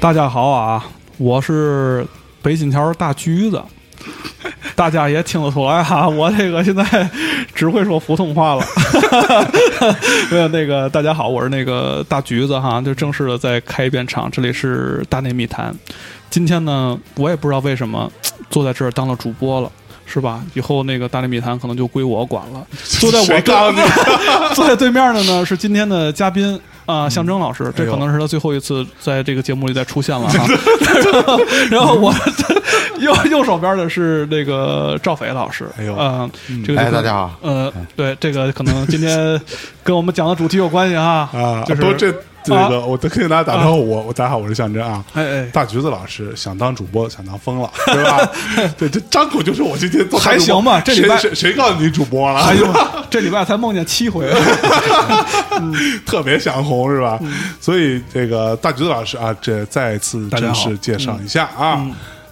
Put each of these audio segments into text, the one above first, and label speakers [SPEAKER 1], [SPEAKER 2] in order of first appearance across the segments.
[SPEAKER 1] 大家好啊，我是北新桥大橘子。大家也听得出来哈、我这个现在只会说普通 话了。没有那个，大家好，我是那个大橘子哈，就正式的再开一遍场，这里是大内密谈。今天呢，我也不知道为什么坐在这儿当了主播了。是吧？以后那个大内密谈可能就归我管了。坐在我
[SPEAKER 2] 谁
[SPEAKER 1] 对
[SPEAKER 2] 告诉你
[SPEAKER 1] 坐在对面的呢是今天的嘉宾
[SPEAKER 2] 嗯
[SPEAKER 1] 啊、象征老
[SPEAKER 2] 哎
[SPEAKER 1] 师，这可能是他最后一次在这个节目里再出现了 哈。然后我 右右手边的是那个赵斐老师，
[SPEAKER 2] 哎呦
[SPEAKER 1] 嗯，这个就
[SPEAKER 3] 哎，
[SPEAKER 1] 跟
[SPEAKER 3] 大家好，
[SPEAKER 1] 呃，对，这个可能今天跟我们讲的主题有关系啊，
[SPEAKER 2] 啊？
[SPEAKER 1] 就是
[SPEAKER 2] 都这这个，
[SPEAKER 1] 啊
[SPEAKER 2] 我都跟大家打招呼，我我大家好，我是象征啊。
[SPEAKER 1] 哎哎
[SPEAKER 2] 大橘子老师想当主播，想当疯了， 对吧？对，这张口就是我今天做
[SPEAKER 1] 还行吧
[SPEAKER 2] 主播
[SPEAKER 1] 这礼拜
[SPEAKER 2] 谁谁谁告诉你主播了？
[SPEAKER 1] 哎呦，这礼拜才梦见七回，
[SPEAKER 2] 特别想红是吧？
[SPEAKER 1] 嗯
[SPEAKER 2] 所以这个大橘子老师啊，这再次
[SPEAKER 1] 大家
[SPEAKER 2] 正
[SPEAKER 1] 好嗯
[SPEAKER 2] 式介绍一下啊，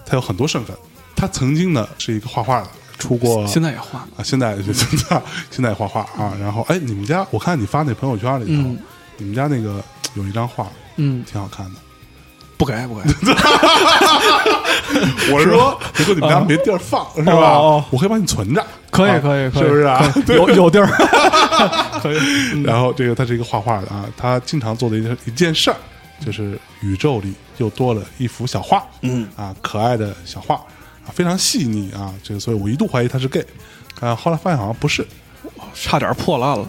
[SPEAKER 2] 他有很多身份，他曾经呢是一个画画的，出过
[SPEAKER 1] 现在也换了。
[SPEAKER 2] 啊，现在就现在现在画画啊，然后哎，你们家我看你发那朋友圈里头，
[SPEAKER 1] 嗯
[SPEAKER 2] 你们家那个有一张画
[SPEAKER 1] 嗯，
[SPEAKER 2] 挺好看的。
[SPEAKER 1] 不改不改，
[SPEAKER 2] 我是说，如果你们家没地儿放，是吧
[SPEAKER 1] 嗯哦哦？
[SPEAKER 2] 我可以帮你存着，
[SPEAKER 1] 可以
[SPEAKER 2] 啊
[SPEAKER 1] 可以可以
[SPEAKER 2] 是不是啊？ 对
[SPEAKER 1] 有有地儿，可以。嗯
[SPEAKER 2] 然后这个他是一个画画的啊，他经常做的一件一件事儿，就是宇宙里又多了一幅小画，嗯啊，可爱的小画啊，非常细腻啊，这个所以我一度怀疑他是 gay，啊，后来发现好像不是，
[SPEAKER 1] 差点破烂 了。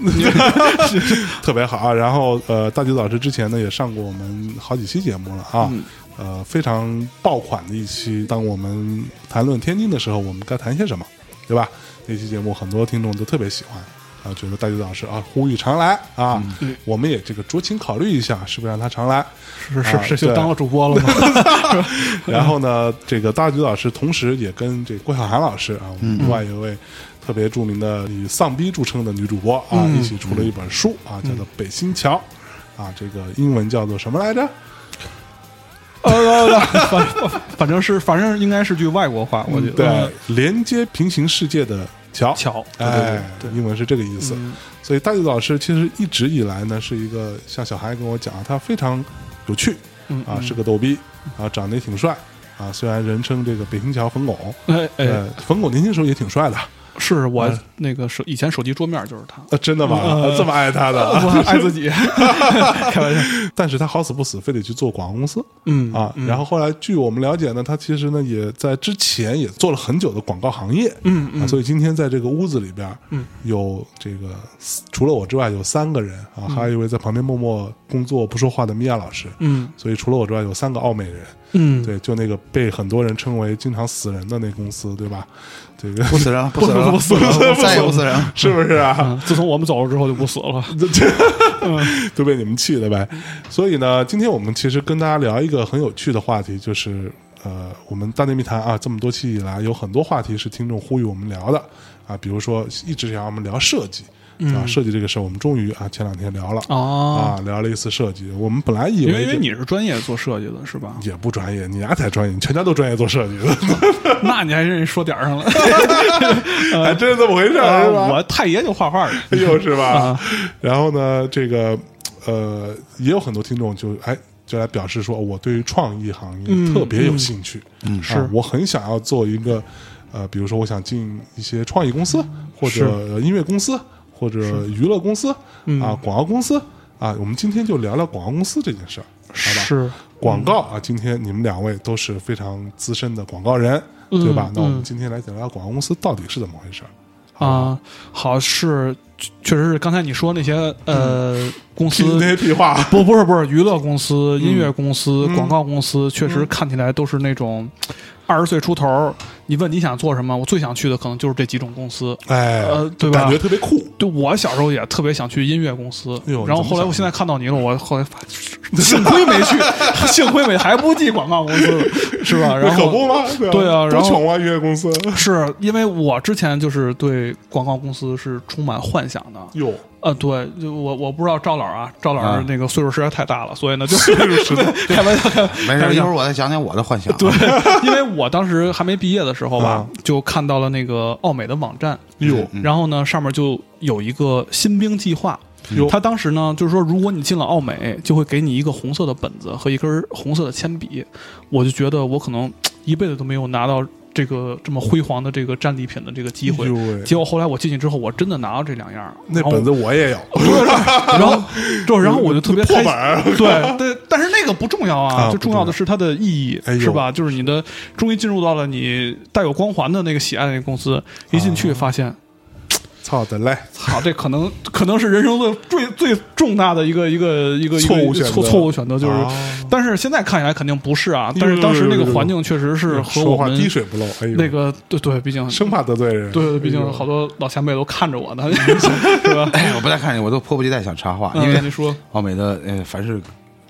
[SPEAKER 2] 特别好啊。然后呃，大橘子老师之前呢也上过我们好几期节目了啊，
[SPEAKER 1] 嗯
[SPEAKER 2] 呃，非常爆款的一期。当我们谈论天津的时候，我们该谈些什么，对吧？那期节目很多听众都特别喜欢。啊，觉得大橘子老师啊，呼吁常来啊，
[SPEAKER 1] 嗯
[SPEAKER 2] 我们也这个酌情考虑一下，是不是让他常来？
[SPEAKER 1] 是是
[SPEAKER 2] 啊
[SPEAKER 1] 是，就
[SPEAKER 2] 对
[SPEAKER 1] 当了主播了吗？
[SPEAKER 2] 然后呢，这个大橘老师同时也跟这郭晓涵老师啊，我
[SPEAKER 1] 嗯
[SPEAKER 2] 们另外一位特别著名的以丧逼著称的女主播啊，
[SPEAKER 1] 嗯
[SPEAKER 2] 一起出了一本书啊，叫做《北新桥》，啊，这个英文叫做什么来着？
[SPEAKER 1] 呃，反反正是反正应该是句外国话，我觉得。
[SPEAKER 2] 对，连接平行世界的桥。
[SPEAKER 1] 巧，呃对对对嗯
[SPEAKER 2] 哎，英文是这个意思。所以大橘老师其实一直以来呢，是一个像小孩跟我讲啊，他非常有趣
[SPEAKER 1] 嗯
[SPEAKER 2] 啊，是个逗逼啊，长得也挺帅啊，虽然人称这个北新桥冯巩，
[SPEAKER 1] 哎哎，
[SPEAKER 2] 呃，冯巩年轻时候也挺帅的。
[SPEAKER 1] 是我那个手以前手机桌面就是他，
[SPEAKER 2] 啊，真的吗？
[SPEAKER 1] 嗯
[SPEAKER 2] 啊这么 爱他
[SPEAKER 1] 我
[SPEAKER 2] 的，
[SPEAKER 1] 很爱自己，开玩笑。
[SPEAKER 2] 但是他好死不死非得去做广告公司
[SPEAKER 1] 嗯
[SPEAKER 2] 啊。然后后来据我们了解呢，他其实呢也在之前也做了很久的广告行业，
[SPEAKER 1] 嗯嗯
[SPEAKER 2] 啊，所以今天在这个屋子里边，
[SPEAKER 1] 嗯，
[SPEAKER 2] 有这个除了我之外有三个人啊，还有一位在旁边默默工作不说话的米娅老师，
[SPEAKER 1] 嗯
[SPEAKER 2] 所以除了我之外有三个奥美人，
[SPEAKER 1] 嗯，
[SPEAKER 2] 对，就那个被很多人称为经常死人的那公司，对吧？这个
[SPEAKER 3] 不死人了，不死人了，
[SPEAKER 2] 不死人了不死人了
[SPEAKER 3] 再也不死人了。
[SPEAKER 2] 是不是啊？
[SPEAKER 1] 嗯自从我们走了之后就不死了。
[SPEAKER 2] 都被你们气的呗。所以呢，今天我们其实跟大家聊一个很有趣的话题，就是呃，我们大内密谈啊，这么多期以来，有很多话题是听众呼吁我们聊的啊，比如说一直想让我们聊设计。啊，设计这个事儿，我们终于啊，前两天聊了、
[SPEAKER 1] 嗯哦
[SPEAKER 2] 啊，聊了一次设计。我们本来以
[SPEAKER 1] 因
[SPEAKER 2] 为
[SPEAKER 1] 为因为
[SPEAKER 2] 这？
[SPEAKER 1] 你是专业做设计的是吧
[SPEAKER 2] 也不专业，你丫才专业，你全家都专业做设 计的，
[SPEAKER 1] 那你还真是说点儿上了。呃
[SPEAKER 2] 还真是这么回事儿、
[SPEAKER 1] 啊
[SPEAKER 2] 是吧？
[SPEAKER 1] 我太爷就画画的。
[SPEAKER 2] 又是
[SPEAKER 1] 啊
[SPEAKER 2] 吧？然后呢，这个呃，也有很多听众就哎就来表示说，我对于创意行业特别有兴趣，嗯，
[SPEAKER 1] 是
[SPEAKER 2] 我很想要做一个呃，比如说我想进一些创意公司，或
[SPEAKER 1] 是
[SPEAKER 2] 者呃音乐公司，或者娱乐公司
[SPEAKER 1] 嗯
[SPEAKER 2] 啊，广告公司啊。我们今天就聊聊广告公司这件事儿，好吧？
[SPEAKER 1] 是
[SPEAKER 2] 广告
[SPEAKER 1] 嗯
[SPEAKER 2] 啊，今天你们两位都是非常资深的广告人，
[SPEAKER 1] 嗯
[SPEAKER 2] 对吧？那我们今天来聊聊广告公司到底是怎么回事儿。
[SPEAKER 1] 啊，好是确确实是刚才你说那些呃公
[SPEAKER 2] 听
[SPEAKER 1] 司
[SPEAKER 2] 那些屁话，
[SPEAKER 1] 不，不是，不是，娱乐公
[SPEAKER 2] 嗯
[SPEAKER 1] 司、音乐公司、广告公司，确实看起来都是那种二十岁出头儿。你问你想做什么，我最想去的可能就是这几种公司。
[SPEAKER 2] 哎，
[SPEAKER 1] 呃对吧
[SPEAKER 2] 感觉特别酷，
[SPEAKER 1] 对我小时候也特别想去音乐公司
[SPEAKER 2] 哎呦，你
[SPEAKER 1] 然后
[SPEAKER 2] 怎么
[SPEAKER 1] 后来
[SPEAKER 2] 想
[SPEAKER 1] 我现在看到你了，我后来发，幸亏没去， 幸亏没还不进广告公司，是吧？
[SPEAKER 2] 那
[SPEAKER 1] 然
[SPEAKER 2] 可
[SPEAKER 1] 后
[SPEAKER 2] 不吗？
[SPEAKER 1] 对啊
[SPEAKER 2] 啊，
[SPEAKER 1] 然
[SPEAKER 2] 多
[SPEAKER 1] 后
[SPEAKER 2] 穷啊，音乐公司。
[SPEAKER 1] 是因为我之前就是对广告公司是充满幻想的，
[SPEAKER 2] 哟，
[SPEAKER 1] 呃，对，就我我不知道赵老啊，赵老
[SPEAKER 3] 啊
[SPEAKER 1] 那个岁数实在太大了，所以呢，就是
[SPEAKER 2] 是的，
[SPEAKER 1] 开玩笑，开玩
[SPEAKER 3] 没
[SPEAKER 1] 开玩
[SPEAKER 2] 哎
[SPEAKER 3] 事，一
[SPEAKER 1] 笑
[SPEAKER 3] 会儿我再讲讲我的幻想。啊
[SPEAKER 1] 对，因为我当时还没毕业的时候吧
[SPEAKER 2] 啊，
[SPEAKER 1] 就看到了那个奥美的网站，
[SPEAKER 2] 哟，
[SPEAKER 1] 然后呢，上面就有一个新兵计划，
[SPEAKER 2] 哟
[SPEAKER 1] 他当时呢，就是说，如果你进了奥美，就会给你一个红色的本子和一根儿红色的铅笔。我就觉得我可能一辈子都没有拿到这个这么辉煌的这个战利品的这个机会
[SPEAKER 2] 哎呦喂。
[SPEAKER 1] 结果后来我进去之后，我真的拿到这两样儿，
[SPEAKER 2] 那
[SPEAKER 1] 然后
[SPEAKER 2] 本子我也有，
[SPEAKER 1] 然后，对，然后我就特别
[SPEAKER 2] 破
[SPEAKER 1] 开心
[SPEAKER 2] 本儿
[SPEAKER 1] 对对，但是那个不重要啊，
[SPEAKER 2] 啊
[SPEAKER 1] 就
[SPEAKER 2] 不
[SPEAKER 1] 重
[SPEAKER 2] 重要
[SPEAKER 1] 要的是它的意义
[SPEAKER 2] 哎，呦
[SPEAKER 1] 是吧？就是你的终于进入到了你带有光环的那个喜爱的那个公司，一进去发 现，
[SPEAKER 2] 操的嘞！
[SPEAKER 1] 操，这可能可能是人生的最 最重大的一个一个一个
[SPEAKER 2] 错误
[SPEAKER 1] 一个
[SPEAKER 2] 选择
[SPEAKER 1] 错错误选择，就是
[SPEAKER 2] 啊，
[SPEAKER 1] 但是现在看起来肯定不是啊，
[SPEAKER 2] 呦
[SPEAKER 1] 但是当时那个
[SPEAKER 2] 呦呦呦
[SPEAKER 1] 环境确实是和
[SPEAKER 2] 说
[SPEAKER 1] 我
[SPEAKER 2] 话
[SPEAKER 1] 们
[SPEAKER 2] 滴水不漏，哎呦，
[SPEAKER 1] 那个对对，毕竟
[SPEAKER 2] 生怕得罪人，
[SPEAKER 1] 对对，毕
[SPEAKER 2] 哎呦
[SPEAKER 1] 竟好多老前辈都看着我 呢，是吧？
[SPEAKER 3] 哎，我不太看见，我都迫不及待想插话，因
[SPEAKER 1] 嗯你
[SPEAKER 3] 为
[SPEAKER 1] 说，
[SPEAKER 3] 奥美的呃，凡是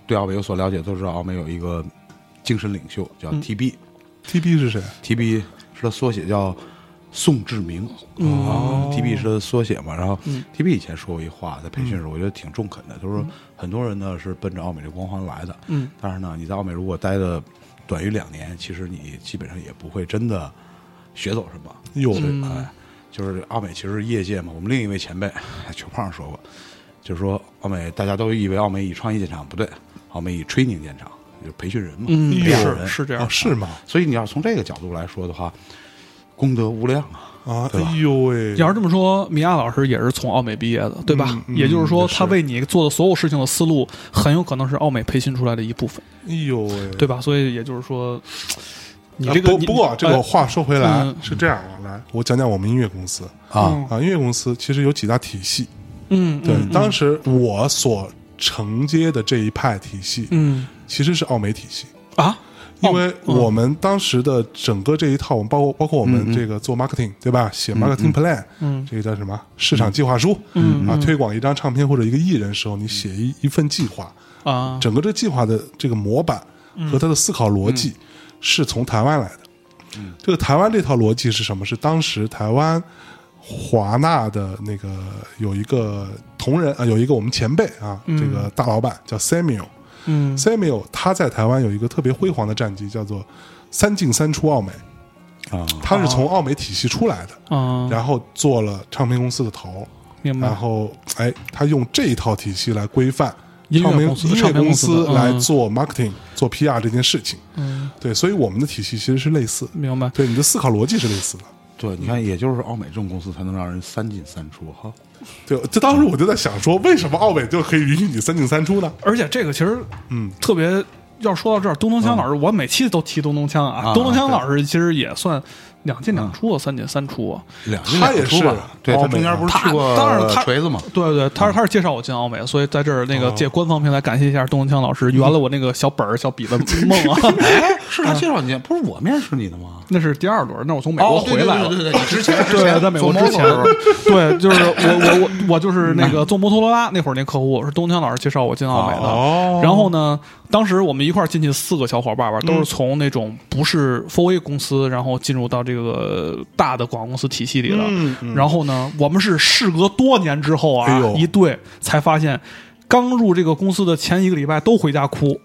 [SPEAKER 3] 对奥美有所了解，都知道奥美有一个精神领袖叫
[SPEAKER 2] 嗯
[SPEAKER 3] TB，TB、
[SPEAKER 2] TB 是谁？哎
[SPEAKER 3] TB 是他缩写叫宋志明，
[SPEAKER 2] 嗯
[SPEAKER 3] 哦，TB 是他缩写嘛。然后 TB 以前说过一话，在培训时候我觉得挺中肯的，就是
[SPEAKER 2] 嗯
[SPEAKER 3] 说很多人呢是奔着奥美这光环来的，
[SPEAKER 1] 嗯，
[SPEAKER 3] 但是呢，你在奥美如果待的短于两年，其实你基本上也不会真的学走什么。
[SPEAKER 2] 哟，
[SPEAKER 1] 嗯
[SPEAKER 3] 哎，就是奥美其实业界嘛，我们另一位前辈哎球胖说过，就是说奥美大家都以为奥美以创意见长，不对，奥美以 training 见长，就是培训人嘛，
[SPEAKER 2] 哎
[SPEAKER 1] 嗯
[SPEAKER 3] 培养人
[SPEAKER 1] 是是这样
[SPEAKER 2] 啊，是吗？
[SPEAKER 3] 所以你要从这个角度来说的话，功德无量啊。
[SPEAKER 2] 啊，
[SPEAKER 3] 对吧
[SPEAKER 2] 哎呦喂！
[SPEAKER 1] 要是这么说，米娅老师也是从奥美毕业的，对吧？
[SPEAKER 2] 嗯嗯
[SPEAKER 1] 也就是说，
[SPEAKER 2] 是
[SPEAKER 1] 他为你做的所有事情的思路，很有可能是奥美培训出来的一部分，
[SPEAKER 2] 哎呦喂！
[SPEAKER 1] 对吧？所以也就是说，你
[SPEAKER 2] 啊
[SPEAKER 1] 这个、
[SPEAKER 2] 不
[SPEAKER 1] 你
[SPEAKER 2] 不过这个
[SPEAKER 1] 呃
[SPEAKER 2] 话说回来
[SPEAKER 1] 嗯
[SPEAKER 2] 是这样啊，来我讲讲我们音乐公司
[SPEAKER 3] 啊，
[SPEAKER 2] 啊，音乐公司其实有几大体系，
[SPEAKER 1] 嗯，
[SPEAKER 2] 对，
[SPEAKER 1] 嗯
[SPEAKER 2] 当时我所承接的这一派体系
[SPEAKER 1] 嗯
[SPEAKER 2] 其实是奥美体系，
[SPEAKER 1] 啊，
[SPEAKER 2] 因为
[SPEAKER 1] 嗯
[SPEAKER 2] 我们当时的整个这一套，我们包括包括我们这个做 marketing 对吧？写 marketing plan，
[SPEAKER 1] 嗯
[SPEAKER 2] 这个叫什么市场计划书，
[SPEAKER 1] 嗯
[SPEAKER 2] 啊，推广一张唱片或者一个艺人的时候，你写一一份计划，
[SPEAKER 1] 啊，
[SPEAKER 2] 整个这计划的这个模板
[SPEAKER 1] 嗯
[SPEAKER 2] 和他的思考逻辑是从台湾来的。
[SPEAKER 1] 嗯
[SPEAKER 2] 这个台湾这套逻辑是什么？是当时台湾华纳的那个有一个同仁啊，有一个我们前辈啊，这个大老板叫 Samuel。
[SPEAKER 1] 嗯
[SPEAKER 2] Samuel 他在台湾有一个特别辉煌的战绩，叫做三进三出奥美。
[SPEAKER 3] 啊，
[SPEAKER 2] 他是从奥美体系出来的，
[SPEAKER 1] 啊，
[SPEAKER 2] 然后做了唱片公司的头，
[SPEAKER 1] 明白
[SPEAKER 2] 然，后哎，他用这一套体系来规范
[SPEAKER 1] 音乐
[SPEAKER 2] 唱片
[SPEAKER 1] 公司
[SPEAKER 2] 音
[SPEAKER 1] 唱
[SPEAKER 2] 乐
[SPEAKER 1] 片
[SPEAKER 2] 公
[SPEAKER 1] 公司
[SPEAKER 2] 司
[SPEAKER 1] 的嗯
[SPEAKER 2] 来做 marketing、做 PR 这件事情。
[SPEAKER 1] 嗯，
[SPEAKER 2] 对，所以我们的体系其实是类似的，
[SPEAKER 1] 明白。
[SPEAKER 2] 对你的思考逻辑是类似的。
[SPEAKER 3] 对，你看，也就是奥美这种公司才能让人三进三出哈。
[SPEAKER 2] 对，这当时我就在想说，为什么奥美就可以允许你三进三出呢？
[SPEAKER 1] 而且这个其实
[SPEAKER 2] 嗯，啊
[SPEAKER 1] 特别要说到这儿，东东锵老师，我每期都提东东锵啊，
[SPEAKER 3] 啊
[SPEAKER 1] 东东锵老师其实也算两进两出啊，三进三出啊。
[SPEAKER 3] 两进
[SPEAKER 2] 他
[SPEAKER 3] 两
[SPEAKER 2] 也
[SPEAKER 3] 出
[SPEAKER 2] 是
[SPEAKER 3] 吧，对
[SPEAKER 2] 奥
[SPEAKER 3] 啊他
[SPEAKER 2] 美
[SPEAKER 3] 中间不是
[SPEAKER 1] 他
[SPEAKER 3] 去过
[SPEAKER 1] 当然他
[SPEAKER 3] 锤子嘛，嗯哦
[SPEAKER 1] 对对，他是他是介绍我进奥美，所以在这儿那个借官方平台感谢一下东东锵老师圆了我那个小本儿小笔的梦 啊。
[SPEAKER 3] 哎，是他介绍你，不是我面试你的吗？
[SPEAKER 1] 那是第二轮，那是我从美国回来了。
[SPEAKER 3] 哦对对对，之前
[SPEAKER 1] 对，在美国之前，对，就是我我我我就是那个坐摩托罗拉那会儿那客户是东强老师介绍我进奥美的，
[SPEAKER 2] 哦
[SPEAKER 1] 然后呢，当时我们一块儿进去四个小伙伴吧，都是从那种不是 4A 公司，然后进入到这个大的广告公司体系里的，
[SPEAKER 2] 嗯
[SPEAKER 1] 然后呢，我们是事隔多年之后啊，
[SPEAKER 2] 哎呦
[SPEAKER 1] 一对才发现。刚入这个公司的前一个礼拜都回家哭，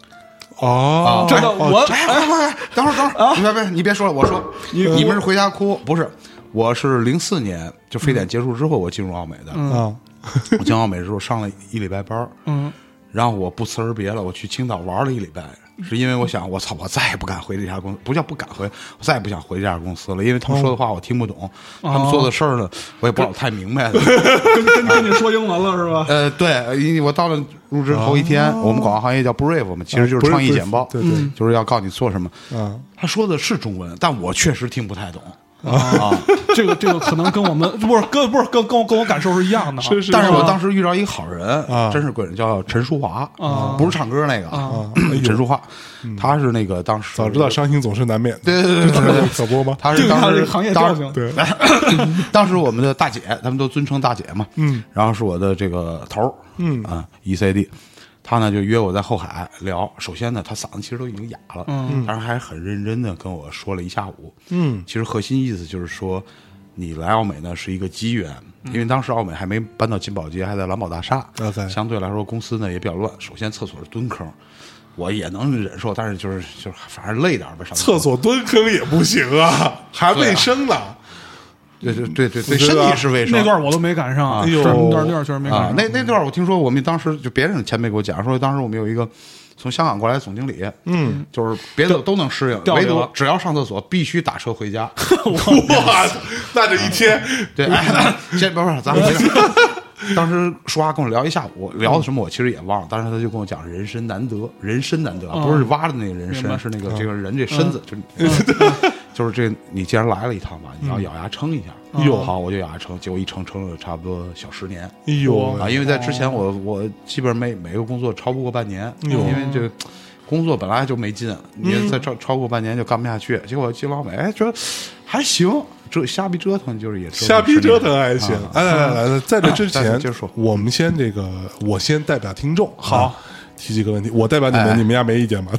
[SPEAKER 2] 哦，
[SPEAKER 1] 真的，我
[SPEAKER 3] 哎，哎哎等会儿，等会儿，你别别，你别说了，我说你你们是回家哭，嗯不是？我是零四年就非典结束之后，我进入奥美的。
[SPEAKER 2] 啊，
[SPEAKER 3] 我进奥美之后上了一礼拜班儿，
[SPEAKER 1] 嗯，
[SPEAKER 3] 然后我不辞而别了，我去青岛玩了一礼拜，是因为我想，我操，我再也不敢回这家公司，不叫不敢回，我再也不想回这家公司了，因为他们说的话我听不懂，他们做的事儿呢，我也不老太明白 了。
[SPEAKER 1] 跟跟跟你说英文了是吧？
[SPEAKER 3] 呃，对，因为我到了入职头一天，我们广告行业叫 brief 嘛，其实就
[SPEAKER 2] 哦啊
[SPEAKER 3] 是
[SPEAKER 2] ，brief，
[SPEAKER 3] 创意简报，
[SPEAKER 2] 对对嗯，
[SPEAKER 3] 就是要告诉你做什么。
[SPEAKER 2] 嗯，
[SPEAKER 3] 他说的是中文，但我确实听不太懂啊。
[SPEAKER 1] 这个这个可能跟我们不是跟不是跟跟我跟我感受是一样的啊，
[SPEAKER 2] 是是，
[SPEAKER 3] 但是我
[SPEAKER 2] 啊
[SPEAKER 3] 当时遇到一个好人
[SPEAKER 2] 啊
[SPEAKER 3] 真是贵人，叫陈淑华
[SPEAKER 1] 啊
[SPEAKER 3] 不是唱歌那个
[SPEAKER 1] 啊，
[SPEAKER 3] 陈淑华，他是那个当时
[SPEAKER 2] 嗯早知道 伤心总是难免的，
[SPEAKER 3] 对对对对对，
[SPEAKER 2] 可不吗？
[SPEAKER 3] 他
[SPEAKER 1] 定
[SPEAKER 3] 是
[SPEAKER 1] 下
[SPEAKER 3] 当
[SPEAKER 1] 这
[SPEAKER 3] 时
[SPEAKER 1] 个行业
[SPEAKER 3] 当
[SPEAKER 1] 调
[SPEAKER 3] 时
[SPEAKER 1] 性。
[SPEAKER 2] 对，
[SPEAKER 3] 当时我们的大姐，他们都尊称大姐嘛，嗯，然后是我的这个头儿，嗯啊，ECD，他呢就约我在后海聊。首先呢，他嗓子其实都已经哑了，嗯，但是还很认真的跟我说了一下午，嗯，其实核心意思就是说，你来奥美呢是一个机缘，因为当时奥美还没搬到金宝街，还在蓝宝大厦
[SPEAKER 2] OK
[SPEAKER 3] 相对来说公司呢也比较乱。首先厕所是蹲坑。我也能忍受，但是就是就是，反正累点儿呗。上厕所啊
[SPEAKER 2] 厕所蹲坑也不行啊，还卫生呢。
[SPEAKER 3] 对对对对对，
[SPEAKER 2] 这
[SPEAKER 3] 身
[SPEAKER 2] 个
[SPEAKER 3] 体是卫生。
[SPEAKER 1] 那段我都没赶上，
[SPEAKER 3] 啊
[SPEAKER 1] 是
[SPEAKER 2] 是
[SPEAKER 1] 那段那段确实没赶
[SPEAKER 3] 啊
[SPEAKER 1] 上。，
[SPEAKER 3] 那那段我听说，我们当时就别人前辈给我讲说，当时我们有一个从香港过来的总经理，嗯，就是别的都能适应，
[SPEAKER 1] 掉
[SPEAKER 3] 唯
[SPEAKER 1] 掉
[SPEAKER 3] 独
[SPEAKER 1] 了
[SPEAKER 3] 只要上厕所必须打车回 家。
[SPEAKER 2] 哇，那这一天
[SPEAKER 3] 对， 哎，先不是，咱们回来。当时舒华跟我聊一下午，聊的什么我其实也忘了，但是他就跟我讲人参难得，人参难得，啊不是挖的那个人
[SPEAKER 1] 明白
[SPEAKER 3] 参，是那个这个人这身子，就是 就是这你既然来了一趟吧，你要咬牙撑一下。哟，好，我就咬牙撑，结果一撑撑了差不多小十年。
[SPEAKER 2] 哎呦
[SPEAKER 3] 啊，因为在之前我我基本上每每个工作超不过半年，因为这个工作本来就没劲，你再超超过半年就干不下去。结果进老美，哎，觉得还行，这瞎逼折腾就是也折腾
[SPEAKER 2] 瞎逼
[SPEAKER 3] 十年
[SPEAKER 2] 折腾还行。哎，来来来，在这之
[SPEAKER 3] 啊但
[SPEAKER 2] 前
[SPEAKER 3] 是 就是说，
[SPEAKER 2] 我们先这个，我先代表听众好。提几个问题，我代表你
[SPEAKER 3] 哎
[SPEAKER 2] 们，你们家没意见吧？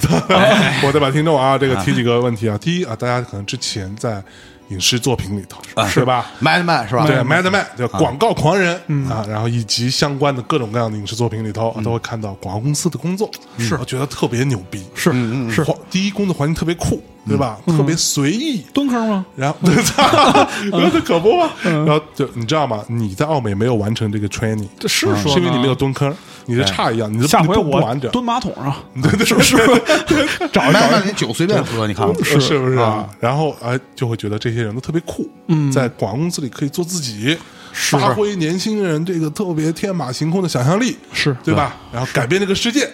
[SPEAKER 2] 我代表听众啊，这个提几个问题啊。第一啊，大家可能之前在影视作品里头
[SPEAKER 3] 哎
[SPEAKER 2] 是吧？
[SPEAKER 3] ，Madman 是吧？
[SPEAKER 1] 哎
[SPEAKER 2] 对，Madman
[SPEAKER 1] 啊
[SPEAKER 2] 叫广告狂人
[SPEAKER 1] 嗯
[SPEAKER 2] 啊，然后以及相关的各种各样的影视作品里头，啊都会看到广告公司的工作，是我觉得特别牛逼，嗯
[SPEAKER 1] 是是嗯
[SPEAKER 2] 环第一工作环境特别酷，对吧？特别随意，
[SPEAKER 1] 蹲坑吗？
[SPEAKER 2] 然后，对，操
[SPEAKER 1] 嗯
[SPEAKER 2] 那这可不嘛。然后就你知道吗？你在澳美没有完成这个 training，
[SPEAKER 1] 这是说呢哎
[SPEAKER 2] 是因为你没有蹲坑，你的差一样，你的
[SPEAKER 1] 下回
[SPEAKER 2] 你不
[SPEAKER 1] 我
[SPEAKER 2] 不完整，
[SPEAKER 1] 蹲马桶上，
[SPEAKER 2] 对对是是
[SPEAKER 3] 找那那你酒随便喝，你看 吧
[SPEAKER 2] 是不是啊？然后哎，就会觉得这些人都特别酷，嗯，在广告公司里可以做自己，发挥年轻人这个特别天马行空的想象力，
[SPEAKER 1] 是
[SPEAKER 2] 对吧？然后改变这个世界，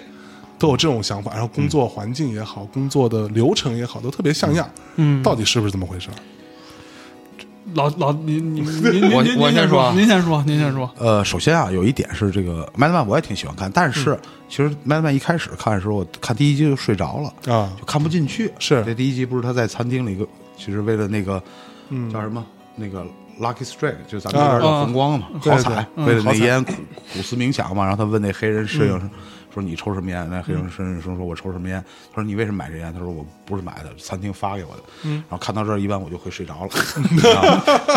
[SPEAKER 2] 都有这种想法。然后工作环境也好，工作的流程也好，都特别像样。嗯，到底是不是这么回事？
[SPEAKER 1] 老老您 您您您
[SPEAKER 3] 我
[SPEAKER 1] 您
[SPEAKER 3] 我
[SPEAKER 1] 您
[SPEAKER 3] 先
[SPEAKER 1] 先
[SPEAKER 3] 说啊
[SPEAKER 1] 您先说，您先说。
[SPEAKER 3] 呃，首先啊，有一点是这个 Madman 我也挺喜欢看，但是、
[SPEAKER 2] 嗯
[SPEAKER 3] 其实 Madman 一开始看的时候，我看第一集就睡着了
[SPEAKER 2] 啊
[SPEAKER 3] 就看不进去。
[SPEAKER 2] 是
[SPEAKER 3] 这第一集不是他在餐厅里一个，其实为了那个、叫什么那个 Lucky Strike，就咱们这边
[SPEAKER 1] 啊
[SPEAKER 3] 叫红光嘛，
[SPEAKER 2] 对
[SPEAKER 3] 好彩，
[SPEAKER 2] 对嗯
[SPEAKER 3] 为了
[SPEAKER 2] 好
[SPEAKER 3] 那
[SPEAKER 2] 彩嗯
[SPEAKER 3] 烟苦苦思冥想嘛。然后他问那黑人侍应。说你抽什么烟？那黑人侍应说：“我抽什么烟？”他说：“你为什么买这烟？”他说：“我不是买的，餐厅发给我的。”
[SPEAKER 2] 嗯
[SPEAKER 3] 然后看到这儿，一般我就会 睡着了。啊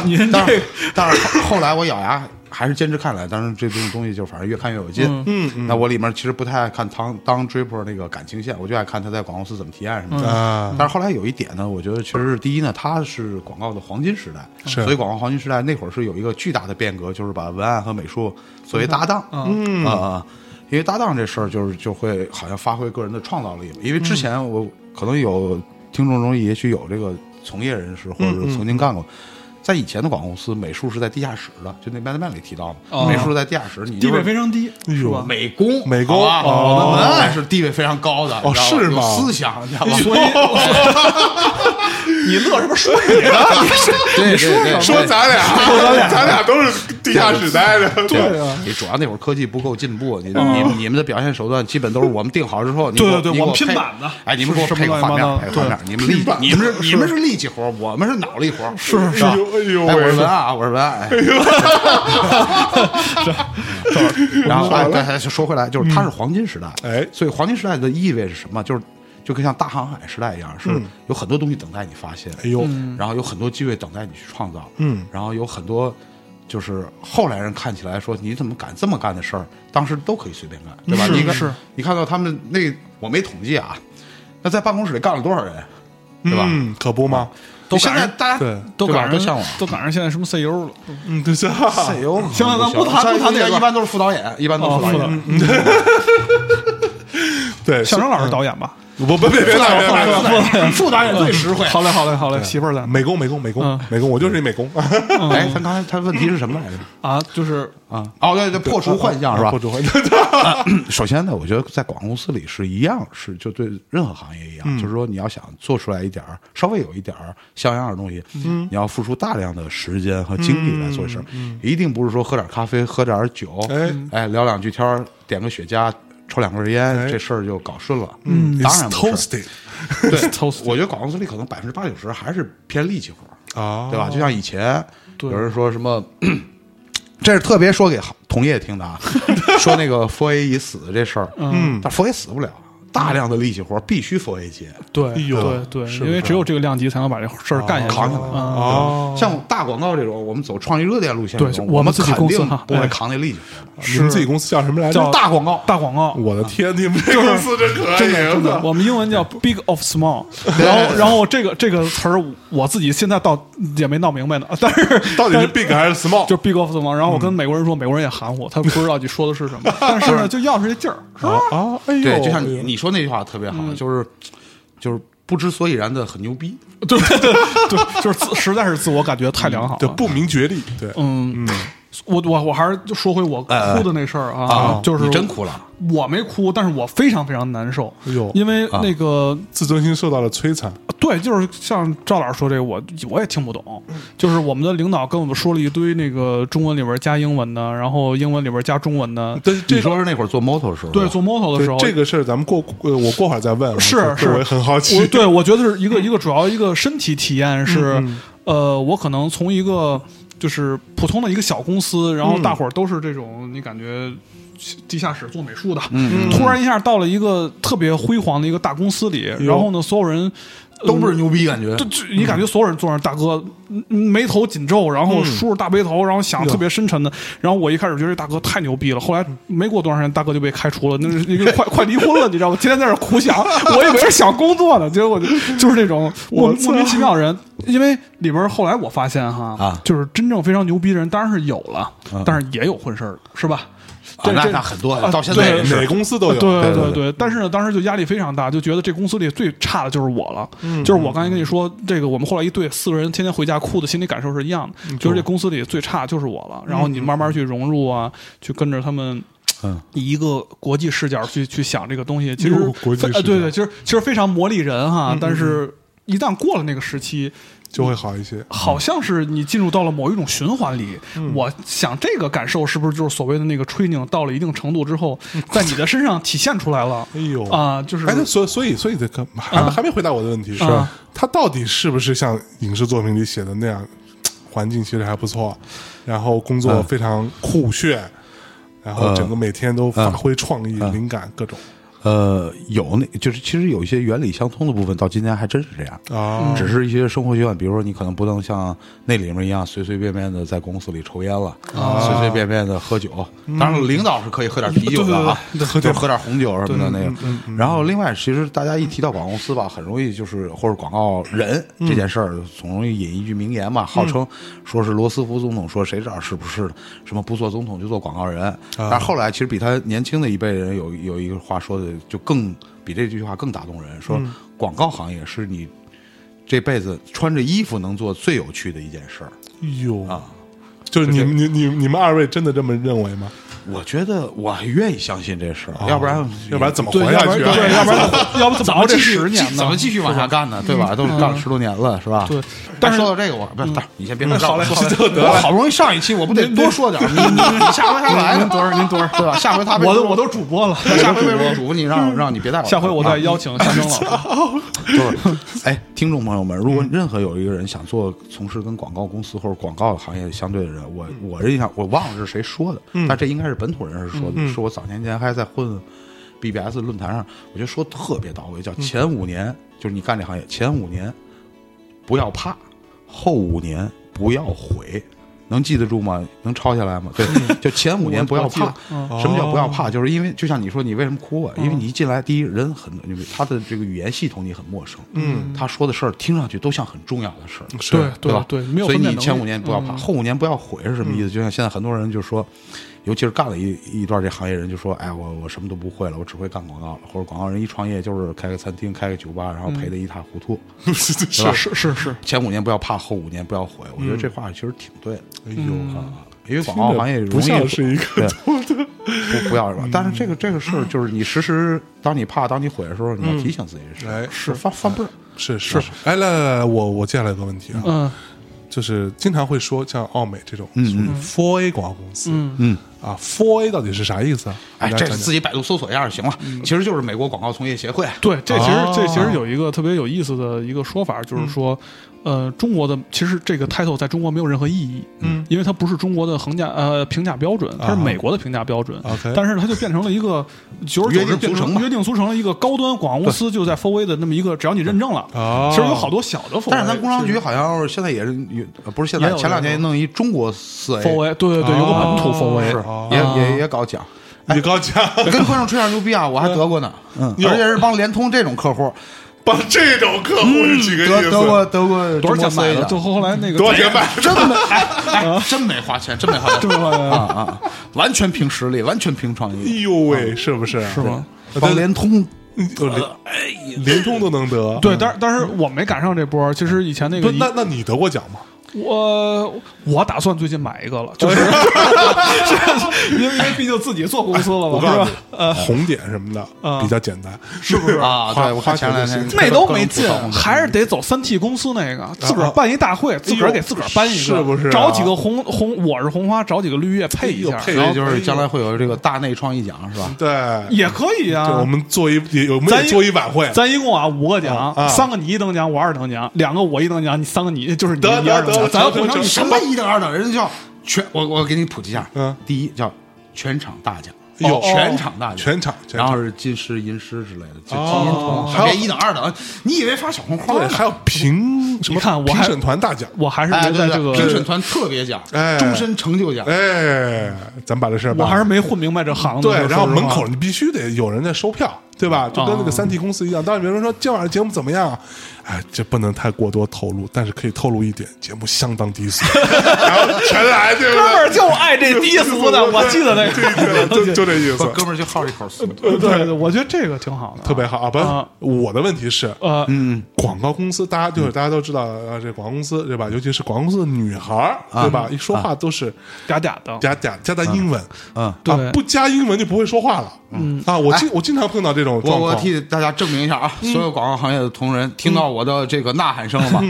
[SPEAKER 1] 您
[SPEAKER 3] 但
[SPEAKER 1] 这
[SPEAKER 3] 是但是后后来我咬牙还是坚持看来，但是这种东西就反正越看越有劲。嗯嗯。那我里面其实不太爱看当当 Draper 那个感情线，我就爱看他在广告公司怎么提案什么的。
[SPEAKER 2] 啊
[SPEAKER 3] 但是后来有一点呢，我觉得其实是第一呢，它是广告的黄金时代，
[SPEAKER 2] 是
[SPEAKER 3] 所以广告黄金时代那会儿是有一个巨大的变革，就是把文案和美术作为搭档，嗯啊、因为搭档这事儿就是就会好像发挥个人的创造力嘛，因为之前我可能有听众中也许有这个从业人士或者是曾经干过。在以前的广告公司，美术是在地下室的，就那《Mad Men》里提到
[SPEAKER 1] 哦
[SPEAKER 3] 嘛，美术是在地下室，你
[SPEAKER 1] 地
[SPEAKER 3] 就
[SPEAKER 1] 位
[SPEAKER 3] 是
[SPEAKER 1] 非常低，是吧？啊
[SPEAKER 3] 美工，
[SPEAKER 2] 美工
[SPEAKER 3] 好吧
[SPEAKER 2] 哦
[SPEAKER 3] 我们文案是地位非常高的，
[SPEAKER 2] 哦
[SPEAKER 3] 你知道吧
[SPEAKER 2] 是吗
[SPEAKER 3] 有思想，你知道吧？
[SPEAKER 1] 所以 你乐什么啊说你呢？
[SPEAKER 3] 对对对，
[SPEAKER 2] 说咱俩，咱俩都是地下室待着，
[SPEAKER 3] 对啊，你主要那会儿科技不够进步，你你们你们的表现手段基本都是我们定好之后，你给
[SPEAKER 1] 对对对
[SPEAKER 3] 你给
[SPEAKER 1] 我
[SPEAKER 3] 我
[SPEAKER 1] 们
[SPEAKER 3] 配
[SPEAKER 1] 拼板的
[SPEAKER 3] 哎，你们给我
[SPEAKER 1] 是
[SPEAKER 3] 配个
[SPEAKER 1] 什么
[SPEAKER 3] 画面
[SPEAKER 1] 乱，七八糟
[SPEAKER 3] 配个画面，你们力你们是你们是力气活，我们是脑力活，是是吧
[SPEAKER 2] 哎？呦哎呦
[SPEAKER 3] 哎，我
[SPEAKER 2] 喂
[SPEAKER 3] 是文案啊，我是文案。哎 然后哎，对，哎说回来，就是它是黄金时代，
[SPEAKER 2] 哎
[SPEAKER 3] 所以黄金时代的意味是什么？就是就跟像大航海时代一样，是有很多东西等待你发现，
[SPEAKER 2] 哎呦，
[SPEAKER 1] 嗯
[SPEAKER 3] 然后有很多机会等待你去创造，
[SPEAKER 2] 嗯，
[SPEAKER 3] 然后有很多就是后来人看起来说你怎么敢这么干的事儿，当时都可以随便干，对
[SPEAKER 1] 嗯
[SPEAKER 3] 吧？
[SPEAKER 1] 是
[SPEAKER 3] 你看
[SPEAKER 1] 是，
[SPEAKER 3] 你看到他们那我没统计啊，那在办公室里干了多少人，对吧？
[SPEAKER 2] 嗯，可不吗？
[SPEAKER 3] 就现在大家
[SPEAKER 2] 对
[SPEAKER 1] 都
[SPEAKER 3] 对吧
[SPEAKER 1] 赶
[SPEAKER 3] 都
[SPEAKER 1] 上
[SPEAKER 3] 向往。
[SPEAKER 1] 都赶上现在什么 CEO 了，
[SPEAKER 2] 嗯，对，是吧
[SPEAKER 3] 哎呦，
[SPEAKER 1] 行了咱不谈不谈这个
[SPEAKER 3] 一般都是副导演，一般都是
[SPEAKER 1] 哦
[SPEAKER 3] 副
[SPEAKER 1] 副
[SPEAKER 3] 导
[SPEAKER 1] 导
[SPEAKER 3] 演
[SPEAKER 1] 演。
[SPEAKER 2] 对，
[SPEAKER 1] 小张老
[SPEAKER 3] 嗯
[SPEAKER 1] 师导演吧？
[SPEAKER 2] 不不别别别
[SPEAKER 1] 哎
[SPEAKER 2] 打别打 别打，
[SPEAKER 3] 副导演最实惠。
[SPEAKER 1] 好嘞好嘞好嘞，媳妇儿在
[SPEAKER 2] 美工美工美工
[SPEAKER 1] 嗯
[SPEAKER 2] 美工，我就是一美工，
[SPEAKER 3] 哎，他刚才他问题是什么来着？
[SPEAKER 1] 啊，就是
[SPEAKER 3] 啊，哦对对，破除幻象是 吧
[SPEAKER 2] 破？除幻象，
[SPEAKER 3] 首先呢，我觉得在广告公司里是一样，是就对任何行业一样，就是说你要想做出来一点儿稍微有一点儿像样的东西，你要付出大量的时间和精力来做事儿，一定不是说喝点咖啡、喝点儿酒，
[SPEAKER 2] 哎
[SPEAKER 3] 哎聊两句天儿，点个雪茄。抽两根烟，
[SPEAKER 2] 哎
[SPEAKER 3] 这事儿就搞顺了。嗯 当然
[SPEAKER 2] It's
[SPEAKER 3] 不是。
[SPEAKER 2] toasted
[SPEAKER 3] 对
[SPEAKER 1] toasted，
[SPEAKER 3] 我觉得广告公司里可能百分之八九十还是偏力气活儿。
[SPEAKER 2] 啊，
[SPEAKER 3] 对吧？就像以前
[SPEAKER 1] 哦对
[SPEAKER 3] 有人说什么，这是特 别说给行同业听的啊，说那个佛爷已死这事儿，嗯，但佛爷死不了，大量的力气活必须佛爷接，
[SPEAKER 1] 对
[SPEAKER 2] 哎呦
[SPEAKER 1] 对对，
[SPEAKER 2] 是
[SPEAKER 1] 因为只有这个量级才能把这事儿干下去，
[SPEAKER 3] 啊扛下来
[SPEAKER 1] 嗯
[SPEAKER 2] 哦
[SPEAKER 3] 像大广告这种，我们走创意热点路线
[SPEAKER 1] 对
[SPEAKER 3] 这种，
[SPEAKER 1] 我们
[SPEAKER 3] 们
[SPEAKER 1] 自己
[SPEAKER 3] 肯
[SPEAKER 1] 公司
[SPEAKER 3] 定
[SPEAKER 1] 哈
[SPEAKER 3] 不会
[SPEAKER 1] 哎
[SPEAKER 3] 扛那力气活，
[SPEAKER 2] 啊你们自己公司叫什么来着？
[SPEAKER 1] 叫啊
[SPEAKER 3] 大广告，
[SPEAKER 1] 大广告，
[SPEAKER 2] 我的天，你们这公司真可以！啊
[SPEAKER 1] 真的真 的，
[SPEAKER 2] 我操
[SPEAKER 1] 我们英文叫 big of small，然后然后这个这个词儿我自己现在倒也没闹明白呢， 但是
[SPEAKER 2] 到底是 big 还是 small？
[SPEAKER 1] 就是 big of small，然后我跟美国人说，美国人也含糊，他不知道你说的是什么，嗯 但是呢就要是这劲儿，是吧？
[SPEAKER 2] 啊，哎呦，
[SPEAKER 3] 对，就像你
[SPEAKER 2] 哎呦
[SPEAKER 3] 你说那句话特别好，
[SPEAKER 1] 嗯
[SPEAKER 3] 就是就是不知所以然的很牛逼，
[SPEAKER 1] 对对对对，就是自实在是自我感觉太良好
[SPEAKER 2] 对
[SPEAKER 1] 了，
[SPEAKER 2] 不
[SPEAKER 3] 啊
[SPEAKER 2] 明觉厉，对，
[SPEAKER 1] 嗯。我我我还是就说回我哭的那事儿啊，就是
[SPEAKER 3] 你真哭了，
[SPEAKER 1] 我没哭，但是我非常非常难受
[SPEAKER 2] 哎呦，
[SPEAKER 1] 因为那个
[SPEAKER 2] 自尊心受到了摧残，
[SPEAKER 1] 对，就是像赵老师说这个，我我也听不懂。
[SPEAKER 2] 嗯
[SPEAKER 1] 就是我们的领导跟我们说了一堆那个中文里边加英文的，然后英文里边加中文的。
[SPEAKER 2] 但是这
[SPEAKER 3] 你说是那会儿做 moto 的时候，
[SPEAKER 1] 对，做 moto 的时
[SPEAKER 2] 对
[SPEAKER 1] 候，
[SPEAKER 2] 这个事儿，咱们过呃，我过会儿再问啊。
[SPEAKER 1] 是
[SPEAKER 2] 这
[SPEAKER 1] 是，
[SPEAKER 2] 我也很好奇嗯
[SPEAKER 1] 我。对，我觉得是一个一个主要一个身体体验是，呃，我可能从一个就是普通的一个小公司，然
[SPEAKER 2] 嗯
[SPEAKER 1] 后大伙儿都是这种，你感觉。地下室做美术的，
[SPEAKER 2] 嗯
[SPEAKER 1] 突然一下到了一个特别辉煌的一个大公司里，然后呢，所有人
[SPEAKER 3] 都不是
[SPEAKER 1] 嗯
[SPEAKER 3] 牛逼感觉，
[SPEAKER 1] 这这，你感觉所有人坐那儿，大哥嗯眉头紧皱，然后梳着大背头，然后想特别深沉的。然后我一开始觉得这大哥太牛逼了，后来没过多长时间，大哥就被开除了，那是一个快快离婚了，你知道吗？天天在那儿苦想，我以为是想工作呢，结果就就是那种莫莫名其妙的人。因为里边后来我发现哈，
[SPEAKER 3] 啊
[SPEAKER 1] 就是真正非常牛逼的人当然是有了，但是也有混事儿的，是吧？
[SPEAKER 3] 啊
[SPEAKER 1] 这
[SPEAKER 3] 那
[SPEAKER 1] 这
[SPEAKER 3] 那很多
[SPEAKER 1] 啊
[SPEAKER 3] 到现在
[SPEAKER 1] 对
[SPEAKER 3] 也是
[SPEAKER 2] 哪公司都有，
[SPEAKER 1] 对
[SPEAKER 3] 对对
[SPEAKER 1] 对，但是呢，当时就压力非常大，就觉得这公司里最差的就是我了。就是我刚才跟你说，这个我们后来一队四个人天天回家哭的心理感受是一样的，就是这公司里最差就是我了。然后你慢慢去融入啊，去跟着他们。
[SPEAKER 3] 嗯
[SPEAKER 1] 以一个国际视角去去想这个东西，其实
[SPEAKER 2] 哟国际
[SPEAKER 1] 非呃
[SPEAKER 2] 视
[SPEAKER 1] 对
[SPEAKER 2] 角
[SPEAKER 1] 对，其实其实非常磨砺人哈。但是，一旦过了那个时期，
[SPEAKER 2] 就会好一些。
[SPEAKER 1] 好像是你进入到了某一种循环里。
[SPEAKER 3] 嗯
[SPEAKER 1] 我想这个感受是不是就是所谓的那个 training 到了一定程度之后，
[SPEAKER 3] 嗯
[SPEAKER 1] 在你的身上体现出来了？
[SPEAKER 2] 哎呦
[SPEAKER 1] 啊，就是
[SPEAKER 2] 哎，那所所以所以这个还没还没回答我的问题，是
[SPEAKER 1] 啊
[SPEAKER 2] 他到底是不是像影视作品里写的那样，环境其实还不错，然后工
[SPEAKER 1] 嗯
[SPEAKER 2] 作非常酷炫，然后整个每天都
[SPEAKER 1] 嗯
[SPEAKER 2] 发挥创意、灵感各种
[SPEAKER 3] 呃，有那就是其实有一些原理相通的部分，到今天还真是这样。
[SPEAKER 2] 啊，
[SPEAKER 3] 只是一些生活习惯，比如说你可能不能像那里面一样随随便便的在公司里抽烟了，随随便便的喝酒。当然，领导是可以喝点啤酒的啊，喝点喝点红酒什么的那
[SPEAKER 2] 嗯
[SPEAKER 3] 个。然后，另外，其实大家一提到广告公司吧，很容易就是或者广告人
[SPEAKER 2] 嗯
[SPEAKER 3] 这件事儿，总容易引一句名言嘛，号称说是罗斯福总统说谁知道是不是的，什么不做总统就做广告人。
[SPEAKER 2] 啊
[SPEAKER 3] 但后来其实比他年轻的一辈人有有一个话说的就更比这句话更打动人，
[SPEAKER 2] 嗯
[SPEAKER 3] 说广告行业是你。这辈子穿着衣服能做最有趣的一件事儿。
[SPEAKER 2] 哎
[SPEAKER 1] 嗯
[SPEAKER 2] 呦，
[SPEAKER 1] 啊
[SPEAKER 2] 就是你们你你你们二位真的这么认为吗？
[SPEAKER 3] 我觉得我还愿意相信这事儿，要不然
[SPEAKER 2] 哦要不然怎么
[SPEAKER 1] 对，
[SPEAKER 2] 活
[SPEAKER 1] 要
[SPEAKER 2] 下
[SPEAKER 1] 不然
[SPEAKER 2] 去啊？
[SPEAKER 1] 对，要不然 要不怎么
[SPEAKER 3] 怎么
[SPEAKER 1] 这
[SPEAKER 3] 继续
[SPEAKER 1] 十年呢？
[SPEAKER 3] 怎么继续往下干呢？对吧？都干了十多年了，是吧？
[SPEAKER 1] 对但
[SPEAKER 3] 但
[SPEAKER 1] 是
[SPEAKER 3] 说到这个，我不是，但是你先别
[SPEAKER 1] 好嘞 好嘞
[SPEAKER 3] 我好不容易上一期，我不得多说点儿？你你你下回他来，您多少您多少，对吧？下回他被
[SPEAKER 1] 我都我都主播了，
[SPEAKER 3] 下回为什么主你让让你别嗯带 我？
[SPEAKER 1] 下回我
[SPEAKER 3] 啊
[SPEAKER 1] 再邀请夏征 老师。
[SPEAKER 3] 就是，哎，听众朋友们，如果任何有一个人想做从事跟广告公司或者广告行业相对的人，我我印象我忘了是谁说的，但这应该是本土人士说的，是我早年间还在混 BBS 论坛上，我觉得说得特别到位，叫前五年，就是你干这行业前五年不要怕，后五年不要悔。能记得住吗？能抄下来吗？对，
[SPEAKER 1] 嗯
[SPEAKER 3] 就前五年不要怕。什么叫不要
[SPEAKER 1] 哦
[SPEAKER 3] 怕？就是因为就像你说，你为什么哭
[SPEAKER 1] 嗯
[SPEAKER 3] 啊？因为你一进来，第一人很，因为他的这个语言系统你很陌生，嗯，他说的事儿听上去都像很重要的事儿，
[SPEAKER 1] 对
[SPEAKER 3] 吧？
[SPEAKER 1] 对，没有
[SPEAKER 3] 所以
[SPEAKER 1] 分辨能
[SPEAKER 3] 你
[SPEAKER 1] 力嗯
[SPEAKER 3] 前五年不要怕，后五年不要悔是什么意思？就像现在很多人就说，尤其是干了一一段这行业人就说，哎，我我什么都不会了，我只会干广告了，或者广告人一创业就是开个餐厅、开个酒吧，然后赔得一塌糊涂， 对吧？
[SPEAKER 1] 嗯是是是，
[SPEAKER 3] 前五年不要怕，后五年不要悔。我觉得这话其实挺对的。嗯哎呦啊，因为广告行业容易
[SPEAKER 2] 不像是一
[SPEAKER 3] 对
[SPEAKER 2] 个
[SPEAKER 3] 不不要什么，但是这个这个事儿就是你时时当你怕当你悔的时候，你要提醒自己这事儿
[SPEAKER 2] 哎
[SPEAKER 3] 嗯是翻翻倍儿。
[SPEAKER 2] 是是是。哎，来来来，我我接下来有个问题啊，
[SPEAKER 1] 嗯
[SPEAKER 2] 就是经常会说像奥美这种属于 Four A 广告公司，
[SPEAKER 1] 嗯
[SPEAKER 3] 嗯，
[SPEAKER 2] 啊，Four A 到底是啥意思啊？
[SPEAKER 3] 哎，
[SPEAKER 2] 给大家
[SPEAKER 3] 这是
[SPEAKER 2] 讲讲
[SPEAKER 3] 自己百度搜索一下就行了。其实就是美国广告从业协会，啊
[SPEAKER 1] 对，这其实、
[SPEAKER 2] 哦
[SPEAKER 1] 这其实有一个特别有意思的一个说法，就是
[SPEAKER 2] 嗯
[SPEAKER 1] 说，呃，中国的其实这个 title 在中国没有任何意义，
[SPEAKER 2] 嗯，
[SPEAKER 1] 因为它不是中国的衡价呃评价标准，它是
[SPEAKER 2] 啊
[SPEAKER 1] 美国的评价标准，
[SPEAKER 2] OK
[SPEAKER 1] 但是它就变成了一个久而久
[SPEAKER 3] 约
[SPEAKER 1] 之
[SPEAKER 3] 定
[SPEAKER 1] 变
[SPEAKER 3] 俗成
[SPEAKER 1] 成
[SPEAKER 3] 吧
[SPEAKER 1] 约定俗成了一个高端广告公司就在 f o r 的那么一个，只要你认证了，
[SPEAKER 2] 哦
[SPEAKER 1] 其实有好多小的 f o
[SPEAKER 3] 但是咱工商局好像现在也是有，呃不是现
[SPEAKER 1] 也
[SPEAKER 3] 在
[SPEAKER 1] 有
[SPEAKER 3] 前两
[SPEAKER 1] 这
[SPEAKER 3] 年
[SPEAKER 1] 个
[SPEAKER 3] 弄一中国四
[SPEAKER 1] f o
[SPEAKER 3] A，啊
[SPEAKER 1] r 对对对，有个本土 f o
[SPEAKER 2] 是
[SPEAKER 1] r
[SPEAKER 2] 哦
[SPEAKER 3] 也
[SPEAKER 1] 啊
[SPEAKER 3] 也也搞 奖。
[SPEAKER 2] 你高讲，
[SPEAKER 3] 跟观众吹下牛逼啊！我还得过呢，嗯，而且是帮联通这种客户，
[SPEAKER 2] 帮这种客户是几
[SPEAKER 1] 嗯
[SPEAKER 2] 个意 思？
[SPEAKER 3] 德德国德国
[SPEAKER 1] 多少钱买
[SPEAKER 3] 中
[SPEAKER 1] 的？
[SPEAKER 3] 国 4A
[SPEAKER 1] 就后来那个
[SPEAKER 2] 多少钱买的？
[SPEAKER 3] 真没哎哎，真没花钱，真没花钱，
[SPEAKER 1] 这么
[SPEAKER 3] 啊啊，完全凭实力，完全凭创
[SPEAKER 2] 哎
[SPEAKER 3] 意，
[SPEAKER 2] 呦喂，是不是？啊是
[SPEAKER 1] 是？吗？
[SPEAKER 3] 帮联通
[SPEAKER 2] 联联通都能得，
[SPEAKER 1] 对，但是但是我没赶上这波儿。其实以前那
[SPEAKER 2] 不
[SPEAKER 1] 个
[SPEAKER 2] 是？那那你得过奖吗？
[SPEAKER 1] 我我打算最近买一个 了，就是 是 因为因为毕竟自己做公司了
[SPEAKER 2] 我
[SPEAKER 1] 嘛，
[SPEAKER 2] 告
[SPEAKER 1] 哦是
[SPEAKER 2] 诉
[SPEAKER 1] 吧
[SPEAKER 2] 你？，红点什么的
[SPEAKER 1] 啊
[SPEAKER 2] 比较简单，
[SPEAKER 1] 是不是？
[SPEAKER 3] 啊，
[SPEAKER 2] 花
[SPEAKER 3] 对我看
[SPEAKER 2] 花
[SPEAKER 3] 前两天
[SPEAKER 2] 钱就行
[SPEAKER 1] 那都没劲
[SPEAKER 3] 各种，不同
[SPEAKER 1] 还是得走三 T 公司那个，自个儿办一大会，自个儿给自个儿搬一个，
[SPEAKER 2] 啊是不是啊
[SPEAKER 1] 找几个红红，我是红花，找几个绿叶配一
[SPEAKER 2] 哎
[SPEAKER 1] 下
[SPEAKER 2] 呦，配
[SPEAKER 3] 所以就是将来会有这个大内创意奖是吧？
[SPEAKER 2] 对，
[SPEAKER 1] 也可以
[SPEAKER 2] 就我
[SPEAKER 1] 啊。
[SPEAKER 2] 们做一也我们
[SPEAKER 1] 咱
[SPEAKER 2] 也做一晚会，
[SPEAKER 1] 咱一共啊五个奖
[SPEAKER 2] 啊啊，
[SPEAKER 1] 三个你一等奖，我二等奖，两个我一等奖，你三个你 就是你
[SPEAKER 2] 得
[SPEAKER 1] 一二等
[SPEAKER 2] 得
[SPEAKER 1] 奖，
[SPEAKER 2] 得
[SPEAKER 1] 咱
[SPEAKER 2] 成
[SPEAKER 1] 互相
[SPEAKER 2] 成
[SPEAKER 3] 什么一等二等，人家叫全，我我给你普及一下，
[SPEAKER 2] 嗯
[SPEAKER 3] 第一叫全场大奖，哦
[SPEAKER 2] 哎呦
[SPEAKER 3] 全场大奖，
[SPEAKER 2] 全场全
[SPEAKER 3] 然
[SPEAKER 2] 场
[SPEAKER 3] 后是金狮、银狮之类的，就金
[SPEAKER 2] 哦
[SPEAKER 3] 银铜，
[SPEAKER 2] 还有
[SPEAKER 3] 别一等二等，你以为发小红花
[SPEAKER 2] 对，
[SPEAKER 3] 呢？
[SPEAKER 2] 还有评什
[SPEAKER 1] 你
[SPEAKER 2] 么
[SPEAKER 1] 看我
[SPEAKER 2] 评
[SPEAKER 1] 还
[SPEAKER 2] 审团大奖，
[SPEAKER 1] 我还是
[SPEAKER 3] 哎，
[SPEAKER 1] 没
[SPEAKER 3] 对
[SPEAKER 1] 在这
[SPEAKER 3] 对，
[SPEAKER 1] 个
[SPEAKER 3] 评审团特别奖，
[SPEAKER 2] 哎
[SPEAKER 3] 终身成就奖，
[SPEAKER 2] 哎，咱把这事儿办
[SPEAKER 1] 我
[SPEAKER 2] 了，
[SPEAKER 1] 还是没混明白这行子。
[SPEAKER 2] 对，
[SPEAKER 1] 说
[SPEAKER 2] 然后
[SPEAKER 1] 实话
[SPEAKER 2] 门口你必须得有人在收票，对吧？就跟那
[SPEAKER 1] 啊
[SPEAKER 2] 个三 T 公司一样。当然，别人说今晚上节目怎么样啊，哎，这不能太过多透露，但是可以透露一点，节目相当 低俗，然后全来，对不
[SPEAKER 1] 哥们
[SPEAKER 2] 对？
[SPEAKER 1] 儿就爱 这低俗的，我记得那
[SPEAKER 2] 对
[SPEAKER 1] 个。
[SPEAKER 2] 对对就就这意
[SPEAKER 3] 不
[SPEAKER 2] 思，
[SPEAKER 3] 哥们儿就好这口俗，
[SPEAKER 1] 对对，我觉得这个挺好的，
[SPEAKER 2] 特别好啊！不
[SPEAKER 1] 啊
[SPEAKER 2] 是，我的问题是，
[SPEAKER 1] 呃，
[SPEAKER 2] 嗯，广告公司，大家
[SPEAKER 1] 嗯
[SPEAKER 2] 就是大家都知道啊，这广告公司对吧？尤其是广告公司的女孩儿，
[SPEAKER 1] 啊
[SPEAKER 2] 对吧？一说话都是
[SPEAKER 1] 嗲嗲的，
[SPEAKER 2] 加加加的英文，
[SPEAKER 3] 嗯。
[SPEAKER 2] 啊
[SPEAKER 1] 对，哎
[SPEAKER 2] 不加英文就不会说话了。嗯啊，我经我经常碰到这种
[SPEAKER 3] 我
[SPEAKER 2] 状
[SPEAKER 3] 我
[SPEAKER 2] 况。
[SPEAKER 3] 替大家证明一下啊，所有广告行业的同仁，听到我的这个呐喊声了吧？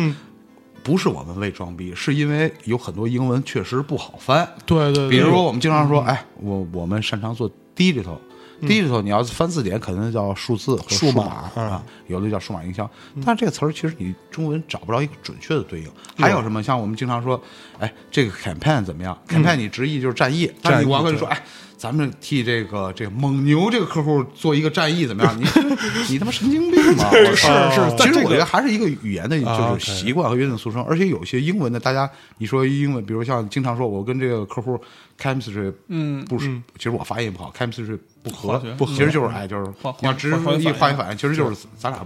[SPEAKER 3] 不是我们为装逼，是因为有很多英文确实不好翻。
[SPEAKER 1] 对对，对
[SPEAKER 3] 比如说我们经常说，哎，我我们擅长做 digital。digital，你要是翻字典，可能叫数字或者
[SPEAKER 2] 数
[SPEAKER 3] 数
[SPEAKER 2] 码
[SPEAKER 3] 啊，有的叫数码营销。但是这个词儿其实你中文找不着一个准确的对应。还有什么？像我们经常说，哎，这个 campaign 怎么样？campaign 你直译就是战役，但是
[SPEAKER 2] 战役
[SPEAKER 3] 你王哥就说，哎，咱们替这个这个蒙牛这个客户做一个战役怎么样？你你他妈神经病吗？我
[SPEAKER 1] 是
[SPEAKER 3] 说
[SPEAKER 1] 是，
[SPEAKER 3] 其
[SPEAKER 1] 但
[SPEAKER 3] 实
[SPEAKER 1] 这
[SPEAKER 3] 我觉
[SPEAKER 1] 个
[SPEAKER 3] 得还是一个语言的，
[SPEAKER 2] 啊
[SPEAKER 3] 就
[SPEAKER 2] ，OK
[SPEAKER 3] 是习惯和约定俗成，而且有些英文的，大家你说英文，比如像经常说，我跟这个客户 chemistry，嗯，不是，其实我发音也不好，chemistry 不合
[SPEAKER 1] 化学，
[SPEAKER 3] 不合，其实就是哎，就是
[SPEAKER 1] 化
[SPEAKER 3] 你要直译
[SPEAKER 1] 化
[SPEAKER 3] 化
[SPEAKER 1] 学
[SPEAKER 3] 学反应，其实就是咱俩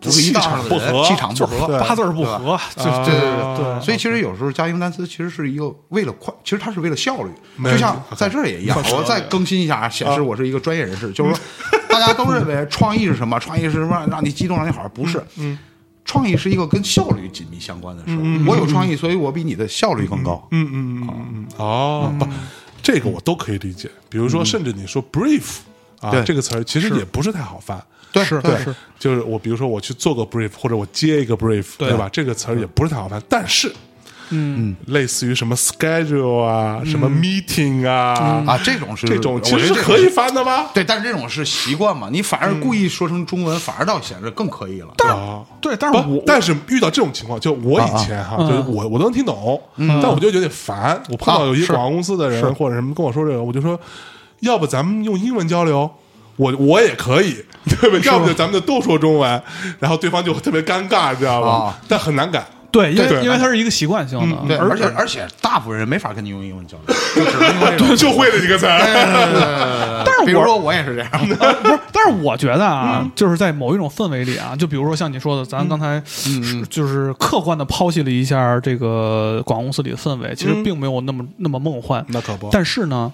[SPEAKER 3] 不是一
[SPEAKER 2] 气
[SPEAKER 3] 道
[SPEAKER 2] 场
[SPEAKER 3] 上的
[SPEAKER 2] 不
[SPEAKER 3] 人
[SPEAKER 2] 合
[SPEAKER 3] 气场不
[SPEAKER 2] 就是
[SPEAKER 3] 合，
[SPEAKER 1] 八字儿不合， 就
[SPEAKER 3] 对对对
[SPEAKER 1] 啊
[SPEAKER 3] 所以其实有时候加英文单词其实是一个为了快，其实它是为了效率，
[SPEAKER 2] 没
[SPEAKER 3] 就像在这儿也一样。我再更新一下啊，显示我是一个专业人士，就是说大家都认
[SPEAKER 2] 嗯
[SPEAKER 3] 为创意是什么？创意是什么？让你激动，让你好，不是。嗯。创意是一个跟效率紧密相关的事儿，我有创意，所以我比你的效率更高。
[SPEAKER 2] 嗯嗯嗯嗯嗯，哦，不，这个我都可以理解。比如说，甚至你说 brief 啊
[SPEAKER 3] 对
[SPEAKER 2] 这个词儿，其实也不是太好翻。
[SPEAKER 3] 对，是
[SPEAKER 2] 对，就是我，比如说我去做个 brief，或者我接一个 brief，
[SPEAKER 1] 对
[SPEAKER 2] 对吧？这个词儿也不是太好翻，但是，嗯，类似于什么 schedule 啊，什么 meeting 啊，
[SPEAKER 3] 啊，这种是
[SPEAKER 2] 这种其
[SPEAKER 3] 我觉
[SPEAKER 2] 实
[SPEAKER 3] 得
[SPEAKER 2] 是
[SPEAKER 3] 这种
[SPEAKER 2] 可以嗯翻的吗？
[SPEAKER 3] 对，但是这种是习惯嘛，你反而故意说成中文，反而倒显得更可以了。
[SPEAKER 1] 但对，但是
[SPEAKER 2] 哦不
[SPEAKER 1] 我，
[SPEAKER 2] 但是遇到这种情况，就我以前
[SPEAKER 1] 啊
[SPEAKER 2] 哈，就是
[SPEAKER 1] 嗯
[SPEAKER 2] 我我都能听懂，但我就有点烦。我碰到有一
[SPEAKER 3] 啊是
[SPEAKER 2] 广告公司的人或者什么跟我说这个，我就说，要不咱们用英文交流。我我也可以， 对不对？要不就咱们就都说中文，然后对方就特别尴尬，你知道吧
[SPEAKER 3] 啊？
[SPEAKER 2] 但很难改。
[SPEAKER 1] 对，因
[SPEAKER 2] 对
[SPEAKER 1] 为因为它是一个习惯性的，
[SPEAKER 3] 对，而
[SPEAKER 1] 而
[SPEAKER 3] 且而且大部分人没法跟你用英文交 流，就只能用这种。
[SPEAKER 2] 就会这几个词 儿，
[SPEAKER 3] 但
[SPEAKER 1] 是
[SPEAKER 3] 比如
[SPEAKER 1] 我
[SPEAKER 3] 说我也是这样，
[SPEAKER 1] 呃不是，但是我觉得啊，
[SPEAKER 2] 嗯
[SPEAKER 1] 就是在某一种氛围里啊，就比如说像你说的，咱刚才是就是客观的剖析了一下这个广告公司里的氛围，其实并没有那么那么梦幻，
[SPEAKER 2] 那可不。
[SPEAKER 1] 但是呢，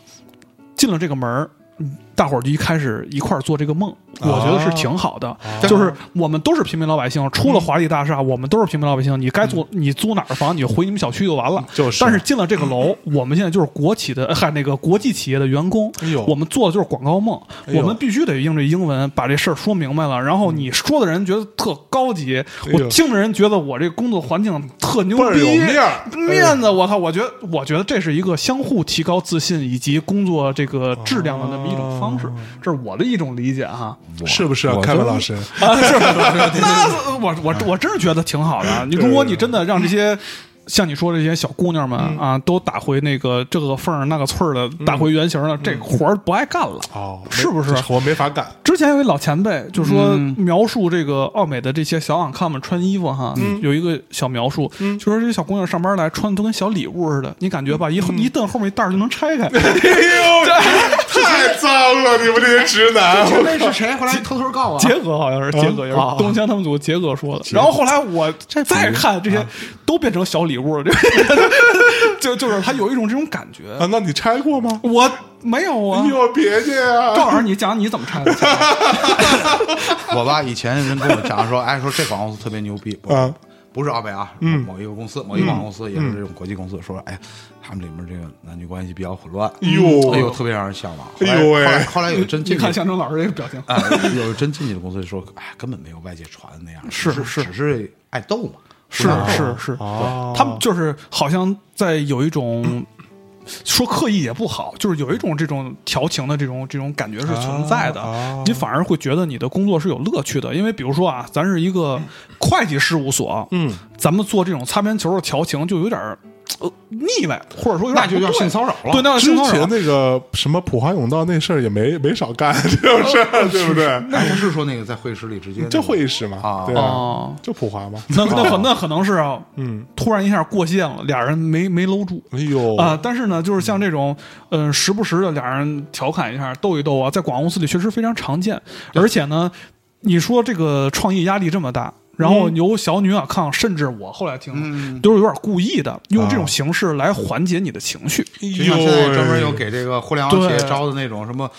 [SPEAKER 1] 进了这个门儿。嗯大伙儿就一开始一块儿做这个梦，
[SPEAKER 2] 啊
[SPEAKER 1] 我觉得是挺好的。就是我们都是平民老百姓，出了华丽大
[SPEAKER 2] 嗯
[SPEAKER 1] 厦，我们都是平民老百姓。你该租、你租哪儿房，你就回你们小区就完了。
[SPEAKER 2] 就是
[SPEAKER 1] 但是进了这个楼，我们现在就是国企的，呃嗨，那个国际企业的员工，
[SPEAKER 2] 哎呦
[SPEAKER 1] 我们做的就是广告梦。
[SPEAKER 2] 哎呦嗯
[SPEAKER 1] 我们必须得用这英文把这事儿说明白了，然后你说的人觉得特高级，
[SPEAKER 2] 哎呦
[SPEAKER 1] 我听的人觉得我这工作环境特牛
[SPEAKER 2] 倍儿
[SPEAKER 1] 逼，
[SPEAKER 2] 有面儿
[SPEAKER 1] 面子，我靠，我觉得我觉得这是一个相互提高自信以及工作这个质量的那么一种方式，这是我的一种理解哈。
[SPEAKER 2] 是不是啊
[SPEAKER 3] 我，
[SPEAKER 2] 凯文
[SPEAKER 3] 就
[SPEAKER 2] 老 师？
[SPEAKER 1] 啊，是 那我我我真是觉得挺好 的。你如果你真的让这些。像你说这些小姑娘们啊，都打回那个这个缝儿那个寸儿的，打回原形了，这活儿不爱干了，
[SPEAKER 2] 哦，没
[SPEAKER 1] 是不是？
[SPEAKER 2] 我没法干，
[SPEAKER 1] 之前有一老前辈就说描述这个奥美的这些小昂康们穿衣服哈，有一个小描述，就说这些小姑娘上班来穿的都跟小礼物似的，你感觉吧，一一蹬后面一袋儿就能拆 开。啊
[SPEAKER 2] 太脏了！你们这些直男，
[SPEAKER 3] 那是谁？后来偷偷告我
[SPEAKER 1] 杰哥好像是杰哥，也是
[SPEAKER 3] 啊
[SPEAKER 1] 东乡他们组杰哥说的。然后后来我再看啊这些，啊都变成小礼物了，这就 就是他有一种这种感觉。
[SPEAKER 2] 啊，那你拆过吗？
[SPEAKER 1] 我没有啊
[SPEAKER 2] 你，有别介
[SPEAKER 1] 赵
[SPEAKER 2] 啊！
[SPEAKER 1] 老师，你讲你怎么拆 的？
[SPEAKER 3] 我吧，以前人跟我讲说，哎，说这广告公司特别牛逼，
[SPEAKER 2] 啊
[SPEAKER 3] 我不是奥美啊，某一个公司，某一个广告公司也是这种国际公司，说哎，他们里面这个男女关系比较混乱，
[SPEAKER 2] 哎呦
[SPEAKER 3] 哎呦，特别让人向往。后来
[SPEAKER 2] 哎呦喂
[SPEAKER 3] 后来后来有真
[SPEAKER 1] 你
[SPEAKER 3] 进
[SPEAKER 1] 看
[SPEAKER 3] 去，
[SPEAKER 1] 向征老师这个表情，
[SPEAKER 3] 哎，有真进去的公司就说，哎，根本没有外界传的那样，
[SPEAKER 1] 是
[SPEAKER 3] 只
[SPEAKER 1] 是
[SPEAKER 3] 只是爱逗嘛，
[SPEAKER 1] 是是是，
[SPEAKER 2] 哦
[SPEAKER 1] 他们就是好像在有一种。说刻意也不好，就是有一种这种调情的这种这种感觉是存在的，
[SPEAKER 2] 啊啊
[SPEAKER 1] 你反而会觉得你的工作是有乐趣的，因为比如说啊，咱是一个会计事务所，嗯，咱们做这种擦边球的调情就有点儿、呃、腻歪，或者说有点
[SPEAKER 3] 那就叫
[SPEAKER 1] 不对
[SPEAKER 3] 性骚扰了
[SPEAKER 1] 对，那叫
[SPEAKER 2] 之
[SPEAKER 1] 性骚
[SPEAKER 2] 前
[SPEAKER 1] 扰。
[SPEAKER 2] 那个什么普华永道那事儿也没没少干 这种事儿，对不对？
[SPEAKER 3] 那不是说那个在会议室里直接那个
[SPEAKER 2] 就会议室嘛
[SPEAKER 3] 啊，
[SPEAKER 2] 对
[SPEAKER 1] 哦
[SPEAKER 2] 啊，就普华嘛。
[SPEAKER 1] 那那可那可能是啊，
[SPEAKER 2] 嗯，
[SPEAKER 1] 突然一下过线了，俩人没没搂住，
[SPEAKER 2] 哎呦
[SPEAKER 1] 啊、，但是呢，就是像这种，嗯、时不时的俩人调侃一下、斗一斗啊，在广告公司里确实非常常见。而且呢，你说这个创意压力这么大，然后
[SPEAKER 2] 嗯
[SPEAKER 1] 由小女尔抗，甚至我后来听，都是有点故意的，用
[SPEAKER 2] 啊
[SPEAKER 1] 这种形式来缓解你的情绪。
[SPEAKER 2] 哎
[SPEAKER 3] 就像现在专门有
[SPEAKER 2] 哎呦喂
[SPEAKER 3] 给这个互联网企业
[SPEAKER 1] 对
[SPEAKER 3] 招的那种什么，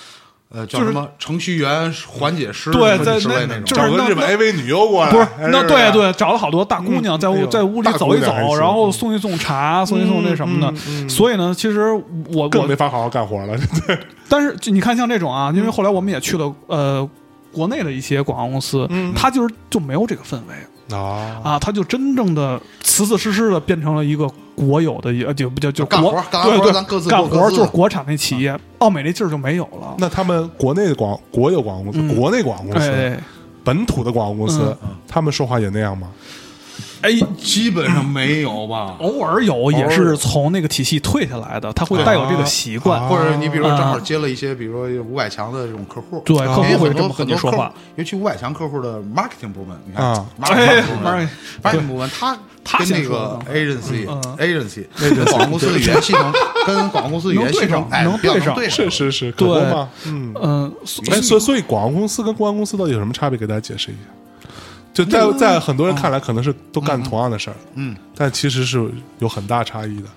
[SPEAKER 3] 呃，叫
[SPEAKER 1] 就是
[SPEAKER 3] 什么程序员缓解师
[SPEAKER 1] 对
[SPEAKER 3] 什么
[SPEAKER 1] 在
[SPEAKER 3] 之类
[SPEAKER 1] 那
[SPEAKER 3] 种，
[SPEAKER 1] 就是
[SPEAKER 2] 找个
[SPEAKER 1] 那
[SPEAKER 2] 日本 AV 女优过来，
[SPEAKER 1] 不是，
[SPEAKER 2] 哎
[SPEAKER 1] 那
[SPEAKER 2] 不
[SPEAKER 1] 对对，找了好多大姑娘在
[SPEAKER 2] 哎
[SPEAKER 1] 屋
[SPEAKER 2] 呦
[SPEAKER 1] 在屋里
[SPEAKER 2] 大
[SPEAKER 1] 走一
[SPEAKER 2] 姑
[SPEAKER 1] 走
[SPEAKER 2] 娘还，行嗯
[SPEAKER 1] 然后送一送茶，送一送那什么的。所以呢，其实我
[SPEAKER 2] 更
[SPEAKER 1] 我
[SPEAKER 2] 没法好好干活了。对，
[SPEAKER 1] 但是就你看，像这种
[SPEAKER 3] 嗯
[SPEAKER 1] 啊，因为后来我们也去了呃国内的一些广告公司，
[SPEAKER 3] 嗯
[SPEAKER 1] 它就是就没有这个氛围
[SPEAKER 2] 啊，
[SPEAKER 1] 啊，它就真正的死死实实的变成了一个国有的一呃就不就就
[SPEAKER 3] 干
[SPEAKER 1] 国
[SPEAKER 3] 活干完
[SPEAKER 1] 对
[SPEAKER 3] 活
[SPEAKER 1] 对
[SPEAKER 3] 咱各自嗯
[SPEAKER 1] 干
[SPEAKER 3] 过各
[SPEAKER 1] 活
[SPEAKER 3] 自
[SPEAKER 1] 就是国产那企业，奥美那劲儿就没有了。
[SPEAKER 2] 那他们国内的广国有广告公司，国内广告公司
[SPEAKER 1] 嗯哎，嗯
[SPEAKER 2] 本土的广告公司，他们说话也那样吗？
[SPEAKER 1] 哎，
[SPEAKER 3] 基本上没有吧。
[SPEAKER 1] 偶尔有也是从那个体系退下来的，它会带有这个习惯。
[SPEAKER 2] 啊
[SPEAKER 3] 或者你比如说
[SPEAKER 1] 啊
[SPEAKER 3] 正好接了一些，比如说五百强的这种客户，
[SPEAKER 1] 对客户
[SPEAKER 3] 因为
[SPEAKER 1] 会
[SPEAKER 3] 很
[SPEAKER 1] 这
[SPEAKER 3] 多
[SPEAKER 1] 么跟
[SPEAKER 3] 很
[SPEAKER 1] 你
[SPEAKER 3] 多
[SPEAKER 1] 说
[SPEAKER 3] 客户
[SPEAKER 1] 话，
[SPEAKER 3] 尤其五百强客户的 marketing 部门，你看
[SPEAKER 2] 啊
[SPEAKER 3] marketing 部
[SPEAKER 1] 哎 marketing，
[SPEAKER 3] 门，marketing 部门，他
[SPEAKER 1] 他
[SPEAKER 3] 跟
[SPEAKER 1] 先
[SPEAKER 3] 那
[SPEAKER 1] 说
[SPEAKER 3] 个
[SPEAKER 1] 的
[SPEAKER 3] agency
[SPEAKER 1] 嗯
[SPEAKER 3] agency 跟广告公司的语言系统，跟广告公司的语言系
[SPEAKER 1] 能对
[SPEAKER 3] 统
[SPEAKER 1] 上，
[SPEAKER 3] 哎，
[SPEAKER 1] 能
[SPEAKER 3] 比较
[SPEAKER 1] 对上
[SPEAKER 3] 对
[SPEAKER 2] 是是是，可
[SPEAKER 1] 对
[SPEAKER 2] 不嘛。嗯，
[SPEAKER 1] 嗯，
[SPEAKER 2] 哎，所以所以广告公司跟公安公司到底有什么差别？给大家解释一下。就在在很多人看来，可能是都干同样的事儿，
[SPEAKER 3] 嗯，
[SPEAKER 2] 但其实是有很大差异的。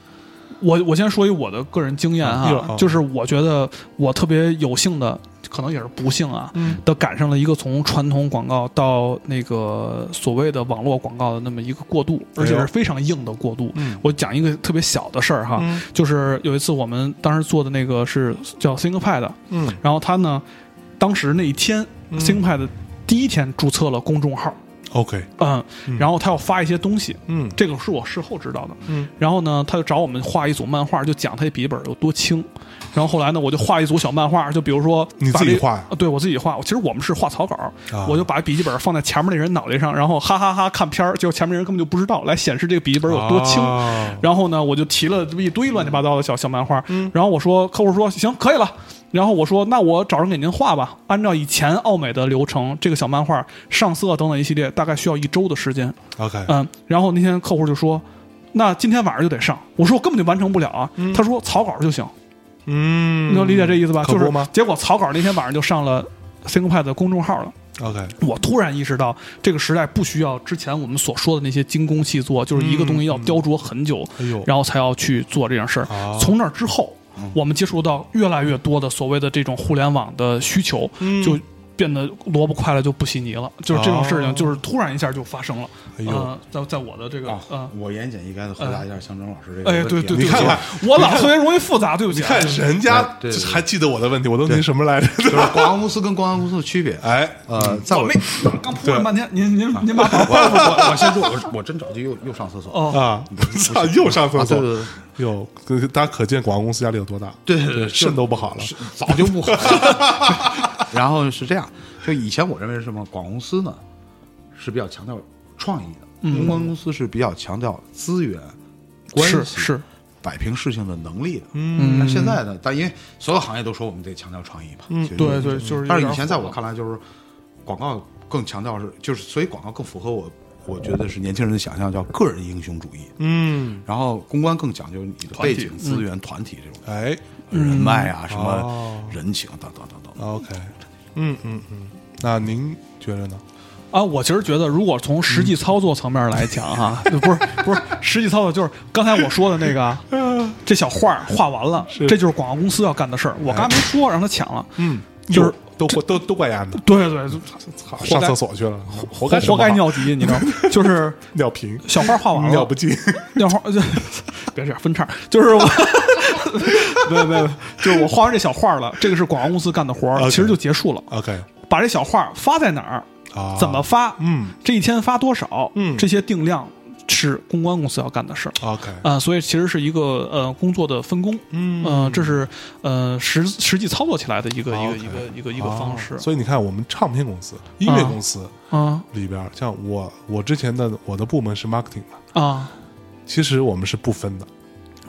[SPEAKER 1] 我我先说一我的个人经验
[SPEAKER 2] 一会
[SPEAKER 1] 啊
[SPEAKER 2] 儿，
[SPEAKER 1] 就是我觉得我特别有幸的，可能也是不幸啊，的赶上了一个从传统广告到那个所谓的网络广告的那么一个过渡，而且是非常硬的过渡。我讲一个特别小的事儿哈，就是有一次我们当时做的那个是叫 ThinkPad，
[SPEAKER 2] 嗯
[SPEAKER 1] 然后他呢，当时那一天、ThinkPad 的第一天注册了公众号，
[SPEAKER 2] ，OK，
[SPEAKER 1] 嗯，然后他要发一些东西，
[SPEAKER 2] 嗯
[SPEAKER 1] 这个是我事后知道的。
[SPEAKER 2] 嗯，
[SPEAKER 1] 然后呢，他就找我们画一组漫画，就讲他这笔记本有多轻。然后后来呢，我就画一组小漫画，就比如说
[SPEAKER 2] 你
[SPEAKER 1] 把
[SPEAKER 2] 自己
[SPEAKER 1] 这
[SPEAKER 2] 画呀啊
[SPEAKER 1] 呃对我自己画。我其实我们是画草稿，我就把笔记本放在前面那人脑袋上，然后哈哈哈看片儿，结果前面人根本就不知道，来显示这个笔记本有多轻。
[SPEAKER 2] 啊
[SPEAKER 1] 然后呢，我就提了这么一堆乱七八糟的小小漫画。
[SPEAKER 2] 嗯
[SPEAKER 1] 然后我说，客户说行，可以了。然后我说，那我找人给您画吧。按照以前奥美的流程，这个小漫画上色等等一系列，大概需要一周的时间。
[SPEAKER 2] ，OK，
[SPEAKER 1] 嗯，然后那天客户就说，那今天晚上就得上。我说我根本就完成不了啊。他说草稿就行，
[SPEAKER 2] 嗯
[SPEAKER 1] 你能理解这意思吧？
[SPEAKER 2] 可
[SPEAKER 1] 就
[SPEAKER 2] 不
[SPEAKER 1] 是
[SPEAKER 2] 吗
[SPEAKER 1] 结果草稿那天晚上就上了 ThinkPad 的公众号了。
[SPEAKER 2] ？OK，
[SPEAKER 1] 我突然意识到，这个时代不需要之前我们所说的那些精工细作，就是一
[SPEAKER 2] 嗯
[SPEAKER 1] 个东西要雕琢很久，
[SPEAKER 2] 哎呦
[SPEAKER 1] 然后才要去做这件事儿。
[SPEAKER 2] 哦
[SPEAKER 1] 从那之后，我们接触到越来越多的所谓的这种互联网的需求，就。变得萝卜快了就不稀奇了，就是这种事
[SPEAKER 2] 哦
[SPEAKER 1] 情，就是突然一下就发生了。
[SPEAKER 2] 哎呦
[SPEAKER 1] 呃在在我的这个
[SPEAKER 3] 啊
[SPEAKER 1] 啊，，
[SPEAKER 3] 我言简意赅的回答一下象征老师这个
[SPEAKER 1] 哎，
[SPEAKER 3] 问题啊
[SPEAKER 1] 对对，
[SPEAKER 2] 你
[SPEAKER 1] 对
[SPEAKER 2] 看
[SPEAKER 1] 对
[SPEAKER 2] 看
[SPEAKER 1] 我老特别容易复杂，对不起
[SPEAKER 2] 你
[SPEAKER 1] 啊，
[SPEAKER 2] 看人家
[SPEAKER 3] 对对对
[SPEAKER 2] 还记得我的问题，我都您什么来着？
[SPEAKER 3] 就是广告公司跟广告公司的区别。
[SPEAKER 2] 哎，
[SPEAKER 3] 呃，在
[SPEAKER 1] 我
[SPEAKER 3] 我
[SPEAKER 1] 没刚铺了半天，您您您把
[SPEAKER 3] 我我我先说，我我真着急又又上厕所。
[SPEAKER 1] 哦
[SPEAKER 2] 啊， 操，又上厕
[SPEAKER 3] 啊对
[SPEAKER 2] 所
[SPEAKER 3] 对对，
[SPEAKER 2] 哟，可大家可见广告公司压力有多大，
[SPEAKER 3] 对对对
[SPEAKER 2] 肾都不好了，
[SPEAKER 3] 早就不好了。然后是这样，就以前我认为是什么，广告公司呢是比较强调创意的，公关公司是比较强调资源、 关系、
[SPEAKER 1] 嗯是是
[SPEAKER 3] 摆平事情的能力的。嗯，但现在呢，但因为所有行业都说我们得强调创意嘛，嗯
[SPEAKER 1] 对对就是有点
[SPEAKER 3] 但是以前在我看来，就是广告更强调是，就是所以广告更符合我。我觉得是年轻人的想象，叫个人英雄主义。
[SPEAKER 2] 嗯，
[SPEAKER 3] 然后公关更讲究你的背景、
[SPEAKER 1] 团体
[SPEAKER 3] 资源、团体这种
[SPEAKER 2] 哎
[SPEAKER 3] 人脉啊，什
[SPEAKER 2] 哦
[SPEAKER 3] 么人情等等等等。
[SPEAKER 2] ，OK，嗯嗯嗯，那您觉着呢？
[SPEAKER 1] 啊，我其实觉得，如果从实际操作层面来讲
[SPEAKER 2] 嗯
[SPEAKER 1] 哈，就不是不是实际操作，就是刚才我说的那个啊，
[SPEAKER 2] 嗯
[SPEAKER 1] 这小画儿画完了，这就是广告公司要干的事儿。我刚才没说让他抢了，
[SPEAKER 2] 嗯，
[SPEAKER 1] 就是
[SPEAKER 2] 都都都都怪丫的，
[SPEAKER 1] 对对，就
[SPEAKER 2] 操，
[SPEAKER 1] 活
[SPEAKER 2] 上
[SPEAKER 1] 该
[SPEAKER 2] 厕所去了，活
[SPEAKER 1] 活
[SPEAKER 2] 该
[SPEAKER 1] 活该
[SPEAKER 2] 生
[SPEAKER 1] 尿急，你 知道，吗？就是
[SPEAKER 2] 不好尿频，
[SPEAKER 1] 小花画完了，
[SPEAKER 2] 尿不 尽，
[SPEAKER 1] 那画就 别这样分叉，就是我， 没有没有，就是我画完这小画了，这个是广告公司干的活儿
[SPEAKER 2] OK
[SPEAKER 1] 其实就结束了。
[SPEAKER 2] OK
[SPEAKER 1] 把这小画发在哪儿，
[SPEAKER 2] 啊，
[SPEAKER 1] 怎么发，
[SPEAKER 2] 嗯，
[SPEAKER 1] 这一天发多少，
[SPEAKER 2] 嗯哦
[SPEAKER 1] 这些定量是公关公司要干的事儿。
[SPEAKER 2] OK
[SPEAKER 1] 啊、所以其实是一个呃工作的分工，
[SPEAKER 2] 嗯
[SPEAKER 1] 呃，这是呃实实际操作起来的一个一
[SPEAKER 2] 哦 OK
[SPEAKER 1] 个一个一个一个方式
[SPEAKER 2] 哦，所以你看，我们唱片公司、音乐公司
[SPEAKER 1] 啊
[SPEAKER 2] 里边儿，像我我之前的我的部门是 marketing 嘛，
[SPEAKER 1] 啊
[SPEAKER 2] 其实我们是不分的，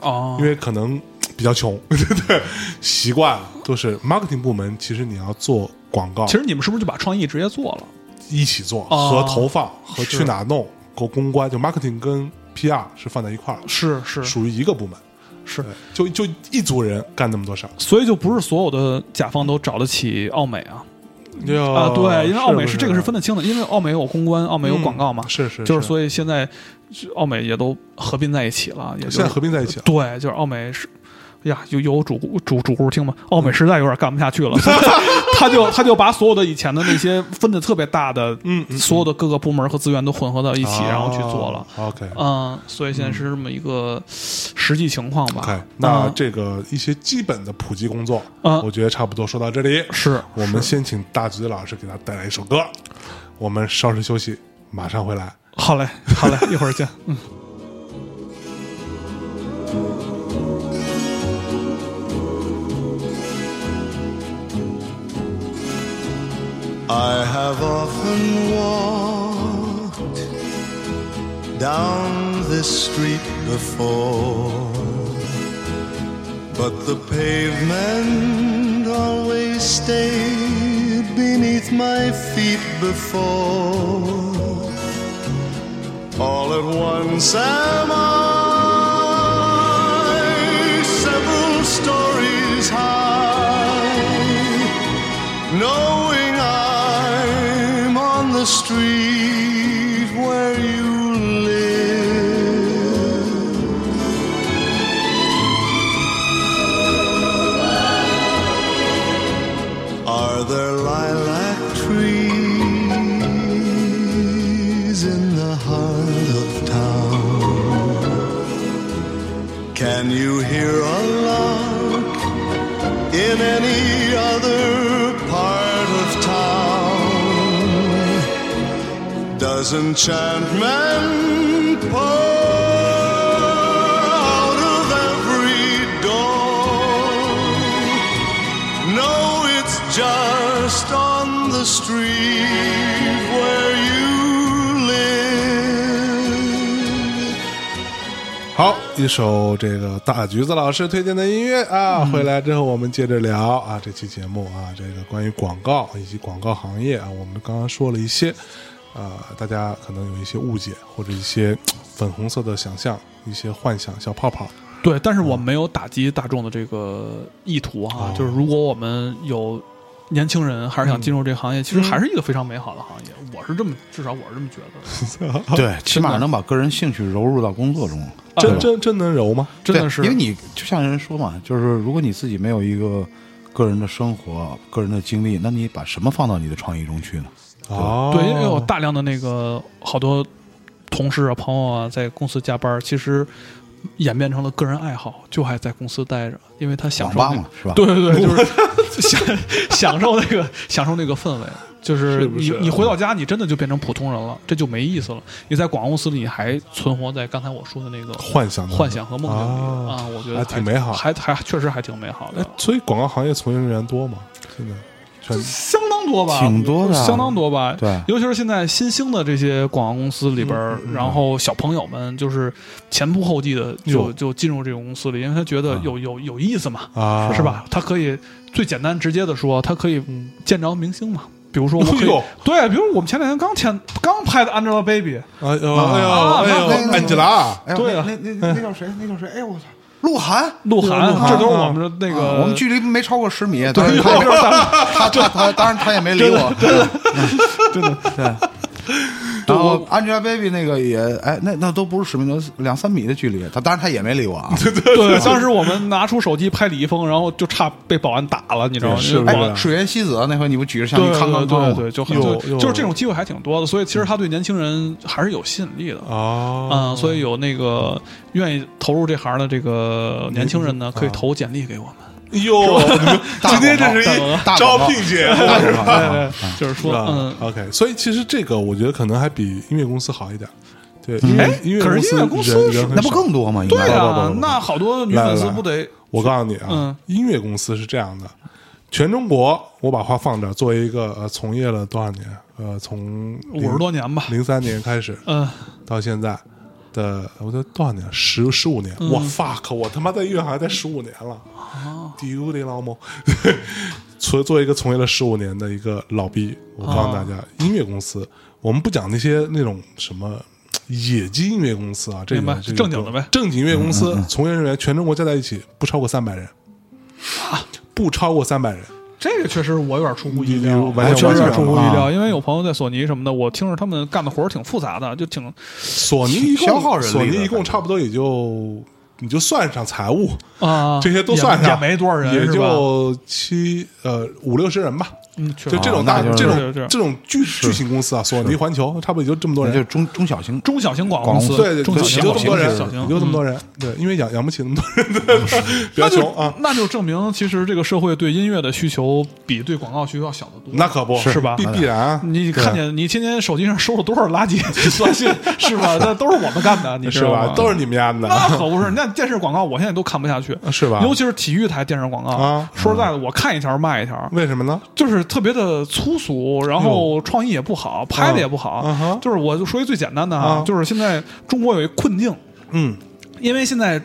[SPEAKER 1] 哦
[SPEAKER 2] 因，为可能比较穷， 对对对，习惯了都是 marketing 部门。其实你要做广告，
[SPEAKER 1] 其实你们是不是就把创意直接做了？
[SPEAKER 2] 一起做
[SPEAKER 1] 哦
[SPEAKER 2] 和投放和
[SPEAKER 1] 是
[SPEAKER 2] 去哪弄和公关，就 marketing 跟 PR 是放在一块儿，
[SPEAKER 1] 是是
[SPEAKER 2] 属于一个部门，
[SPEAKER 1] 是
[SPEAKER 2] 对，就就一组人干那么多事儿。
[SPEAKER 1] 所以就不是所有的甲方都找得起奥美啊啊、对，因为奥美
[SPEAKER 2] 哦是啊
[SPEAKER 1] 是这个是分得清的，因为奥美有公关，奥美有广告嘛，
[SPEAKER 2] 嗯是是
[SPEAKER 1] 就是
[SPEAKER 2] 是
[SPEAKER 1] 所以现在奥美也都合并在一起了，也就是
[SPEAKER 2] 现在合并在一起了。
[SPEAKER 1] 对，就是奥美是。呀，有有主顾主主顾听吗？奥美实在有点干不下去 了， 他就他就把所有的以前的那些分的特别大的，
[SPEAKER 2] 嗯嗯
[SPEAKER 1] 所有的各个部门和资源都混合到一
[SPEAKER 2] 一
[SPEAKER 1] 起，然后去做了，
[SPEAKER 2] 啊 OK，
[SPEAKER 1] 嗯，所以现在是这么一个实际情况吧。
[SPEAKER 2] OK，那
[SPEAKER 1] 嗯
[SPEAKER 2] 这个一些基本的普及工作，
[SPEAKER 1] 嗯
[SPEAKER 2] 我觉得差不多说到这里。
[SPEAKER 1] 是
[SPEAKER 2] 我们先请大橘子老师给大家带来一首歌，我们稍事休息，马上回来。
[SPEAKER 1] 好嘞，好嘞，一会 儿见，嗯。
[SPEAKER 4] I have often walked down this street before, but the pavement always stayed beneath my feet before. All at once am I several stories high knowing I'm on the street where you live. Are there lilac trees in the heart of town? Can you hear a lark? in any other part of town. Does enchantment pour out of every door? No, it's just on the street where you live.
[SPEAKER 2] 好，一首这个大橘子老师推荐的音乐啊，
[SPEAKER 1] 嗯
[SPEAKER 2] 回来之后我们接着聊啊，这期节目啊，这个关于广告以及广告行业啊，我们刚刚说了一些，呃，大家可能有一些误解或者一些嘖粉红色的想象，一些幻想小泡泡。
[SPEAKER 1] 对，但是我没有打击大众的这个意图哈、
[SPEAKER 2] 哦
[SPEAKER 1] 就是如果我们有年轻人还是想进入这个行业，其实还是一个非常美好的行业，我是这么，至少我是这么觉得的，
[SPEAKER 3] 对，起码能把个人兴趣揉入到工作中。
[SPEAKER 1] 对
[SPEAKER 2] 真
[SPEAKER 1] 吧
[SPEAKER 2] 真真能揉吗？
[SPEAKER 1] 真的
[SPEAKER 3] 对
[SPEAKER 1] 是
[SPEAKER 3] 因为你就像人说嘛，就是如果你自己没有一个个人的生活、个人的经历，那你把什么放到你的创意中去呢？
[SPEAKER 2] 哦，
[SPEAKER 1] 对，因为有大量的那个好多同事啊、朋友啊，在公司加班，其实演变成了个人爱好，就爱在公司待着，因为他享受、那
[SPEAKER 3] 网吧
[SPEAKER 1] 个
[SPEAKER 3] 嘛是吧
[SPEAKER 1] 对对对， 就是享享受那个享受那个氛围。就是你
[SPEAKER 2] 是不是
[SPEAKER 1] 你回到家，你真的就变成普通人了，这就没意思了。你在广告公司里还存活在刚才我说的那个
[SPEAKER 2] 幻想的
[SPEAKER 1] 幻想和梦境里
[SPEAKER 2] 啊
[SPEAKER 1] 啊，我觉得
[SPEAKER 2] 还挺美好
[SPEAKER 1] 还还确实还挺美好的
[SPEAKER 2] 哎。所以广告行业从业人员多吗？现在全
[SPEAKER 1] 相当多吧，
[SPEAKER 3] 挺多的啊
[SPEAKER 1] 相当多吧。
[SPEAKER 3] 对嗯
[SPEAKER 1] 尤其是现在新兴的这些广告公司里边儿，然后小朋友们就是前仆后继的就
[SPEAKER 2] 哟
[SPEAKER 1] 就进入这个公司里，因为他觉
[SPEAKER 3] 啊
[SPEAKER 1] 得有有有意思嘛，
[SPEAKER 2] 啊
[SPEAKER 1] 是吧？他可以最简单直接的说，他可以
[SPEAKER 3] 嗯
[SPEAKER 1] 见着明星嘛。比如说，我可以
[SPEAKER 2] 哎呦
[SPEAKER 1] 对，比如我们前两天刚签刚拍的 Angelababy，
[SPEAKER 2] 哎呦哎呦
[SPEAKER 1] 啊那
[SPEAKER 2] 哎
[SPEAKER 1] 那
[SPEAKER 2] 呦，
[SPEAKER 1] 那
[SPEAKER 2] 安吉拉，
[SPEAKER 3] 哎呦
[SPEAKER 1] 对啊
[SPEAKER 3] 那那那那叫谁？那叫谁？哎呦我操，鹿晗。
[SPEAKER 1] 鹿晗，
[SPEAKER 2] 晗
[SPEAKER 1] 这都是我们的那
[SPEAKER 3] 啊
[SPEAKER 1] 个
[SPEAKER 3] 我们距离没超过十米，当然他他他他当然他也没理我，真的对。然后 Angelababy 那个也哎，那那都不是十米，都是两三米的距离，他当然他也没理我啊。
[SPEAKER 1] 对，当时我们拿出手机拍李易峰，然后就差被保安打了，你知道吗？
[SPEAKER 2] 是
[SPEAKER 1] 因为
[SPEAKER 2] 吧
[SPEAKER 1] 保安
[SPEAKER 3] 哎，水原希子那回你不举着相
[SPEAKER 1] 对
[SPEAKER 3] 机康康康
[SPEAKER 1] 对对
[SPEAKER 3] 我？
[SPEAKER 1] 对，就很
[SPEAKER 2] 有
[SPEAKER 1] 就
[SPEAKER 2] 有
[SPEAKER 1] 就是这种机会还挺多的，所以其实他对年轻人还是有吸引力的。
[SPEAKER 2] 哦，
[SPEAKER 1] 嗯，所以有那个愿意投入这行的这个年轻人呢，
[SPEAKER 2] 啊
[SPEAKER 1] 可以投简历给我们。
[SPEAKER 2] 哟，今天这是一
[SPEAKER 3] 大广告
[SPEAKER 2] 招聘节
[SPEAKER 3] 大
[SPEAKER 2] 目。
[SPEAKER 3] 广告大广告
[SPEAKER 1] 对，就是
[SPEAKER 2] 啊是
[SPEAKER 1] 说，
[SPEAKER 2] 吧、
[SPEAKER 1] 嗯，
[SPEAKER 2] o k 所以其实这个我觉得可能还比音乐公司好一点，对，因
[SPEAKER 1] 哎
[SPEAKER 2] 为音乐
[SPEAKER 1] 可是音乐
[SPEAKER 2] 公
[SPEAKER 1] 公
[SPEAKER 2] 司
[SPEAKER 1] 司
[SPEAKER 2] 人
[SPEAKER 1] 是
[SPEAKER 2] 人很
[SPEAKER 3] 那不
[SPEAKER 2] 少
[SPEAKER 3] 更多吗？应
[SPEAKER 1] 对
[SPEAKER 3] 该
[SPEAKER 2] 不不
[SPEAKER 1] 啊
[SPEAKER 2] 不不，
[SPEAKER 1] 那好多女粉丝不得
[SPEAKER 2] 我告诉你啊，
[SPEAKER 1] 嗯
[SPEAKER 2] 音乐公司是这样的，全中国我把话放这儿，作为一个呃从业了多少年，呃，从
[SPEAKER 1] 五十多年吧？
[SPEAKER 2] 零三年开始
[SPEAKER 1] 嗯，
[SPEAKER 2] 到现在的，我都多少年？十十五年。我 fuck，我他妈在音乐行业待十五年了，丢你老母！作作为一个从业了十五年的一个老逼，我告诉大家，音乐公司，我们不讲那些那种什么。呃野鸡音乐公司啊，这个
[SPEAKER 1] 明白
[SPEAKER 2] 这个
[SPEAKER 1] 正经的呗
[SPEAKER 2] 正经音乐公司从业人员全中国加在一起不超过三百人，不超过三百人，
[SPEAKER 1] 这个确实我有点出乎意料，
[SPEAKER 2] 你你完全
[SPEAKER 1] 我确实有点
[SPEAKER 2] 完全啊
[SPEAKER 1] 出乎
[SPEAKER 2] 完
[SPEAKER 1] 意
[SPEAKER 3] 全
[SPEAKER 1] 料，因为有朋友在索尼什么的，我听着他们干的活儿挺复杂的，就挺
[SPEAKER 2] 索尼一共
[SPEAKER 3] 消耗人力的
[SPEAKER 2] 索尼一
[SPEAKER 3] 感
[SPEAKER 2] 共
[SPEAKER 3] 觉
[SPEAKER 2] 差不多也就你就算上财务，
[SPEAKER 1] 啊，
[SPEAKER 2] 这些都
[SPEAKER 1] 也
[SPEAKER 2] 算上
[SPEAKER 1] 也没多少人，
[SPEAKER 2] 也
[SPEAKER 1] 是吧
[SPEAKER 2] 就七呃五六十人吧。
[SPEAKER 1] 嗯，确
[SPEAKER 2] 就
[SPEAKER 1] 实
[SPEAKER 2] 这种
[SPEAKER 3] 哦
[SPEAKER 2] 大
[SPEAKER 3] 那就
[SPEAKER 1] 是
[SPEAKER 2] 这种
[SPEAKER 1] 是是
[SPEAKER 2] 这种巨巨型公司啊，索尼、环球，差不多也就这么多
[SPEAKER 3] 那
[SPEAKER 2] 人
[SPEAKER 3] 就。中中小型
[SPEAKER 1] 中小型广告公司，
[SPEAKER 2] 对对，
[SPEAKER 1] 中小
[SPEAKER 2] 对也
[SPEAKER 1] 型
[SPEAKER 2] 就
[SPEAKER 1] 广
[SPEAKER 2] 这
[SPEAKER 1] 告
[SPEAKER 2] 么多人
[SPEAKER 1] 公司小型，，嗯
[SPEAKER 2] 也就这么多人。对，因为养养不起那么多人， 对不要
[SPEAKER 1] 那就
[SPEAKER 2] 穷啊。
[SPEAKER 1] 那就证明其实这个社会对音乐的需求比对广告需求要小得多。
[SPEAKER 2] 那可不
[SPEAKER 1] 是吧
[SPEAKER 2] 必必然啊。
[SPEAKER 1] 你看见你天天手机上收了多少垃圾短 信是吧？那都是我们干的，你知
[SPEAKER 2] 是
[SPEAKER 1] 道
[SPEAKER 2] 吧
[SPEAKER 1] 吗？？
[SPEAKER 2] 都是你们家的。
[SPEAKER 1] 那可不是，那电视广告我现在都看不下去，
[SPEAKER 2] 是吧
[SPEAKER 1] 尤其是体育台电视广告
[SPEAKER 2] 啊
[SPEAKER 1] 说实在的，我看一条骂一条，
[SPEAKER 2] 为什么呢？
[SPEAKER 1] 就是特别的粗俗，然后创意也不好，拍的也不好。
[SPEAKER 2] 嗯哼
[SPEAKER 1] 就是我就说一最简单的
[SPEAKER 2] 啊
[SPEAKER 1] 就是现在中国有一困境，
[SPEAKER 2] 嗯，
[SPEAKER 1] 因为现在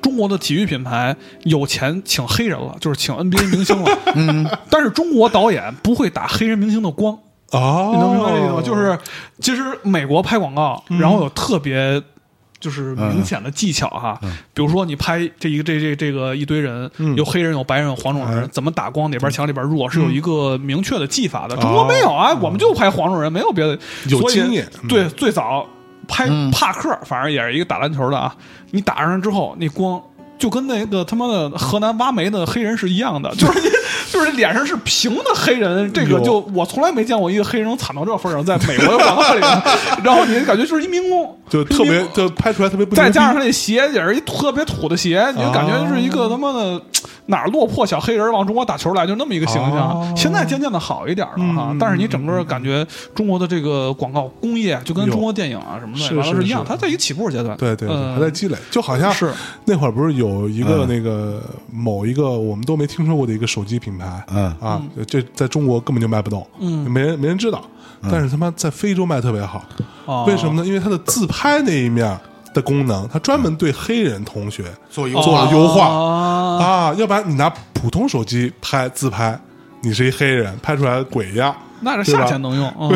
[SPEAKER 1] 中国的体育品牌有钱请黑人了，就是请 NBA 明星了。嗯，但是中国导演不会打黑人明星的光，
[SPEAKER 2] 哦，
[SPEAKER 1] 你能明白这意思吗？就是其实美国拍广告，然后有特别。就是明显的技巧哈，比如说你拍这一个这这这个一堆人，
[SPEAKER 2] 嗯
[SPEAKER 1] 有黑人有白人有黄种人，怎么打光哪边强哪边弱，是有一个明确的技法的。中国没有啊，我们就拍黄种人，没有别的。
[SPEAKER 2] 有
[SPEAKER 1] 所以
[SPEAKER 2] 经验嗯
[SPEAKER 1] 对，最早拍帕克，反正也是一个打篮球的啊。你打上之后，那光就跟那个他妈的河南挖煤的黑人是一样 的，就是你就是脸上是平的黑人，这个
[SPEAKER 2] 有
[SPEAKER 1] 就我从来没见过一个黑人能惨到这份儿上，在美国的广告里 面，然后你感觉就是一民工，
[SPEAKER 2] 就特
[SPEAKER 1] 一
[SPEAKER 2] 别
[SPEAKER 1] 民工
[SPEAKER 2] 就拍出来特别不啊
[SPEAKER 1] 再
[SPEAKER 2] 牛逼
[SPEAKER 1] 加上他那鞋也是一特别土的鞋，你就感觉是一个他妈的哪儿落魄小黑人往中国打球来，就那么一个形
[SPEAKER 2] 哦嗯
[SPEAKER 1] 象。现在渐渐的好一点了哈，但是你整个感觉中国的这个广告工业就跟
[SPEAKER 2] 有
[SPEAKER 1] 中国电影啊什么
[SPEAKER 2] 是
[SPEAKER 1] 的完了
[SPEAKER 2] 是
[SPEAKER 1] 是一样，
[SPEAKER 2] 是
[SPEAKER 1] 它在一个起步阶段。
[SPEAKER 2] 对对对，
[SPEAKER 1] 嗯
[SPEAKER 2] 还在积累，就好像
[SPEAKER 1] 是
[SPEAKER 2] 那会儿不是有一个那个某一个我们都没听说过的一个手机品牌，
[SPEAKER 3] 嗯
[SPEAKER 2] 啊，这在中国根本就卖不动，嗯，没人没人知道，但是他妈在非洲卖特别好，
[SPEAKER 1] 哦
[SPEAKER 2] 为什么呢？因为它的自拍那一面的功能，它专门对黑人同学
[SPEAKER 3] 做油
[SPEAKER 2] 做了优化
[SPEAKER 1] 啊，
[SPEAKER 2] 啊，要不然你拿普通手机拍自拍，你是一黑人，拍出来鬼一样，
[SPEAKER 1] 那是
[SPEAKER 2] 对吧
[SPEAKER 1] 夏天能用，嗯，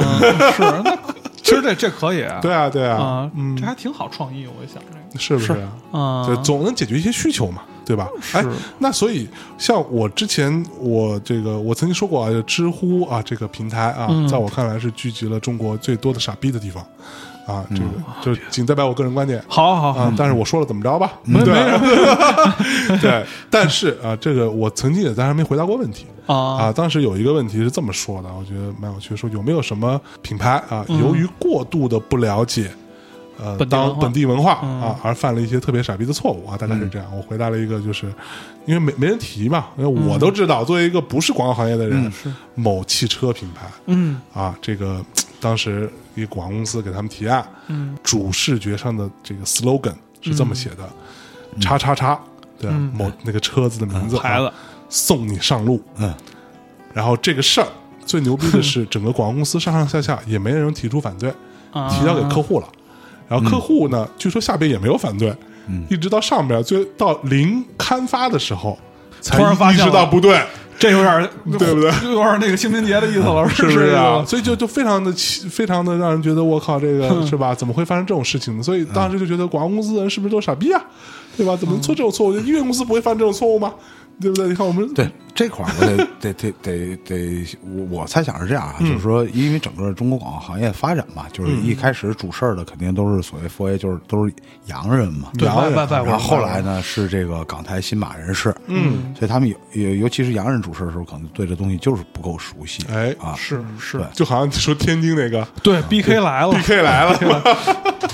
[SPEAKER 1] 是 那其实这这可以，
[SPEAKER 2] 对啊对啊
[SPEAKER 1] 啊，，
[SPEAKER 2] 嗯
[SPEAKER 1] 这，还挺好创意，我想这个
[SPEAKER 2] 是不是啊？
[SPEAKER 1] 啊，
[SPEAKER 2] 就总能解决一些需求嘛，对吧？哎，那所以像我之前我这个我曾经说
[SPEAKER 1] 嗯
[SPEAKER 2] 过啊，知乎啊这个平台啊，在我看来是聚集了中国最多的傻逼的地方。啊，这个就是仅代表我个人观点。
[SPEAKER 1] 好好好
[SPEAKER 2] 啊，，但是我说了怎么着吧？
[SPEAKER 1] 没
[SPEAKER 2] 对
[SPEAKER 1] 没
[SPEAKER 2] 吧 对，但是啊，这个我曾经也在上面回答过问题
[SPEAKER 1] 啊
[SPEAKER 2] 啊。当时有一个问题是这么说的，我觉得蛮有趣，说有没有什么品牌啊，由于过度的不了解。呃，
[SPEAKER 1] 嗯本地文
[SPEAKER 2] 当
[SPEAKER 1] 化嗯
[SPEAKER 2] 本地文化啊，而犯了一些特别傻逼的错误啊，大概是这样。我回答了一个，就是因为没没人提嘛，因为
[SPEAKER 1] 嗯
[SPEAKER 2] 我都知道，作为一个不是广告行业的人，某汽车品牌，
[SPEAKER 1] 嗯
[SPEAKER 2] 啊，这个当时一广告公司给他们提案，
[SPEAKER 1] 嗯，
[SPEAKER 2] 主视觉上的这个 slogan 是这么写的：叉叉叉，对啊，某那个车子的名字，
[SPEAKER 1] 嗯牌子
[SPEAKER 2] 啊，送你上路。
[SPEAKER 3] 嗯，
[SPEAKER 2] 然后这个事儿最牛逼 的是，整个广告公司上上下下也没人提出反对，
[SPEAKER 1] 啊嗯
[SPEAKER 2] 提交给客户了。然后客户呢，据说下边也没有反对，一直到上边最到临刊发的时候，才
[SPEAKER 1] 突然发
[SPEAKER 2] 意
[SPEAKER 1] 现
[SPEAKER 2] 识
[SPEAKER 1] 了
[SPEAKER 2] 到不对。
[SPEAKER 1] 这有点
[SPEAKER 2] 对不对？
[SPEAKER 1] 有点那个清明节的意思了，
[SPEAKER 2] 是不
[SPEAKER 1] 是
[SPEAKER 2] 是啊？
[SPEAKER 1] 吧？
[SPEAKER 2] 所以就就非常的奇，非常的让人觉得我靠，这
[SPEAKER 1] 嗯
[SPEAKER 2] 个是吧？怎么会发生这种事情呢？所以当时就觉得广告公司的人是不是都傻逼啊？对吧？怎么做这种错
[SPEAKER 1] 嗯
[SPEAKER 2] 误？音乐公司不会犯这种错误吗？对不对？你看我们
[SPEAKER 3] 对这块儿，我得得得得得，我我猜想是这样啊，就是说，因为整个中国广告行业发展嘛，就是一开始主事儿的肯定都是所谓佛爷，就是都是洋人嘛，
[SPEAKER 1] 对啊
[SPEAKER 2] 洋人
[SPEAKER 1] 外外外国
[SPEAKER 3] 然后
[SPEAKER 1] 人
[SPEAKER 3] 后来呢是这个港台新马人士，
[SPEAKER 2] 嗯，
[SPEAKER 3] 所以他们有尤尤其是洋人主事的时候，可能对这东西就是不够熟悉，
[SPEAKER 2] 哎
[SPEAKER 3] 啊，
[SPEAKER 1] 是是
[SPEAKER 3] 对，
[SPEAKER 2] 就好像你说天津那个
[SPEAKER 1] 对，B K 来了
[SPEAKER 2] B K 来了，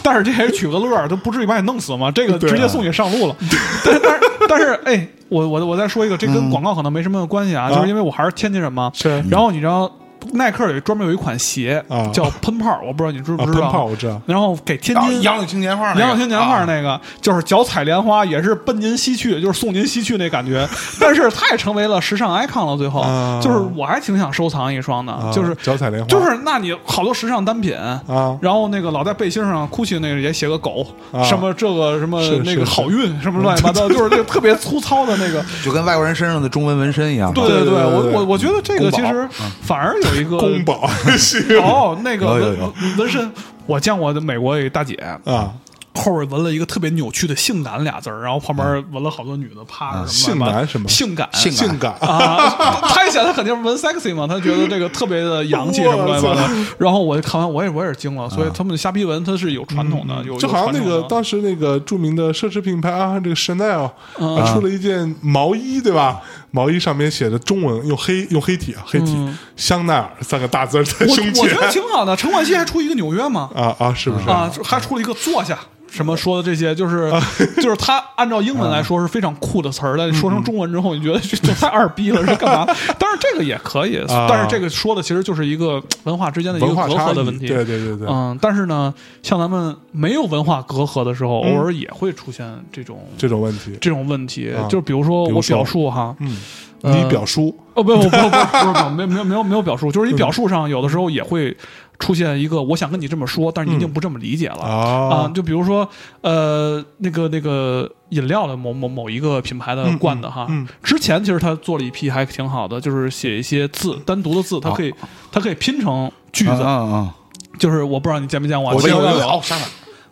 [SPEAKER 1] 但是这也是取个乐儿，就不至于把你弄死嘛。这个
[SPEAKER 2] 对啊
[SPEAKER 1] 直接送你上路了。但但是但是，哎，我我我再说一个，这跟广告可能没什么关系啊，就是因为我还是天津人嘛。
[SPEAKER 2] 嗯是
[SPEAKER 1] 然后你知道，耐克有专门有一款鞋
[SPEAKER 2] 啊
[SPEAKER 1] 叫喷泡，我不知道你知不知
[SPEAKER 2] 啊
[SPEAKER 1] 道。
[SPEAKER 2] 喷泡我知道啊
[SPEAKER 1] 然后给天
[SPEAKER 3] 然后
[SPEAKER 1] 津
[SPEAKER 3] 杨柳青年画那个，
[SPEAKER 1] 杨柳青年画
[SPEAKER 3] 啊
[SPEAKER 1] 那个，就是脚踩莲花，也是奔您西去，就是送您西去那感觉。 但是它也成为了时尚 icon 了。最后
[SPEAKER 2] 啊，
[SPEAKER 1] 就是我还挺想收藏一双的，就是
[SPEAKER 2] 脚踩莲花，
[SPEAKER 1] 就是，那你好多时尚单品
[SPEAKER 2] 啊
[SPEAKER 1] 然后那个老在背心上，GUCCI 那个也写个狗，
[SPEAKER 2] 啊
[SPEAKER 1] 什么这个什么
[SPEAKER 2] 是是嗯
[SPEAKER 1] 那个
[SPEAKER 2] 是
[SPEAKER 1] 好运，什么乱七八 糟，就是那个特别粗糙的那个。
[SPEAKER 3] 就跟外国人身上的中文纹身一样，啊
[SPEAKER 1] 对
[SPEAKER 2] 对
[SPEAKER 1] 对，
[SPEAKER 2] 对
[SPEAKER 1] 我
[SPEAKER 2] 对嗯
[SPEAKER 1] 我我觉得这个其实反而有一个
[SPEAKER 2] 宫保 是
[SPEAKER 1] 哦，那个
[SPEAKER 3] 有有
[SPEAKER 1] 纹
[SPEAKER 3] 有
[SPEAKER 1] 纹身，我见过的美国有一大姐，
[SPEAKER 2] 啊，
[SPEAKER 1] 后边纹了一个特别扭曲的“性感”俩字儿，然后旁边纹了好多女的趴着什
[SPEAKER 2] 啊性
[SPEAKER 1] 么乱七八
[SPEAKER 2] 感什么
[SPEAKER 1] 性感
[SPEAKER 3] 性感
[SPEAKER 2] 哎性感
[SPEAKER 1] 啊，他一想他肯定是纹 sexy 嘛，他觉得这个特别的洋气什么乱七八糟
[SPEAKER 2] 我。
[SPEAKER 1] 然后我看完我也我也是惊了，所以他们的瞎逼纹它是有传统的，有
[SPEAKER 2] 嗯就好像那
[SPEAKER 1] 有
[SPEAKER 2] 个
[SPEAKER 1] 传统的
[SPEAKER 2] 当时那个著名的奢侈品牌啊，这个 Chanel
[SPEAKER 1] 嗯
[SPEAKER 2] 啊出了一件毛衣，对吧？毛衣上面写的中文用黑用黑体啊，黑体香奈儿三个大字儿在
[SPEAKER 1] 嗯我
[SPEAKER 2] 胸
[SPEAKER 1] 我觉得
[SPEAKER 2] 前
[SPEAKER 1] 挺好的。陈冠希还出一个纽约嘛，
[SPEAKER 2] 啊啊，是不啊是？
[SPEAKER 1] 啊，就还出了一个坐下。什么说的这些，就是就是他按照英文来说是非常酷的词儿，但是
[SPEAKER 2] 嗯
[SPEAKER 1] 说成中文之后，你觉得这这太二逼了，是干 嘛？但是这个也可以，
[SPEAKER 2] 啊
[SPEAKER 1] 但是这个说的其实就是一个文化之间的一个
[SPEAKER 2] 文化
[SPEAKER 1] 隔
[SPEAKER 2] 差
[SPEAKER 1] 阂
[SPEAKER 2] 异，
[SPEAKER 1] 的问题。
[SPEAKER 2] 对对对对，
[SPEAKER 1] 嗯，但是呢，像咱们没有文化隔阂的时
[SPEAKER 2] 嗯
[SPEAKER 1] 候，偶尔也会出现这种
[SPEAKER 2] 这种问题，
[SPEAKER 1] 这种问题
[SPEAKER 2] 啊。
[SPEAKER 1] 就比如说
[SPEAKER 2] 比如
[SPEAKER 1] 我
[SPEAKER 2] 说
[SPEAKER 1] 表述哈，
[SPEAKER 2] 嗯，
[SPEAKER 1] 呃
[SPEAKER 2] 你表叔
[SPEAKER 1] 哦不不不不不不没有没有没有没有表述，
[SPEAKER 2] 嗯
[SPEAKER 1] 就是你表述上有的时候也会出现一个我想跟你这么说，但是你一定不这么理解了。啊
[SPEAKER 2] 嗯啊，，
[SPEAKER 1] 就比如说，呃，那个那个饮料的某某某一个品牌的罐子哈，
[SPEAKER 2] 嗯嗯
[SPEAKER 1] 之前其实他做了一批还挺好的，就是写一些字，单独的字，它可以、它可以拼成句
[SPEAKER 3] 啊
[SPEAKER 1] 子，
[SPEAKER 3] 啊啊！
[SPEAKER 1] 就是我不知道你见没见过啊，
[SPEAKER 3] 我
[SPEAKER 1] 见
[SPEAKER 3] 见
[SPEAKER 1] 过
[SPEAKER 3] 过
[SPEAKER 1] 吧
[SPEAKER 3] 有哦，下面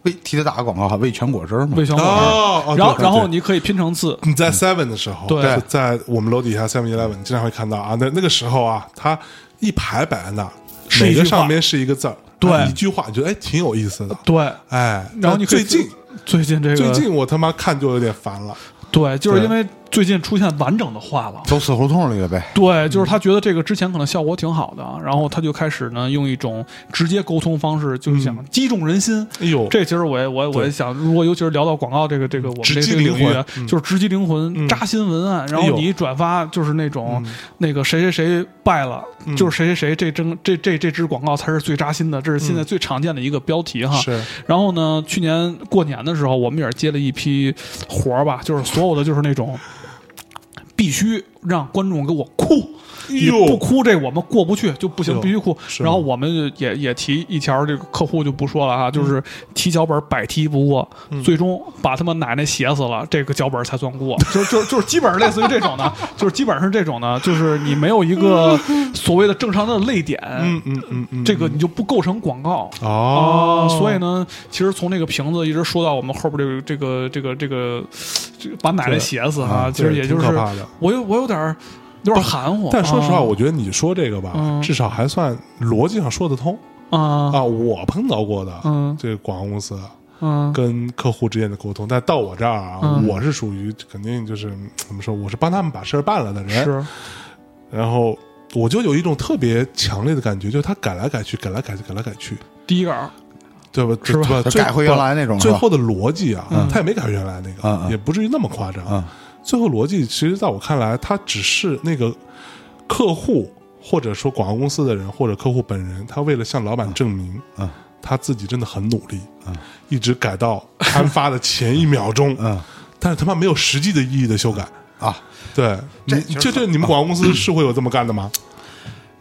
[SPEAKER 3] 为替他打个广告哈，味全果汁嘛，
[SPEAKER 1] 魏全果。
[SPEAKER 2] 哦，哦
[SPEAKER 1] 然后
[SPEAKER 2] 对对
[SPEAKER 1] 然后
[SPEAKER 2] 对嗯
[SPEAKER 1] 你可以拼成字，
[SPEAKER 2] 你在 Seven 的时候，
[SPEAKER 1] 对
[SPEAKER 2] 就在我们楼底下 Seven Eleven 经常会看到啊，那那个时候啊，它一排摆在那儿，
[SPEAKER 1] 是一
[SPEAKER 2] 每
[SPEAKER 1] 句话
[SPEAKER 2] 个上面是一个字儿，
[SPEAKER 1] 对
[SPEAKER 2] 啊一句话，你觉得哎挺有意思的，
[SPEAKER 1] 对，
[SPEAKER 2] 哎，
[SPEAKER 1] 然后
[SPEAKER 2] 但
[SPEAKER 1] 你可以
[SPEAKER 2] 最近
[SPEAKER 1] 最近这个
[SPEAKER 2] 最近我他妈看就有点烦了，
[SPEAKER 1] 对，就是
[SPEAKER 2] 对
[SPEAKER 1] 因为最近出现完整的话了。
[SPEAKER 3] 都死胡同里了呗。
[SPEAKER 1] 对，就是他觉得这个之前可能效果挺好的，然后他就开始呢用一种直接沟通方式，就是想击中人心。
[SPEAKER 2] 哎呦，
[SPEAKER 1] 这其实我也我也我也想，如果尤其是聊到广告这个这个我们这
[SPEAKER 2] 直击
[SPEAKER 1] 这个领
[SPEAKER 2] 灵
[SPEAKER 1] 域
[SPEAKER 2] 魂嗯
[SPEAKER 1] 啊，就是直击灵魂、扎心文案，然
[SPEAKER 2] 哎
[SPEAKER 1] 后
[SPEAKER 2] 呦
[SPEAKER 1] 你一转发就是那种
[SPEAKER 2] 哎
[SPEAKER 1] 那个谁谁谁败了，
[SPEAKER 2] 嗯
[SPEAKER 1] 就是谁谁谁这争这这这支广告才是最扎心的，这是现在最常见的一个标题哈。
[SPEAKER 2] 是
[SPEAKER 1] 然后呢，去年过年的时候，我们也是接了一批活儿吧，就是所有的就是那种必须让观众给我哭。你
[SPEAKER 2] 呦
[SPEAKER 1] 不哭这我们过不去就不
[SPEAKER 2] 哎
[SPEAKER 1] 行，
[SPEAKER 2] 呦
[SPEAKER 1] 必须哭。
[SPEAKER 2] 是吗
[SPEAKER 1] 然后我们也也提一条，这个客户就不说了哈，就是提脚本百踢不过，最终把他们奶奶写死了，这个脚本才算过。 就就就是基本上类似于这 种的，就是基本上这种的，就是你没有一个所谓的正常的泪点，
[SPEAKER 2] 嗯嗯嗯嗯，
[SPEAKER 1] 这个你就不构成广告。
[SPEAKER 2] 哦
[SPEAKER 1] 啊，所以呢，其实从那个瓶子一直说到我们后边这个这个这个这个，这个把奶奶写死啊，
[SPEAKER 2] 对
[SPEAKER 1] 其实也就是
[SPEAKER 2] 挺可怕的
[SPEAKER 1] 我有我有点儿有点儿含糊。
[SPEAKER 2] 但说实话，
[SPEAKER 1] 啊
[SPEAKER 2] 我觉得你说这个吧
[SPEAKER 1] 嗯，
[SPEAKER 2] 至少还算逻辑上说得通。
[SPEAKER 1] 啊
[SPEAKER 2] 啊，我碰到过的，
[SPEAKER 1] 嗯
[SPEAKER 2] 这个广告公司
[SPEAKER 1] 嗯
[SPEAKER 2] 跟客户之间的沟通，但到我这儿啊，我是属于肯定就是嗯怎么说，我是帮他们把事儿办了的人，
[SPEAKER 1] 是
[SPEAKER 2] 然后我就有一种特别强烈的感觉，就是他改来改去，改来改去，改来改去，
[SPEAKER 1] 第一
[SPEAKER 2] 啊
[SPEAKER 1] 稿，
[SPEAKER 2] 对吧？
[SPEAKER 1] 是吧
[SPEAKER 2] 吧
[SPEAKER 3] 他
[SPEAKER 2] 最
[SPEAKER 3] 改回原来那种
[SPEAKER 2] 最
[SPEAKER 3] 是吧
[SPEAKER 2] 后的逻辑啊，他也没改回原来那
[SPEAKER 3] 嗯
[SPEAKER 2] 个，
[SPEAKER 3] 嗯
[SPEAKER 2] 也不至于那么夸张。
[SPEAKER 3] 嗯
[SPEAKER 2] 最后逻辑，其实在我看来，他只是那个客户或者说广告公司的人或者客户本人，他为了向老板证明，
[SPEAKER 3] 嗯
[SPEAKER 2] 他自己真的很努力，一直改到刊发的前一秒钟，
[SPEAKER 3] 嗯
[SPEAKER 2] 但是他妈没有实际的意义的修改。
[SPEAKER 3] 啊，
[SPEAKER 2] 对，
[SPEAKER 3] 这
[SPEAKER 2] 你
[SPEAKER 3] 其实
[SPEAKER 2] 这这你们广告公司是会有这么干的吗？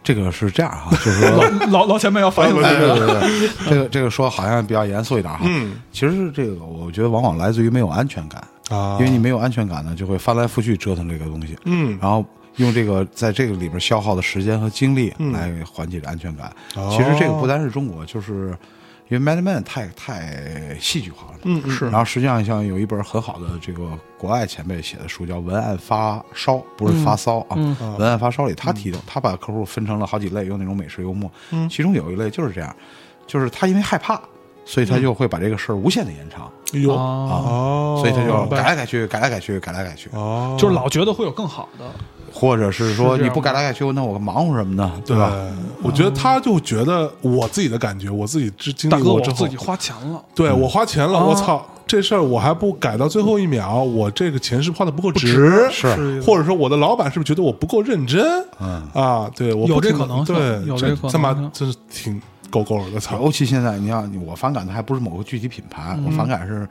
[SPEAKER 3] 这个是这样啊，就 是说
[SPEAKER 1] 老老前辈要反应
[SPEAKER 3] 哎，
[SPEAKER 1] 来
[SPEAKER 3] 对
[SPEAKER 1] 了，
[SPEAKER 3] 对对，对这个这个说好像比较严肃一点哈。
[SPEAKER 2] 嗯，
[SPEAKER 3] 其实这个我觉得往往来自于没有安全感
[SPEAKER 2] 啊
[SPEAKER 3] 因为你没有安全感呢，就会翻来覆去折腾这个东西。
[SPEAKER 2] 嗯
[SPEAKER 3] 然后用这个在这个里边消耗的时间和精力来缓解安全感。其实这个不单是中国，就是。因为 Mad Men 太太戏剧化了，嗯是。然后实际上像有一本很好的这个国外前辈写的书叫《文案发烧》，不是发骚啊，文案发烧》里他提到，他把客户分成了好几类，用那种美式幽默，嗯，其中有一类就是这样，就是他因为害怕，所以他就会把这个事儿无限的延长，
[SPEAKER 2] 哎呦，
[SPEAKER 1] 哦
[SPEAKER 2] 哦，
[SPEAKER 3] 啊所以他就
[SPEAKER 2] 明白
[SPEAKER 3] 改来改去，改来改去，改来改去，
[SPEAKER 2] 哦，
[SPEAKER 1] 就是老觉得会有更好的，
[SPEAKER 3] 或者是说
[SPEAKER 1] 是这
[SPEAKER 2] 啊
[SPEAKER 1] 样
[SPEAKER 3] 你不改来改去，那我忙活什么呢？对吧？？
[SPEAKER 2] 我觉得他就觉得我自己的感觉，我自己之经
[SPEAKER 1] 大
[SPEAKER 2] 历
[SPEAKER 1] 哥
[SPEAKER 2] 过
[SPEAKER 1] 我
[SPEAKER 2] 之后
[SPEAKER 1] 自己，花钱了，
[SPEAKER 2] 对我花钱了，我操，这事儿我还不改到最后一秒，我这个钱是花的不够值，
[SPEAKER 1] 是
[SPEAKER 2] 或者说我的老板是不是觉得我不够认真？嗯啊，对，我不
[SPEAKER 1] 有这
[SPEAKER 2] 停
[SPEAKER 1] 可能性
[SPEAKER 2] 对，
[SPEAKER 1] 有这可能性
[SPEAKER 2] 他妈真是挺狗狗的，操
[SPEAKER 3] 尤其现在，你像我反感的还不是某个具体品牌，
[SPEAKER 2] 嗯
[SPEAKER 3] 我反感是，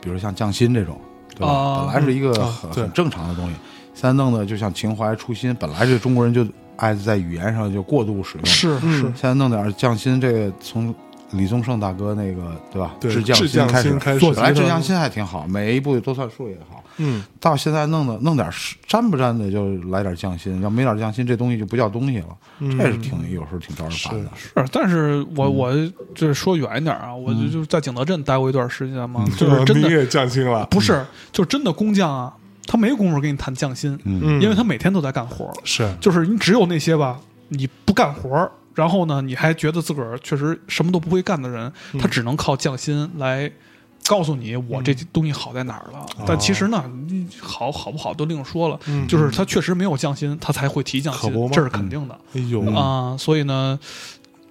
[SPEAKER 3] 比如像匠心这种，对吧？
[SPEAKER 1] 啊
[SPEAKER 3] 本来是一个
[SPEAKER 2] 嗯
[SPEAKER 3] 很、
[SPEAKER 2] 啊对
[SPEAKER 3] 很正常的东西，现在弄的就像情怀初心，本来这中国人就爱在语言上就过度使
[SPEAKER 2] 嗯
[SPEAKER 3] 用，
[SPEAKER 1] 是是
[SPEAKER 3] 现在弄点匠心，这个从李宗盛大哥那个对吧？
[SPEAKER 2] 对
[SPEAKER 3] 制匠
[SPEAKER 2] 制匠
[SPEAKER 3] 开
[SPEAKER 2] 心开始
[SPEAKER 3] 本来制匠心还挺好，每一步都算数也好。
[SPEAKER 2] 嗯，
[SPEAKER 3] 到现在弄的弄点是沾不沾的就来点匠心，要没点匠心，这东西就不叫东西了。
[SPEAKER 2] 嗯
[SPEAKER 3] 这是挺有时候挺招人烦的。
[SPEAKER 1] 是，呃但是我我就是说远一点啊，我
[SPEAKER 2] 嗯
[SPEAKER 1] 就就在景德镇待过一段时间嘛，就
[SPEAKER 2] 这
[SPEAKER 1] 是
[SPEAKER 2] 个
[SPEAKER 1] 真
[SPEAKER 2] 你
[SPEAKER 1] 的
[SPEAKER 2] 也降薪了，
[SPEAKER 1] 不是，就真的工匠啊，他没工夫跟你谈匠心，
[SPEAKER 2] 嗯哎
[SPEAKER 1] 因为他每天都在干活儿，
[SPEAKER 2] 是
[SPEAKER 1] 就是你只有那些吧，你不干活儿，然后呢，你还觉得自个儿确实什么都不会干的人，
[SPEAKER 2] 嗯
[SPEAKER 1] 他只能靠匠心来告诉你我
[SPEAKER 2] 嗯
[SPEAKER 1] 这东西好在哪儿了。但其实呢，你好好不好都另说了，
[SPEAKER 2] 哦嗯
[SPEAKER 1] 就是他确实没有匠心，他才会提匠
[SPEAKER 2] 可不
[SPEAKER 1] 心
[SPEAKER 2] 嘛，
[SPEAKER 1] 这是肯定的
[SPEAKER 2] 哎呦
[SPEAKER 1] 啊、所以呢，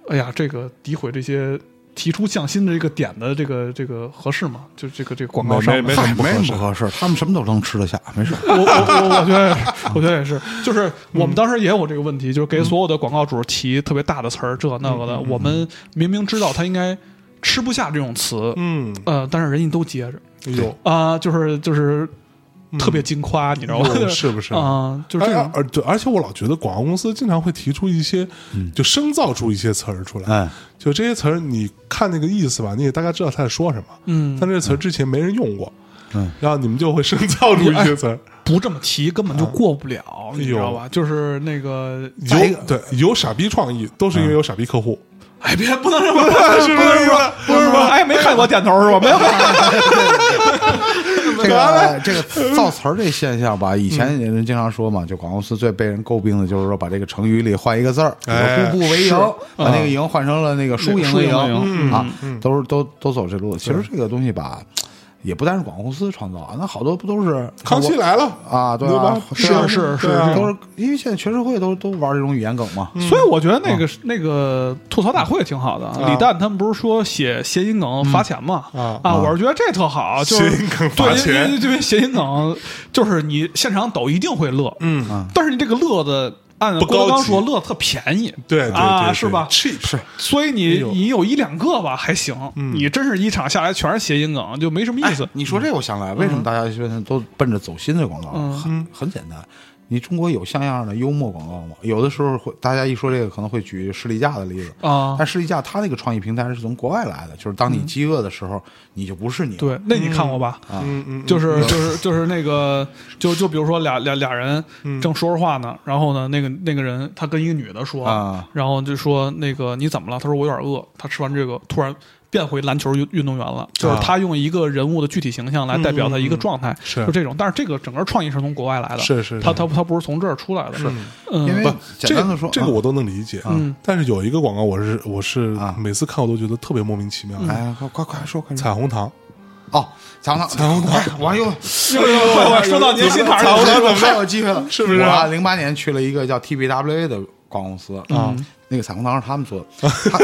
[SPEAKER 1] 哎呀，这个诋毁这些。提出匠心的这个点的这个这个合适吗？就这个这个广告商
[SPEAKER 2] 没没
[SPEAKER 3] 嗨
[SPEAKER 2] 没
[SPEAKER 3] 没
[SPEAKER 2] 什么
[SPEAKER 3] 什么
[SPEAKER 2] 不
[SPEAKER 3] 不合适，他们什么都能吃得下，没事。
[SPEAKER 1] 我我我我觉得，我觉得也是，就是我们当时也有这个问题，就是给所有的广告主提特别大的词儿，这那个的，我们明明知道他应该吃不下这种词，
[SPEAKER 2] 嗯，
[SPEAKER 1] 呃，但是人家都接着
[SPEAKER 2] 哎呦，
[SPEAKER 1] 啊，就是就是特别金夸，你知道吗？
[SPEAKER 2] 哦是不哎是
[SPEAKER 1] 啊？就是这
[SPEAKER 2] 而
[SPEAKER 1] 种
[SPEAKER 2] 而对，而且我老觉得广告公司经常会提出一些，就生造出一些词儿出来。
[SPEAKER 3] 嗯哎
[SPEAKER 2] 就这些词儿，你看那个意思吧，你也大概知道他在说什么。
[SPEAKER 1] 嗯
[SPEAKER 2] 但这些词儿之前没人用过，
[SPEAKER 3] 嗯，
[SPEAKER 2] 然后你们就会生造出一些词儿，
[SPEAKER 1] 不这么提根本就过不了，你知道吧？就是那个
[SPEAKER 3] 再一
[SPEAKER 2] 有
[SPEAKER 3] 个
[SPEAKER 2] 对有傻逼创意，都是因为有傻逼客户。
[SPEAKER 3] 嗯
[SPEAKER 1] 哎，别不能这么说，
[SPEAKER 2] 是不是
[SPEAKER 1] 不是说哎，没看我点头是吧？没有，
[SPEAKER 3] 这个 这个造词儿这现象吧，以前人经常说嘛，就广告公司最被人诟病的就是说把这个成语里换一个字儿，
[SPEAKER 2] 哎
[SPEAKER 3] 比如步步为营，把那个赢换成了那个输赢的
[SPEAKER 1] 那个输赢的赢
[SPEAKER 3] 啊，都是都都走这路。其实这个东西吧，也不单是广告公司创造啊，那好多不都是
[SPEAKER 2] 康熙来了
[SPEAKER 3] 啊，对
[SPEAKER 2] 对
[SPEAKER 3] 吧
[SPEAKER 2] 吧？
[SPEAKER 3] 对啊
[SPEAKER 1] 是是是
[SPEAKER 3] 对啊
[SPEAKER 1] 是
[SPEAKER 3] 都是因为现在全社会都都玩这种语言梗嘛，
[SPEAKER 2] 嗯
[SPEAKER 1] 所以我觉得那个、那个吐槽大会挺好的。李诞他们不是说写谐音梗罚钱吗？
[SPEAKER 2] 啊
[SPEAKER 1] 我是觉得这特好，就
[SPEAKER 2] 谐
[SPEAKER 1] 是
[SPEAKER 2] 音梗罚
[SPEAKER 1] 对，因为
[SPEAKER 2] 钱
[SPEAKER 1] 因为因为谐音梗就是你现场抖一定会乐，
[SPEAKER 3] 啊
[SPEAKER 1] 嗯，但是你这个乐的。按
[SPEAKER 2] 不高
[SPEAKER 1] 郭德纲
[SPEAKER 2] 级
[SPEAKER 1] 说，乐特便宜，
[SPEAKER 2] 对对对
[SPEAKER 1] 啊，
[SPEAKER 2] 对
[SPEAKER 1] 是吧？
[SPEAKER 2] ？cheap 是嗯
[SPEAKER 1] 所以你
[SPEAKER 2] 呦
[SPEAKER 1] 你有一两个吧还行，你真是一场下来全是谐音梗，就没什么意思
[SPEAKER 3] 哎。你说这我想来，为什么大家现在都奔着走心的广告？很很简单，你中国有像样的幽默广告吗？有的时候会，大家一说这个可能会举士力架的例子
[SPEAKER 1] 啊
[SPEAKER 3] 但士力架它那个创意平台是从国外来的，就是当你饥饿的时候，你就不是你了。
[SPEAKER 1] 对，那你看过吧？嗯嗯，就是就是就是那个，就就比如说俩俩俩人正说着话呢，然后呢，那个那个人他跟一个女的说
[SPEAKER 3] 啊，
[SPEAKER 1] 然后就说那个你怎么了？他说我有点饿。他吃完这个，突然变回篮球运运动员了，就是他用一个人物的具体形象来代表他一个状态，
[SPEAKER 2] 是
[SPEAKER 1] 就这种。但是这个整个创意是从国外来的，
[SPEAKER 2] 是是是
[SPEAKER 1] 他他他不是从这儿出来的，是嗯，
[SPEAKER 3] 因为
[SPEAKER 2] 不，
[SPEAKER 3] 简单的说，
[SPEAKER 2] 这个这个我都能理解。嗯，但是有一个广告，我是我是
[SPEAKER 3] 啊
[SPEAKER 2] 每次看我都觉得特别莫名其妙。
[SPEAKER 3] 啊哎，快快快说，快说
[SPEAKER 2] 彩虹糖，
[SPEAKER 3] 哦，彩虹糖，彩虹 糖，我又
[SPEAKER 1] 又又又又说到您心坎儿
[SPEAKER 3] 彩虹
[SPEAKER 1] 上了，
[SPEAKER 3] 糖我太有机会了，
[SPEAKER 2] 是不是啊
[SPEAKER 3] 我零八年去了一个叫 TBWA 的广告公司啊，那个彩虹糖是他们做的，他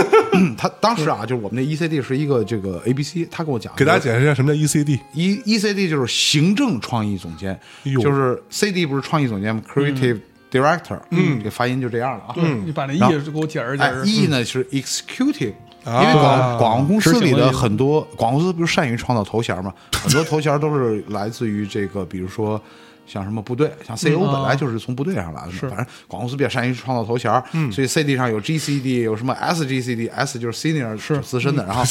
[SPEAKER 3] 他当时啊，就是我们那 ECD 是一个这个 ABC，他跟我讲，
[SPEAKER 2] 给大家解释一下什么叫 ECD。
[SPEAKER 3] E ECD 就是行政创意总监，
[SPEAKER 2] 哎呦
[SPEAKER 3] 就是 CD 不是创意总监吗？Creative Director，嗯，这发音就这样了啊。
[SPEAKER 1] 你把那
[SPEAKER 3] 然后
[SPEAKER 1] 意思给我解释解
[SPEAKER 3] 哎
[SPEAKER 1] 释。
[SPEAKER 3] ，E 呢是 Executive。因
[SPEAKER 2] 啊
[SPEAKER 3] 为广广告公司里
[SPEAKER 1] 执行的意
[SPEAKER 3] 的
[SPEAKER 1] 思
[SPEAKER 3] 很多广告公司不是善于创造头衔嘛，很多头衔都是来自于这个，比如说像什么部队，像 CEO
[SPEAKER 1] 嗯
[SPEAKER 3] 本来哦就是嗯从部队上来的嘛，反正广告公司比较善于创造头衔，所以 CD 上有 GCD，有什么 SGCD，S 就是 Senior 是嗯资深的，然后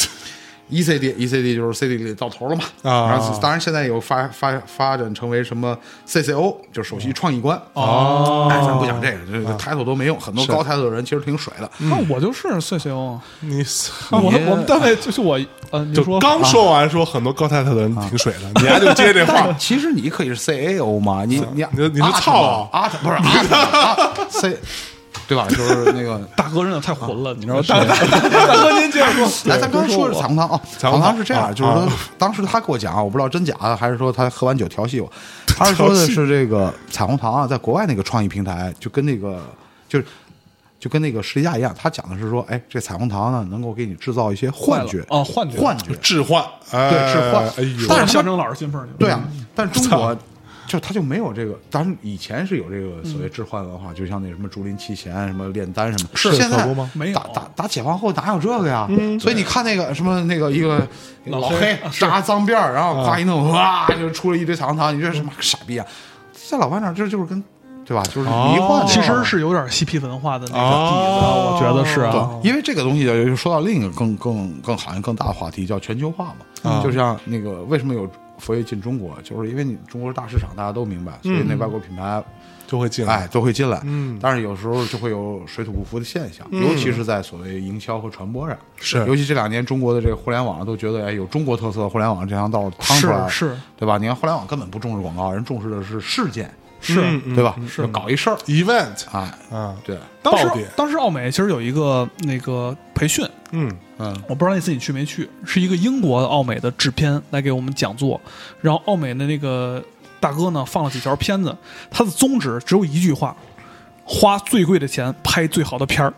[SPEAKER 3] E ECD ECD 就是 CD 里到 头了嘛，
[SPEAKER 2] 啊
[SPEAKER 3] 然后当然现在有发发发展成为什么 CCO，就是首席创意官
[SPEAKER 1] 哦
[SPEAKER 3] 哎，咱不讲这个，
[SPEAKER 2] 啊
[SPEAKER 3] 这个 title 都没用，很多高 title 的人其实挺水的，
[SPEAKER 2] 嗯
[SPEAKER 1] 那我就是岁岁哦，
[SPEAKER 2] 你
[SPEAKER 1] 啊我
[SPEAKER 3] 你
[SPEAKER 1] 我们单位就是我，呃，你
[SPEAKER 2] 就
[SPEAKER 1] 说
[SPEAKER 2] 刚说啊完说很多高太太的人挺水的，你还就接这话
[SPEAKER 3] 但其实你可以是 CAO 嘛，你你
[SPEAKER 2] 你是你是操啊
[SPEAKER 3] 啊，不是啊 C，对吧？就是那个。
[SPEAKER 1] 大哥真的太混了，你知道吗？
[SPEAKER 3] 啊
[SPEAKER 1] 大大哥您接着 说，
[SPEAKER 3] 来，咱刚才说的是彩虹糖哦，彩虹
[SPEAKER 2] 虹糖
[SPEAKER 3] 糖是这样，
[SPEAKER 2] 啊
[SPEAKER 3] 就是说
[SPEAKER 2] 啊
[SPEAKER 3] 当时他跟我讲啊，我不知道真假的，还是说他喝完酒调戏我。他是说的是这个彩虹糖啊，在国外那个创意平台，就跟那个就是就跟那个十一家一样，他讲的是说，哎，这彩虹糖呢，能够给你制造一些幻觉
[SPEAKER 1] 哦幻觉
[SPEAKER 3] 幻觉，
[SPEAKER 2] 置换，哎
[SPEAKER 3] 对置换
[SPEAKER 2] 哎呦，
[SPEAKER 3] 但是
[SPEAKER 1] 象征老师兴奋去了。
[SPEAKER 3] 对啊，但是中国就他就没有这个，当然以前是有这个所谓置换文
[SPEAKER 1] 嗯
[SPEAKER 3] 化，就像那什么竹林七贤、什么炼丹什么，
[SPEAKER 2] 是
[SPEAKER 3] 现
[SPEAKER 2] 可
[SPEAKER 3] 在
[SPEAKER 2] 不吗
[SPEAKER 1] 没有
[SPEAKER 3] 打打打解放后哪有这个呀？所以你看那个什么那个一个
[SPEAKER 1] 嗯老
[SPEAKER 3] 老
[SPEAKER 1] 黑嗯
[SPEAKER 3] 黑扎脏辫儿，然后夸一弄，哇，就出了一堆彩虹糖，你这什么傻逼啊？在老外那儿这就是跟对吧，就是迷幻的，
[SPEAKER 1] 哦其实是有点嬉皮文化的那个底子啊，
[SPEAKER 2] 哦
[SPEAKER 1] 我觉得是啊。
[SPEAKER 3] 对，因为这个东西就说到另一个更更更好像更大的话题，叫全球化嘛。就像那个为什么有佛爷进中国，就是因为你中国是大市场，大家都明白，所以那外国品牌、
[SPEAKER 2] 就会进来。
[SPEAKER 3] 哎都会进来。嗯，但是有时候就会有水土不服的现象，尤其是在所谓营销和传播上。
[SPEAKER 2] 是
[SPEAKER 3] 尤其这两年中国的这个互联网都觉得哎有中国特色的互联网这条道趟出来了
[SPEAKER 1] 是是，
[SPEAKER 3] 对吧？你看互联网根本不重视广告，人重视的是事件，
[SPEAKER 1] 是
[SPEAKER 2] 嗯
[SPEAKER 3] 对吧？是搞一事儿，
[SPEAKER 2] event
[SPEAKER 3] 哎，
[SPEAKER 2] 啊，
[SPEAKER 3] 对，
[SPEAKER 1] 当
[SPEAKER 2] 爆
[SPEAKER 1] 时
[SPEAKER 2] 点
[SPEAKER 1] 当时奥美其实有一个那个培训，
[SPEAKER 2] 嗯，
[SPEAKER 3] 嗯。
[SPEAKER 1] 我不知道那次你去没去，是一个英国奥美的制片来给我们讲座，然后奥美的那个大哥呢放了几条片子，他的宗旨只有一句话：花最贵的钱拍最好的片儿。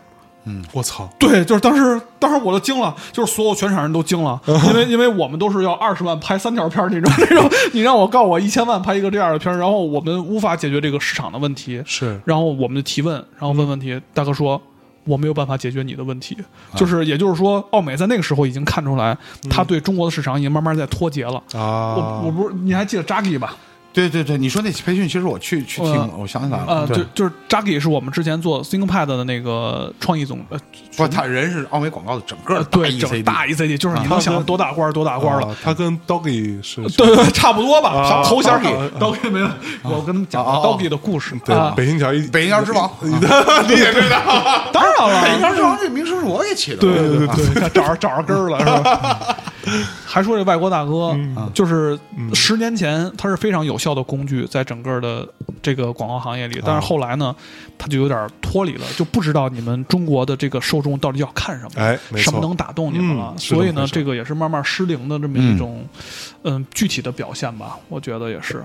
[SPEAKER 2] 我操，
[SPEAKER 1] 对，就是当时，当时我都惊了，就是所有全场人都惊了，因为因为我们都是要二十万拍三条片儿那种那种，你让我告我一千万拍一个这样的片儿，然后我们无法解决这个市场的问题，
[SPEAKER 2] 是
[SPEAKER 1] 然后我们就提问，然后问问题，大哥说。我没有办法解决你的问题，就是也就是说，奥美在那个时候已经看出来，他对中国的市场已经慢慢在脱节了。我
[SPEAKER 2] 啊
[SPEAKER 1] 我，不是你还记得扎 a 吧？
[SPEAKER 3] 对对对，你说那培训，其实我去去听了，
[SPEAKER 1] 呃
[SPEAKER 3] 我想起来
[SPEAKER 1] 呃，
[SPEAKER 3] 了，
[SPEAKER 1] 就就是扎 a 是我们之前做 ThinkPad 的那个创意总，呃，
[SPEAKER 3] 不，他人是奥美广告的整个
[SPEAKER 1] 呃
[SPEAKER 3] 的
[SPEAKER 1] 对，
[SPEAKER 3] 大 E
[SPEAKER 1] 整
[SPEAKER 3] ECD
[SPEAKER 1] 大 ECD，就是你能想象多大官儿多大官儿了
[SPEAKER 2] 啊。他跟 Doggy 是
[SPEAKER 1] 对对，对 差不多吧。
[SPEAKER 2] 啊
[SPEAKER 1] 头衔
[SPEAKER 2] 啊
[SPEAKER 1] 给
[SPEAKER 2] 啊
[SPEAKER 1] Doggy 没了，我跟他们讲
[SPEAKER 3] 啊啊啊
[SPEAKER 1] Doggy 的故事啊
[SPEAKER 2] 对。北京桥一
[SPEAKER 3] 北京桥之王，
[SPEAKER 2] 你也知道，
[SPEAKER 1] 嗯当
[SPEAKER 3] 北
[SPEAKER 1] 然了，
[SPEAKER 3] 京桥之王这名声是我给起的，
[SPEAKER 1] 对对对对，找着找着根儿了是吧？ 还说这外国大哥，
[SPEAKER 2] 嗯
[SPEAKER 1] 啊就是十年前他是非常有效的工具，在整个的这个广告行业里，但
[SPEAKER 2] 啊
[SPEAKER 1] 是后来呢，他就有点脱离了，就不知道你们中国的这个受众到底要看什么，
[SPEAKER 2] 哎没错
[SPEAKER 1] 什么能打动你们了。
[SPEAKER 2] 嗯是这么
[SPEAKER 1] 所以呢
[SPEAKER 2] 回，事
[SPEAKER 1] 这个也是慢慢失灵的这么一种，嗯，具体的表现吧，我觉得也是，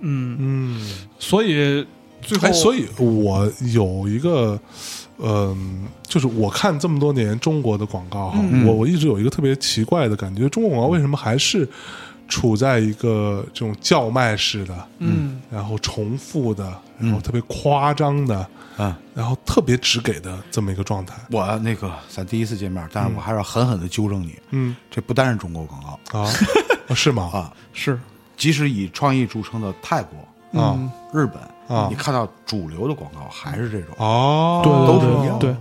[SPEAKER 1] 嗯，
[SPEAKER 2] 嗯，
[SPEAKER 1] 所以最后，
[SPEAKER 2] 哎，所以我有一个，嗯，就是我看这么多年中国的广告哈，我我一直有一个特别奇怪的感觉，中国广告为什么还是处在一个这种叫卖式的，
[SPEAKER 1] 嗯，
[SPEAKER 2] 然后重复的，然后特别夸张的，
[SPEAKER 3] 啊，
[SPEAKER 2] 然后特别直给的这么一个状态？
[SPEAKER 3] 我那个咱第一次见面，但是我还是要狠狠的纠正你，
[SPEAKER 2] 嗯
[SPEAKER 3] 这不单是中国广告
[SPEAKER 2] 啊，啊是吗？
[SPEAKER 3] 啊，
[SPEAKER 1] 是，
[SPEAKER 3] 即使以创意著称的泰国、
[SPEAKER 2] 啊
[SPEAKER 1] 嗯，
[SPEAKER 3] 日本
[SPEAKER 2] 啊
[SPEAKER 3] 你看到主流的广告还是这种
[SPEAKER 2] 哦，
[SPEAKER 1] 对对
[SPEAKER 3] 都
[SPEAKER 1] 对
[SPEAKER 3] 是一样
[SPEAKER 1] 对，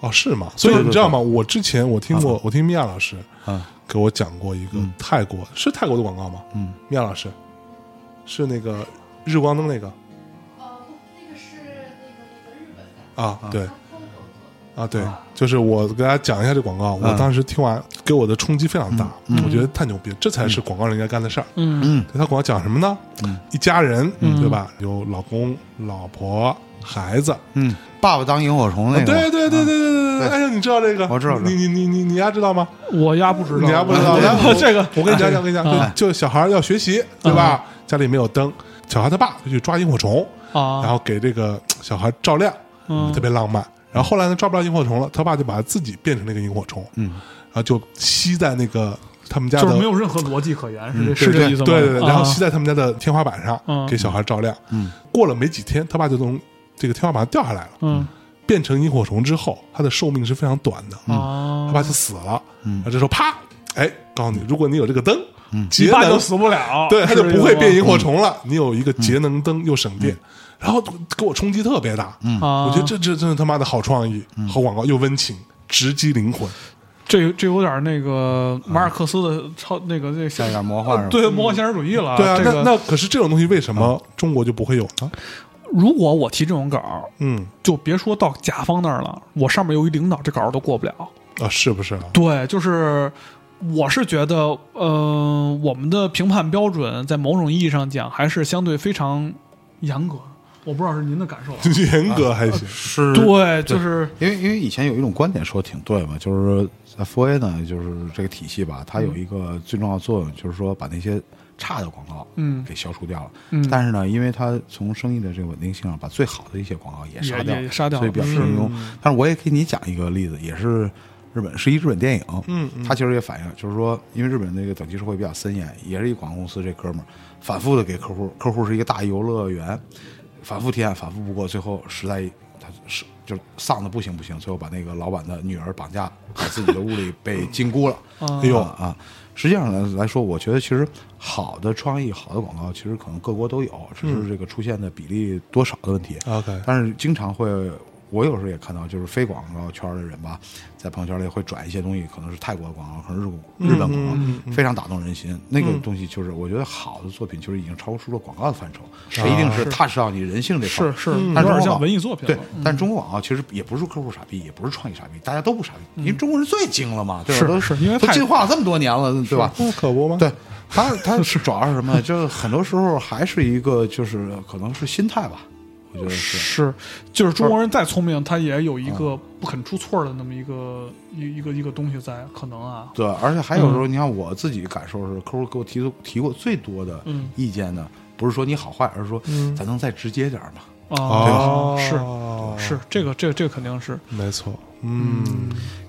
[SPEAKER 2] 哦，是吗？所以
[SPEAKER 3] 对对
[SPEAKER 2] 你知道吗？我之前我听过，我听米娅老师
[SPEAKER 3] 啊，
[SPEAKER 2] 给我讲过一个泰国是泰国的广告吗？嗯，米娅老师是那个日光灯那个
[SPEAKER 5] 哦，不，那个是那个那个日本的，
[SPEAKER 2] 啊，对
[SPEAKER 5] 他 POGO 做的，
[SPEAKER 2] 啊，对，就是我给大家讲一下这广告，我当时听完给我的冲击非常大，我觉得太牛逼，这才是广告人应该干的事儿。嗯嗯，他广告讲什么呢？一家人，对吧？有老公、老婆、孩子。
[SPEAKER 3] 嗯，爸爸当萤火虫那个，
[SPEAKER 2] 啊对对对对对对对，哎呀，你知道这个？
[SPEAKER 3] 我知道
[SPEAKER 2] 你你你你你丫知道吗？
[SPEAKER 1] 我丫不知道，啊
[SPEAKER 2] 你丫不知 道？
[SPEAKER 1] 对
[SPEAKER 2] 来，
[SPEAKER 1] 我
[SPEAKER 2] 我
[SPEAKER 1] 这个
[SPEAKER 2] 我跟你讲讲，我跟你讲，
[SPEAKER 1] 哎
[SPEAKER 2] 就就小孩要学习，对吧？家里没有灯，小孩他爸就去抓萤火虫，
[SPEAKER 1] 啊，
[SPEAKER 2] 然后给这个小孩照亮，
[SPEAKER 1] 嗯
[SPEAKER 2] 特别浪漫。然后后来呢，抓不到萤火虫了，他爸就把自己变成那个萤火虫，嗯，然后就吸在那个他们家
[SPEAKER 1] 就是
[SPEAKER 2] 的
[SPEAKER 1] 没有任何逻辑可言，是这
[SPEAKER 2] 对
[SPEAKER 1] 是这
[SPEAKER 2] 对
[SPEAKER 1] 意思吗？
[SPEAKER 2] 对对对，然后
[SPEAKER 1] 啊
[SPEAKER 2] 吸在他们家的天花板上，
[SPEAKER 1] 嗯
[SPEAKER 2] 给小孩照亮。嗯，过了没几天，他爸就从这个天花板上掉下来了，
[SPEAKER 1] 嗯
[SPEAKER 2] 变成萤火虫之后，他的寿命是非常短的，他
[SPEAKER 1] 啊，
[SPEAKER 2] 爸就死了。嗯，这时候啪，哎，告诉你，如果你有这个灯，节
[SPEAKER 1] 嗯你爸就
[SPEAKER 2] 能
[SPEAKER 1] 死不了，
[SPEAKER 2] 对，它
[SPEAKER 1] 是
[SPEAKER 2] 就
[SPEAKER 1] 这
[SPEAKER 2] 不
[SPEAKER 1] 意
[SPEAKER 2] 会
[SPEAKER 1] 思
[SPEAKER 2] 变
[SPEAKER 1] 吗
[SPEAKER 2] 萤火虫了。嗯你有一个节能灯又省电，然后给我冲击特别大。嗯
[SPEAKER 1] 啊
[SPEAKER 2] 我觉得这这真是他妈的好创意，好广告又温情，直击灵魂。
[SPEAKER 1] 这这有点那个马尔克斯的超那个这
[SPEAKER 3] 像一点魔幻是吧？
[SPEAKER 1] 对魔幻现实主义了。
[SPEAKER 2] 对啊，
[SPEAKER 1] 这
[SPEAKER 2] 那
[SPEAKER 1] 个
[SPEAKER 2] 那可是这啊种东西为什么中国就不会有呢？
[SPEAKER 1] 如果我提这种稿，
[SPEAKER 2] 嗯
[SPEAKER 1] 就别说到甲方那儿了，我上面有一领导，这稿都过不了。
[SPEAKER 2] 啊，是不是 啊？
[SPEAKER 1] 对，就是我是觉得，呃，我们的评判标准在某种意义上讲还是相对非常严格的。我不知道是您的感受啊。
[SPEAKER 2] 严格还行，
[SPEAKER 3] 是
[SPEAKER 1] 对，就是
[SPEAKER 3] 因为因为以前有一种观点说挺对嘛，就是在 f a 呢，就是这个体系吧，它有
[SPEAKER 1] 嗯
[SPEAKER 3] 一个最重要的作用，就是说把那些差的广告
[SPEAKER 1] 嗯
[SPEAKER 3] 给消除掉了。
[SPEAKER 1] 嗯
[SPEAKER 3] 但是呢，因为它从生意的这个稳定性上，把最好的一些广告也杀掉
[SPEAKER 1] 也也杀掉了嗯
[SPEAKER 3] 所以比较平庸。但是我也给你讲一个例子，也是。日本是一日本电影，嗯，它其实也反映，就是说，因为日本那个等级社会比较森严，也是一广告公司这哥们儿反复的给客户，客户是一个大游乐园，反复提案，反复不过，最后实在他是就是丧的不行不行，最后把那个老板的女儿绑架，在自己的屋里被禁锢了。哎呦 啊！实际上来来说，我觉得其实好的创意、好的广告，其实可能各国都有，只是这个出现的比例多少的问题。
[SPEAKER 2] OK
[SPEAKER 3] 但是经常会，我有时候也看到，就是非广告圈的人吧，在朋友圈里会转一些东西，可能是泰国的广告，可能是日
[SPEAKER 1] 嗯
[SPEAKER 3] 本广告，非常打动人心。那个东西就是，我觉得好的作品就是已经超出了广告的范畴，它一定是 touch 到你人性这
[SPEAKER 1] 嗯
[SPEAKER 3] 块
[SPEAKER 1] 是
[SPEAKER 3] 儿。
[SPEAKER 1] 是，有点
[SPEAKER 3] 但是中国
[SPEAKER 1] 像
[SPEAKER 3] 广
[SPEAKER 1] 文艺作品
[SPEAKER 3] 对
[SPEAKER 1] 了。，嗯
[SPEAKER 3] 但中国广告其实也不是客户傻逼，也不是创意傻逼，大家都不傻逼，因为中国人最精了嘛，对吧？
[SPEAKER 1] 嗯是
[SPEAKER 3] 都
[SPEAKER 1] 是因为
[SPEAKER 3] 都
[SPEAKER 1] 太
[SPEAKER 3] 进化了这么多年了，对吧？
[SPEAKER 2] 那可不吗？
[SPEAKER 3] 对，他 他是主要是什么？就是很多时候还是一个，就是可能是心态吧，我觉得是。
[SPEAKER 1] 是，就是中国人再聪明，他也有一个不肯出错的那么一个一一个一个东西在，可能啊，
[SPEAKER 3] 对，而且还有时候，你看我自己感受是，客户给我提出提过最多的
[SPEAKER 1] 嗯
[SPEAKER 3] 意见呢，不是说你好坏，而是说咱能再直接点儿嘛。
[SPEAKER 1] 啊，是
[SPEAKER 2] 哦
[SPEAKER 1] 是，这个这个这个肯定是，
[SPEAKER 2] 没错，嗯，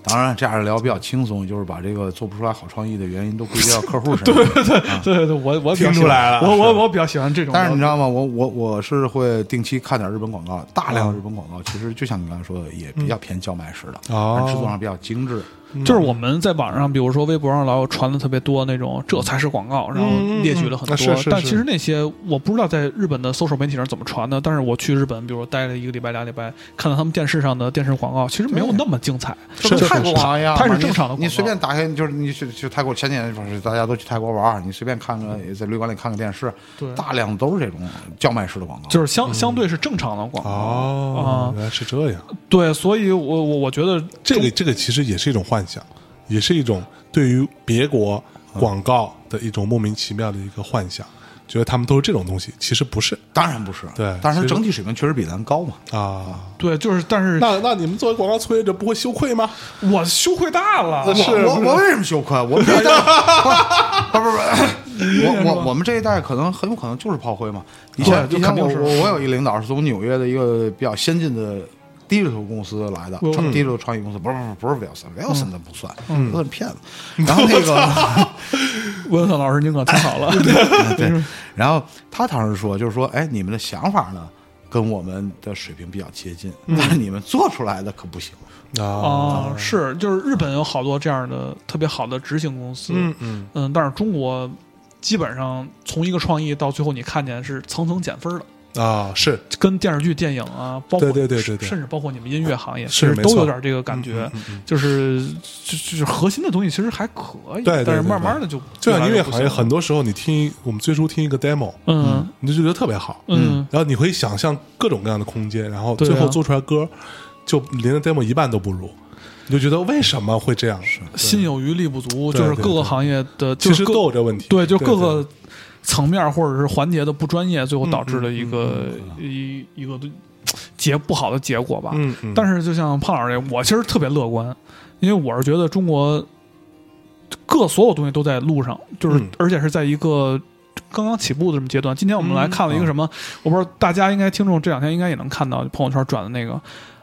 [SPEAKER 3] 当然，这样聊比较轻松，就是把这个做不出来好创意的原因都归结到 客户身上。对对
[SPEAKER 1] 对对对，我我比较喜
[SPEAKER 2] 听出
[SPEAKER 1] 欢
[SPEAKER 2] 来了
[SPEAKER 1] 我我我比较喜欢这种，
[SPEAKER 3] 但是你知道吗？我我我是会定期看点日本广告，大量的日本广告，其实就像你刚才说的，也比较偏叫卖式的，
[SPEAKER 2] 哦
[SPEAKER 3] 但制作上比较精致。
[SPEAKER 2] 嗯
[SPEAKER 1] 就是我们在网上，比如说微博上老有传的特别多那种这才是广告，然后列举了很
[SPEAKER 2] 嗯嗯嗯啊
[SPEAKER 1] 多。
[SPEAKER 2] 是是
[SPEAKER 1] 但
[SPEAKER 2] 是
[SPEAKER 1] 其实那些我不知道在日本的 social 媒体上怎么传的，但是我去日本，比如说待了一个礼拜、俩礼拜，看到他们电视上的电视广告，其实没有那么精彩。
[SPEAKER 3] 这不
[SPEAKER 2] 是
[SPEAKER 3] 泰国广告一样吗，
[SPEAKER 1] 它是正常的广告
[SPEAKER 3] 你。你随便打开，就是你去去泰国，前几年不是大家都去泰国玩儿，你随便看个在旅馆里看个电视
[SPEAKER 1] 嗯对，
[SPEAKER 3] 大量都是这种叫卖式的广告。
[SPEAKER 1] 就是相相对是正常的广告，啊，
[SPEAKER 2] 哦原来是这样。
[SPEAKER 1] 对，所以我我我觉得
[SPEAKER 2] 这个这个其实也是一种幻想，也是一种对于别
[SPEAKER 1] 啊
[SPEAKER 2] 国广告的一种莫名其妙的一个幻想，觉得他们都是这种东西，其实不是
[SPEAKER 3] 当然不是，
[SPEAKER 2] 对
[SPEAKER 3] 但是
[SPEAKER 2] 其实
[SPEAKER 3] 整体水平确实比咱高嘛。
[SPEAKER 2] 啊。
[SPEAKER 1] 对，就是但是
[SPEAKER 2] 那那你们作为广告从业者不会羞愧吗？
[SPEAKER 1] 我羞愧大了，
[SPEAKER 2] 是
[SPEAKER 1] 我
[SPEAKER 3] 我
[SPEAKER 2] 不
[SPEAKER 3] 我为什么羞愧？啊我们这 一代，不不不，我我我们这一代可能很有可能就是炮灰嘛。你像
[SPEAKER 1] 对
[SPEAKER 3] 你
[SPEAKER 1] 就肯
[SPEAKER 3] 像我
[SPEAKER 1] 定是
[SPEAKER 3] 我我有一领导是从纽约的一个比较先进的低头公司来的，
[SPEAKER 1] 嗯
[SPEAKER 3] 创低头创意公司，不是不是不是 Wilson，Wilson 那不算，都是 骗子。然后那个
[SPEAKER 1] 文森老师您可太 好了， 嗯
[SPEAKER 3] 对，然后他当时说就是说，哎，你们的想法呢？跟我们的水平比较接近，
[SPEAKER 1] 嗯
[SPEAKER 3] 但是你们做出来的可不行。
[SPEAKER 2] 啊，
[SPEAKER 1] 啊，是，就是日本有好多这样的特别好的执行公司，
[SPEAKER 2] 嗯嗯，
[SPEAKER 1] 嗯，但是中国基本上从一个创意到最后，你看见是层层减分的，
[SPEAKER 2] 啊，是
[SPEAKER 1] 跟电视剧、电影啊，包括
[SPEAKER 2] 对对对对对
[SPEAKER 1] 甚至包括你们音乐行业，其
[SPEAKER 2] 是
[SPEAKER 1] 实
[SPEAKER 2] 没
[SPEAKER 1] 都
[SPEAKER 2] 错嗯
[SPEAKER 1] 有点这个感觉，就是就就是核心的东西其实还可以，
[SPEAKER 2] 对对
[SPEAKER 1] 但是
[SPEAKER 2] 对
[SPEAKER 1] 慢
[SPEAKER 2] 对
[SPEAKER 1] 慢的就
[SPEAKER 2] 就
[SPEAKER 1] 越
[SPEAKER 2] 像
[SPEAKER 1] 来
[SPEAKER 2] 音
[SPEAKER 1] 越
[SPEAKER 2] 乐
[SPEAKER 1] 不
[SPEAKER 2] 行业，
[SPEAKER 1] 行了
[SPEAKER 2] 很多时候你听我们最初听一个 demo，
[SPEAKER 1] 嗯
[SPEAKER 2] 你就觉得特别好，
[SPEAKER 1] 嗯
[SPEAKER 2] 然后你会想象各种各样的空间，然后
[SPEAKER 1] 对啊
[SPEAKER 2] 最后做出来歌，就连着 demo 一半都不如，你就觉得为什么会这样？
[SPEAKER 1] 心有余力不足，
[SPEAKER 2] 对
[SPEAKER 1] 就是
[SPEAKER 2] 对
[SPEAKER 1] 各
[SPEAKER 2] 对
[SPEAKER 1] 个行业的，就
[SPEAKER 2] 其
[SPEAKER 1] 是
[SPEAKER 2] 实
[SPEAKER 1] 各
[SPEAKER 2] 都有这问题。
[SPEAKER 1] 对，就各
[SPEAKER 2] 对
[SPEAKER 1] 个层面或者是环节的不专业，最后导致了一个
[SPEAKER 2] 嗯
[SPEAKER 1] 一一个结不好的结果吧。
[SPEAKER 2] 嗯嗯
[SPEAKER 1] 但是就像胖老师这，我其实特别乐观，因为我是觉得中国各所有东西都在路上，就是
[SPEAKER 2] 嗯
[SPEAKER 1] 而且是在一个。刚刚起步的这么阶段，今天我们
[SPEAKER 2] 嗯
[SPEAKER 1] 来看了一个什么？我不知道大家应该听众这两天应该也能看到朋友圈转的那个，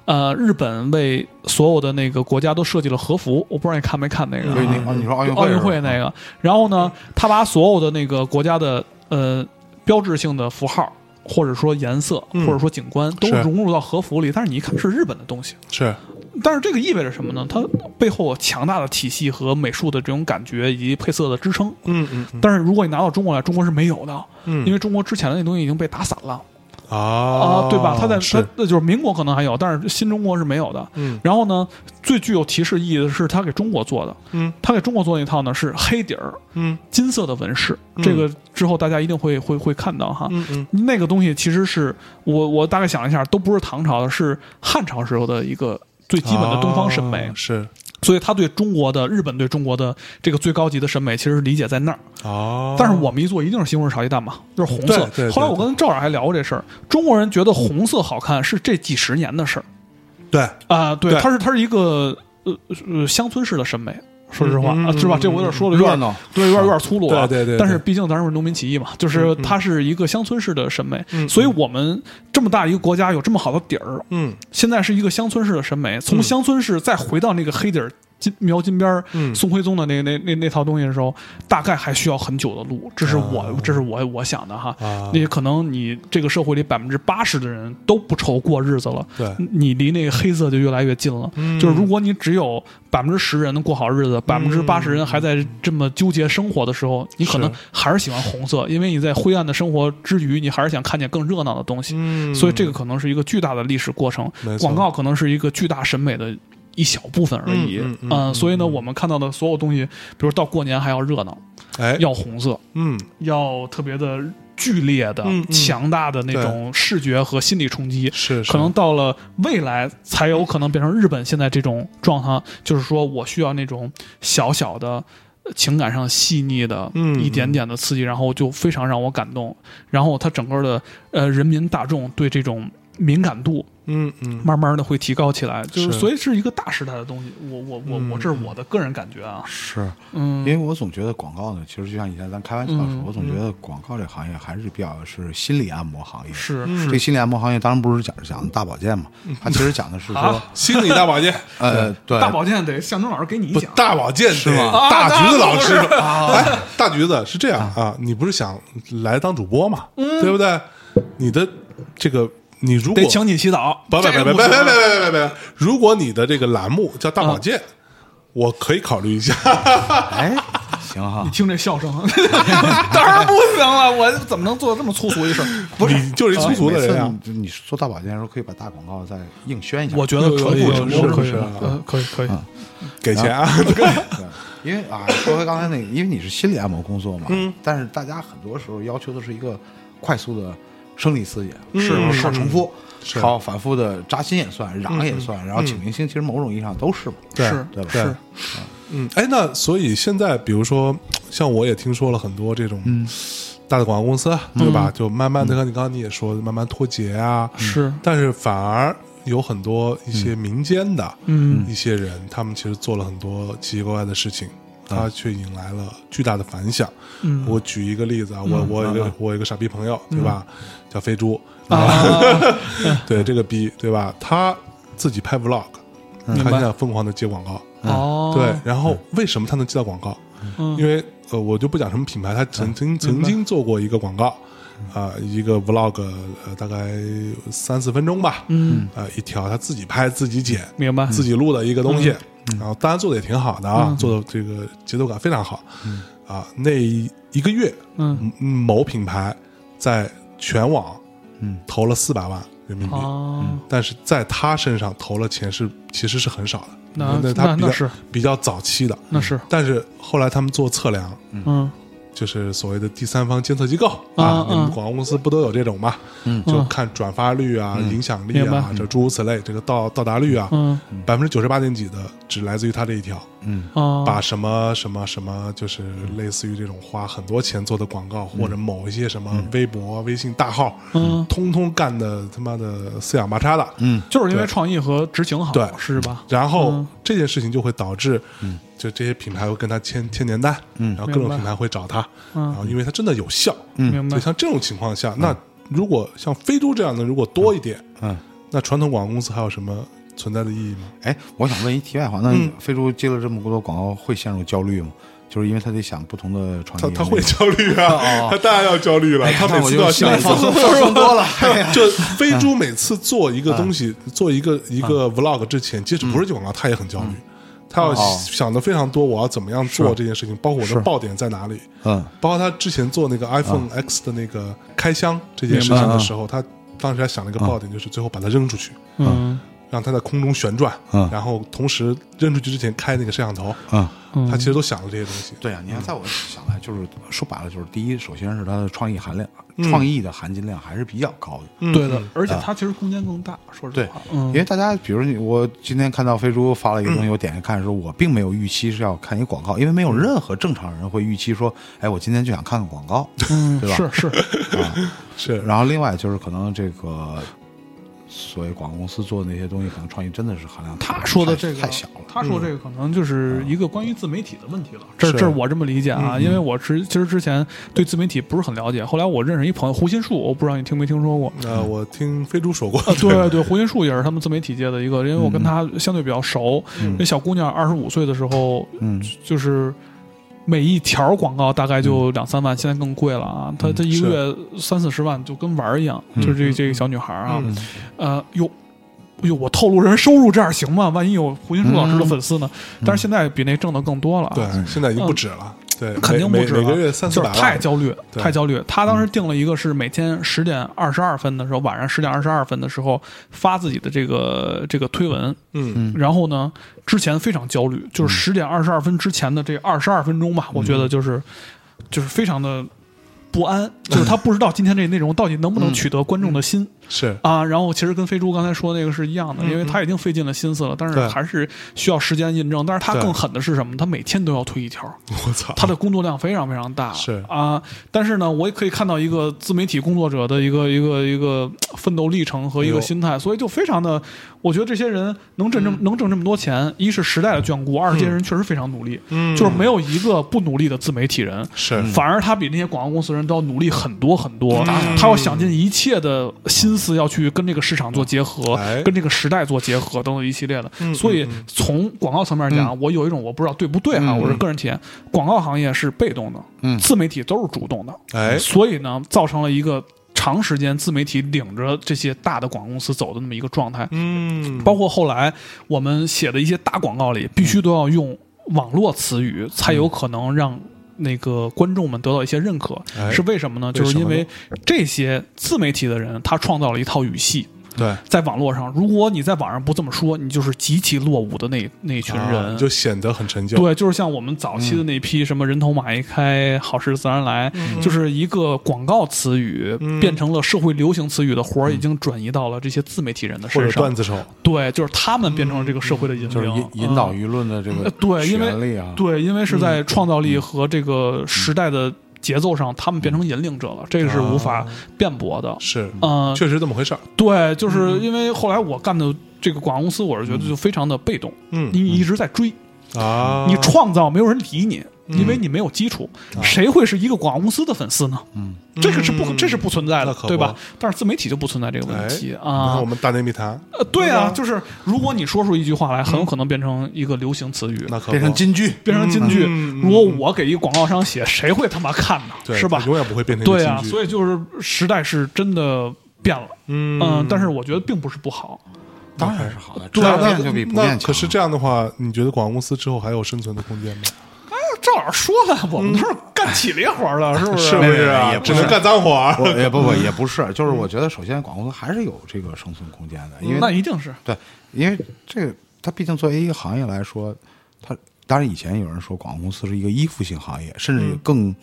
[SPEAKER 1] 呃，日本为所有的那个国家都设计了和服，我不知道你看没看那个
[SPEAKER 2] 嗯
[SPEAKER 1] 啊？
[SPEAKER 3] 对你啊你说奥运会
[SPEAKER 1] 奥运
[SPEAKER 3] 是吧
[SPEAKER 1] 会那个。然后呢，他把所有的那个国家的呃标志性的符号，或者说颜色，
[SPEAKER 2] 嗯
[SPEAKER 1] 或者说景观，都
[SPEAKER 2] 是
[SPEAKER 1] 融入到和服里。但是你一看是日本的东西，
[SPEAKER 2] 是
[SPEAKER 1] 但是这个意味着什么呢？它背后有强大的体系和美术的这种感觉以及配色的支撑。
[SPEAKER 2] 嗯嗯嗯
[SPEAKER 1] 但是如果你拿到中国来，中国是没有的，
[SPEAKER 2] 嗯
[SPEAKER 1] 因为中国之前的那东西已经被打散了
[SPEAKER 2] 啊
[SPEAKER 1] 啊，对吧？它在它
[SPEAKER 2] 哦是
[SPEAKER 1] 那就是民国可能还有，但是新中国是没有的。
[SPEAKER 2] 嗯
[SPEAKER 1] 然后呢，最具有提示意义的是他给中国做的，
[SPEAKER 2] 嗯
[SPEAKER 1] 他给中国做那套呢是黑底儿，
[SPEAKER 2] 嗯
[SPEAKER 1] 金色的纹饰，这个之后大家一定会会会看到哈。
[SPEAKER 2] 嗯嗯
[SPEAKER 1] 那个东西其实是我我大概想了一下，都不是唐朝的，是汉朝时候的一个最基本的东方审美，
[SPEAKER 2] 啊是
[SPEAKER 1] 所以他对中国的日本对中国的这个最高级的审美，其实理解在那儿。
[SPEAKER 2] 哦，
[SPEAKER 1] 但是我们一做一定是西红柿炒鸡蛋嘛，就是红色
[SPEAKER 2] 对对对。
[SPEAKER 1] 后来我跟赵老师还聊过这事儿，中国人觉得红色好看是这几十年的事儿
[SPEAKER 2] 对
[SPEAKER 1] 啊、对，
[SPEAKER 2] 对
[SPEAKER 1] 它是它是一个呃呃乡村式的审美。说实话
[SPEAKER 2] 嗯嗯
[SPEAKER 1] 啊，是吧？
[SPEAKER 2] 嗯
[SPEAKER 1] 这我有点说的有
[SPEAKER 3] 热
[SPEAKER 1] 点
[SPEAKER 3] 闹，
[SPEAKER 1] 对，有点有点粗鲁啊。
[SPEAKER 2] 对对对对
[SPEAKER 1] 但是毕竟咱是农民起义嘛，就是它是一个乡村式的审美，
[SPEAKER 2] 嗯
[SPEAKER 1] 所以我们这么大一个国家有这么好的底儿，
[SPEAKER 2] 嗯
[SPEAKER 1] 现在是一个乡村式的审美，从乡村式再回到那个黑底儿。金描金边儿
[SPEAKER 2] 嗯
[SPEAKER 1] 宋徽宗的那那那那套东西的时候，大概还需要很久的路，这是我、
[SPEAKER 2] 啊
[SPEAKER 1] 这是我我想的哈。
[SPEAKER 2] 啊
[SPEAKER 1] 你可能你这个社会里百分之八十的人都不愁过日子了，
[SPEAKER 2] 对
[SPEAKER 1] 你离那个黑色就越来越近了。
[SPEAKER 2] 嗯
[SPEAKER 1] 就是如果你只有百分之十人能过好日子，百分之八十人还在这么纠结生活的时候，你可能
[SPEAKER 2] 是
[SPEAKER 1] 还是喜欢红色，因为你在灰暗的生活之余，你还是想看见更热闹的东西。
[SPEAKER 2] 嗯
[SPEAKER 1] 所以这个可能是一个巨大的历史过程
[SPEAKER 2] 没，错
[SPEAKER 1] 广告可能是一个巨大审美的一小部分而已。呃
[SPEAKER 2] 嗯嗯嗯嗯
[SPEAKER 1] 所以呢，我们看到的所有东西，比如到过年还要热闹，
[SPEAKER 2] 哎
[SPEAKER 1] 要红色，
[SPEAKER 2] 嗯
[SPEAKER 1] 要特别的剧烈的、
[SPEAKER 2] 嗯嗯
[SPEAKER 1] 强大的那
[SPEAKER 2] 对
[SPEAKER 1] 种视觉和心理冲击。
[SPEAKER 2] 是是
[SPEAKER 1] 可能到了未来，才有可能变成日本现在这种状况，就是说我需要那种小小的呃情感上细腻的，
[SPEAKER 2] 嗯
[SPEAKER 1] 一点点的刺激，然后就非常让我感动。然后他整个的呃人民大众对这种敏感度，
[SPEAKER 2] 嗯嗯
[SPEAKER 1] 慢慢的会提高起来，就是
[SPEAKER 2] 是嗯
[SPEAKER 1] 所以是一个大时代的东西。我我我我这是我的个人感觉啊，
[SPEAKER 3] 是，因
[SPEAKER 1] 嗯
[SPEAKER 3] 为我总觉得广告呢，其实就像以前咱开玩笑说，
[SPEAKER 1] 嗯
[SPEAKER 3] 我总觉得广告这行业还是比较是心理按摩行业。
[SPEAKER 1] 是嗯
[SPEAKER 3] 这个心理按摩行业当然不是讲讲大保健嘛，它其实讲的是说
[SPEAKER 1] 啊，
[SPEAKER 2] 心理大保健
[SPEAKER 3] 呃，对，
[SPEAKER 1] 大保健得向东老师给你
[SPEAKER 2] 不
[SPEAKER 1] 讲，
[SPEAKER 2] 大保健是
[SPEAKER 3] 吗
[SPEAKER 2] 大橘子老师，
[SPEAKER 1] 啊
[SPEAKER 2] 哎，大橘子是这样啊，你不是想来当主播嘛，对不对？你的这个你如
[SPEAKER 1] 嗯
[SPEAKER 2] 果
[SPEAKER 1] 得请你洗澡，
[SPEAKER 2] 不不
[SPEAKER 1] 这
[SPEAKER 2] 不
[SPEAKER 1] 个
[SPEAKER 2] 不不
[SPEAKER 1] 不行啊
[SPEAKER 2] 不不不不，如果你的这个栏目叫大保健，我可以考虑一下。
[SPEAKER 3] 哎，行哈
[SPEAKER 1] 你，听这笑声，当然不行了，我怎么能做这么粗俗一事儿？
[SPEAKER 2] 不是，你就是一粗俗的人
[SPEAKER 1] 啊
[SPEAKER 2] 呀
[SPEAKER 3] 每次。你你做大保健的时候，可以把大广告再硬宣一下。
[SPEAKER 1] 我觉得可以，
[SPEAKER 2] 有有有
[SPEAKER 1] 我
[SPEAKER 2] 是
[SPEAKER 1] 可以
[SPEAKER 2] 是
[SPEAKER 1] 的，呃可以可以，
[SPEAKER 2] 给钱啊！
[SPEAKER 3] 对， 因为啊，说回刚才那个，因为你是心理按摩工作嘛，嗯，但是大家很多时候要求的是一个快速的生理刺激，是靠重复，
[SPEAKER 2] 是
[SPEAKER 3] 靠反复的扎心也算，嚷也算，然后请明星，其实某种意义上都是嘛，
[SPEAKER 2] 对
[SPEAKER 1] 是
[SPEAKER 3] 嗯对吧？
[SPEAKER 2] 对，嗯，哎，那所以现在，比如说，像我也听说了很多这种
[SPEAKER 1] 嗯
[SPEAKER 2] 大的广告公司，啊对吧？就慢慢的，像你刚刚你也说，慢慢脱节啊，
[SPEAKER 1] 嗯是
[SPEAKER 2] 但是反而有很多一些民间的，
[SPEAKER 1] 嗯，
[SPEAKER 2] 一些人，他们其实做了很多奇奇怪怪的事情，他却引来了巨大的反响。
[SPEAKER 1] 嗯
[SPEAKER 2] 我举一个例子啊，我我有一个我有一个傻逼朋友，对吧？叫飞猪，
[SPEAKER 1] 啊，
[SPEAKER 2] 对这个逼，对吧？他自己拍 vlog，他
[SPEAKER 1] 明白
[SPEAKER 2] 现在疯狂的接广告，
[SPEAKER 1] 哦，
[SPEAKER 2] 对，，然后为什么他能接到广告？
[SPEAKER 1] 嗯
[SPEAKER 2] 因为呃，我就不讲什么品牌，他曾经曾经做过一个广告，啊、一个 vlog，呃，大概三四分钟吧，
[SPEAKER 1] 嗯，
[SPEAKER 2] 呃，一条他自己拍自己剪，
[SPEAKER 1] 明白，嗯
[SPEAKER 2] 自己录的一个东西，然后当然做的也挺好的啊，做的这个节奏感非常好，啊，那一个月，
[SPEAKER 1] 嗯
[SPEAKER 2] 嗯某品牌在全网，
[SPEAKER 3] 嗯，
[SPEAKER 2] 投了四百万人民币，
[SPEAKER 1] 哦，
[SPEAKER 2] 但是在他身上投了钱是其实是很少的，
[SPEAKER 1] 那
[SPEAKER 2] 那
[SPEAKER 1] 那
[SPEAKER 2] 他比较
[SPEAKER 1] 那是
[SPEAKER 2] 比较早期的，
[SPEAKER 1] 那是，
[SPEAKER 2] 但是后来他们做测量，
[SPEAKER 1] 嗯，
[SPEAKER 2] 就是所谓的第三方监测机构
[SPEAKER 1] 啊
[SPEAKER 2] 啊，你们
[SPEAKER 1] 啊
[SPEAKER 2] 广告公司不都有这种嘛？嗯，就看转发率啊、影响力
[SPEAKER 1] 嗯明白
[SPEAKER 2] 啊，这诸如此类，这个到到达率啊
[SPEAKER 1] 嗯，
[SPEAKER 2] 百分之九十八点几的只来自于它这一条。
[SPEAKER 1] 啊，
[SPEAKER 2] 把什么什么什么，就是类似于这种花很多钱做的广告，或者某一些什么微博、微信大号，
[SPEAKER 1] 嗯
[SPEAKER 2] 通通干的他妈的四仰八叉的，嗯，
[SPEAKER 1] 就是因为
[SPEAKER 2] 对
[SPEAKER 1] 创意和执行好，
[SPEAKER 2] 对
[SPEAKER 1] 是吧？
[SPEAKER 2] 然后、
[SPEAKER 1] 嗯
[SPEAKER 2] 这件事情就会导致，
[SPEAKER 3] 嗯
[SPEAKER 2] 就这些品牌会跟他签签年单，嗯，然后各种
[SPEAKER 1] 明白
[SPEAKER 2] 品牌会找他，
[SPEAKER 1] 嗯
[SPEAKER 2] 然后因为他真的有效，
[SPEAKER 3] 嗯
[SPEAKER 1] 明白
[SPEAKER 2] 所以像这种情况下，那如果像飞猪这样的，如果多一点，
[SPEAKER 3] 嗯，
[SPEAKER 2] 那传统广告公司还有什么存在的意义吗？
[SPEAKER 3] 哎，我想问一题外话，那飞猪接了这么多广告，会陷入焦虑吗？就是因为他得想不同的创
[SPEAKER 2] 他
[SPEAKER 3] 意。
[SPEAKER 2] 他会 焦虑
[SPEAKER 3] 哦
[SPEAKER 2] 啊， 他当然要焦虑了，他每
[SPEAKER 3] 那我
[SPEAKER 2] 次
[SPEAKER 3] 就
[SPEAKER 2] 都要
[SPEAKER 3] 心
[SPEAKER 2] 想
[SPEAKER 3] 里
[SPEAKER 2] 一
[SPEAKER 3] 放
[SPEAKER 2] 次
[SPEAKER 3] 松。放松多 了。哎呀嗯
[SPEAKER 2] 就飞猪每次做一个东西，做一个一个 vlog 之前，即使不是广告，他也很焦虑，他要
[SPEAKER 3] 嗯哦
[SPEAKER 2] 想的非常多，我要怎么样做这件事情，包括我的爆点在哪里，
[SPEAKER 3] 嗯，
[SPEAKER 2] 包括他之前做那个 iPhone X 的那个开箱这件事情的时候，他当时还想了一个爆点，就是最后把它扔出去，
[SPEAKER 1] 嗯
[SPEAKER 2] 让它在空中旋转
[SPEAKER 3] 嗯，
[SPEAKER 2] 然后同时扔出去之前开那个摄像头，
[SPEAKER 3] 嗯，
[SPEAKER 1] 嗯，
[SPEAKER 2] 他其实都想了这些东西。
[SPEAKER 3] 对啊，你看，在我想来，就是说白了，就是第一，首先是它的创意含量，创意的含金量还是比较高的。
[SPEAKER 1] 对
[SPEAKER 2] 嗯
[SPEAKER 1] 的，而且它其实空间更大，说实
[SPEAKER 3] 对
[SPEAKER 1] 话，，嗯
[SPEAKER 3] 因为大家，比如你我今天看到飞猪发了一个东西，我点开看的时候，我并没有预期是要看一广告，因为没有任何正常人会预期说，哎，我今天就想看看 广告，
[SPEAKER 1] 嗯，
[SPEAKER 3] 对吧
[SPEAKER 1] 是是，
[SPEAKER 2] 是
[SPEAKER 3] 然后另外就是可能这个所谓广告公司做的那些东西，可能创意真的是含量太
[SPEAKER 1] 他说的
[SPEAKER 3] 太
[SPEAKER 1] 这个
[SPEAKER 3] 太小了。
[SPEAKER 1] 他说这个可能就是一个关于自媒体的问题了。这这是我这么理解啊，因为我之其实之前对自媒体不是很了解，后来我认识一朋友胡心树，我不知道你听没听说过。
[SPEAKER 2] 呃，我听飞猪说过，
[SPEAKER 1] 啊， 对对，胡心树也是他们自媒体界的一个，因为我跟他相对比较熟。那小姑娘二十五岁的时候，
[SPEAKER 3] 嗯，
[SPEAKER 1] 就是每一条广告大概就两三万，现在更贵了啊！她她一个月三四十万，就跟玩儿一样。就是这这个小女孩儿啊，呃，哟哟，我透露人收入这样行吗？万一有胡心树老师的粉丝呢？但是现在比那挣的更多了啊。
[SPEAKER 2] 对，现在已经不止了，对，
[SPEAKER 1] 嗯肯定
[SPEAKER 2] 每
[SPEAKER 1] 不止
[SPEAKER 2] 每
[SPEAKER 1] 了，
[SPEAKER 2] 每个月三四
[SPEAKER 1] 就
[SPEAKER 2] 百万，
[SPEAKER 1] 是太焦虑，
[SPEAKER 2] 对嗯
[SPEAKER 1] 太焦虑。他当时定了一个是每天十点二十二分的时候，晚上十点二十二分的时候发自己的这个这个推文，
[SPEAKER 2] 嗯，
[SPEAKER 1] 然后呢，之前非常焦虑，就是十点二十二分之前的这二十二分钟吧，我觉得就是就是非常的不安，就是他不知道今天这内容到底能不能取得观众的心。
[SPEAKER 2] 是
[SPEAKER 1] 啊，然后其实跟飞猪刚才说的那个是一样的，因为他已经费尽了心思了，但是
[SPEAKER 2] 嗯对
[SPEAKER 1] 还是需要时间印证。但是他
[SPEAKER 2] 对
[SPEAKER 1] 更狠的是什么？他每天都要推一条，
[SPEAKER 2] 我操，
[SPEAKER 1] 他的工作量非常非常大，
[SPEAKER 2] 是
[SPEAKER 1] 啊。但是呢，我也可以看到一个自媒体工作者的一个一个一个呃奋斗历程和一
[SPEAKER 2] 哎
[SPEAKER 1] 个
[SPEAKER 2] 呦
[SPEAKER 1] 心态，所以就非常的，我觉得这些人能挣这
[SPEAKER 2] 嗯
[SPEAKER 1] 么、能挣这么多钱，一是时代的眷顾，二是这些人确实非常努力，
[SPEAKER 2] 嗯
[SPEAKER 1] 就是没有嗯一个不努力的自媒体人，
[SPEAKER 2] 是
[SPEAKER 1] 反而他比那些广告公司人都要努力很多很多，
[SPEAKER 2] 嗯
[SPEAKER 1] 他要想尽一切的心思要去跟这个市场做结合，
[SPEAKER 2] 哎嗯
[SPEAKER 1] 跟这个时代做结合等等一系列的。所以从广告层面讲，我有一种我不知道对不对哈、
[SPEAKER 2] 嗯
[SPEAKER 1] 我是个人体验，广告行业是被动的，自媒体都是主动的，
[SPEAKER 2] 哎
[SPEAKER 1] 所以呢，造成了一个长时间自媒体领着这些大的广告公司走的那么一个状态。
[SPEAKER 2] 嗯，
[SPEAKER 1] 包括后来我们写的一些大广告里，必须都要用网络词语，才
[SPEAKER 2] 嗯
[SPEAKER 1] 有可能让那个观众们得到一些认可。
[SPEAKER 2] 哎
[SPEAKER 1] 是为什么呢？就是因为这些自媒体的人，他创造了一套语系。
[SPEAKER 2] 对，
[SPEAKER 1] 在网络上，如果你在网上不这么说，你就是极其落伍的那那一群
[SPEAKER 2] 啊
[SPEAKER 1] 人，
[SPEAKER 2] 就嗯显得很陈旧，
[SPEAKER 1] 对，就是像我们早期的那批什么“人头马一开，好事自然来”，就是一个广告词语
[SPEAKER 2] 嗯
[SPEAKER 1] 变成了社会流行词语的活儿，已经转移到了这些自媒体人的
[SPEAKER 2] 或
[SPEAKER 1] 身
[SPEAKER 2] 者
[SPEAKER 1] 上。
[SPEAKER 2] 段子手，
[SPEAKER 1] 对，就是他们变成了这个社会的引领，
[SPEAKER 3] 就是引引导舆论的这
[SPEAKER 1] 嗯呃
[SPEAKER 3] 个
[SPEAKER 1] 对，因
[SPEAKER 3] 权利
[SPEAKER 1] 为
[SPEAKER 3] 啊，
[SPEAKER 1] 对，因为是在创造力和这个时代的节奏上，他们变成引领者了，这个是无法辩驳的。
[SPEAKER 2] 是，
[SPEAKER 1] 嗯，
[SPEAKER 2] 确实这么回事儿，
[SPEAKER 1] 对，就是因为后来我干的这个广告公司，我是觉得就非常的被动，
[SPEAKER 2] 嗯
[SPEAKER 1] 你一直在追，
[SPEAKER 2] 啊，
[SPEAKER 1] 你创造没有人理你，因为你没有基础，谁会是一个广告公司的粉丝呢？嗯，这个是不这是不存在的
[SPEAKER 2] 那可，不
[SPEAKER 1] 对吧？但是自媒体就不存在这个问题
[SPEAKER 2] 哎你
[SPEAKER 1] 啊
[SPEAKER 2] 看我。们大内密谈，
[SPEAKER 1] 呃，对嗯啊，就是如果你说出一句话来，很有可能变成一个流行词语，
[SPEAKER 2] 那可不
[SPEAKER 3] 变成金句，
[SPEAKER 1] 变成金句。
[SPEAKER 2] 嗯嗯嗯
[SPEAKER 1] 如果我给一个广告商写，谁会他妈看呢？
[SPEAKER 2] 对
[SPEAKER 1] 是吧
[SPEAKER 2] 它？永远不会变成一个
[SPEAKER 1] 对啊，
[SPEAKER 2] 金句
[SPEAKER 1] 所以就是时代是真的变了，
[SPEAKER 2] 嗯
[SPEAKER 1] 但是我觉得并不是不好。
[SPEAKER 3] 当然是好的，
[SPEAKER 2] 啊那
[SPEAKER 3] 质
[SPEAKER 1] 啊
[SPEAKER 3] 量就比
[SPEAKER 2] 那
[SPEAKER 3] 不
[SPEAKER 2] 那
[SPEAKER 3] 变强。
[SPEAKER 2] 可是这样的话，你觉得广告公司之后还有生存的空间吗？
[SPEAKER 1] 赵老师说了，我们都是干体力活 的，是不嗯是？
[SPEAKER 2] 是不是
[SPEAKER 3] 没
[SPEAKER 2] 啊
[SPEAKER 3] 有？
[SPEAKER 2] 只能干脏活儿，
[SPEAKER 3] 我也不
[SPEAKER 1] 嗯
[SPEAKER 3] 不也不是，就是我觉得首先广告公司还是有这个生存空间的，因为
[SPEAKER 1] 嗯那一定是
[SPEAKER 3] 对，因为这个它毕竟作为一个行业
[SPEAKER 1] 嗯
[SPEAKER 3] 来说，它当然以前有人说广告公司是一个依附性行业，甚至更、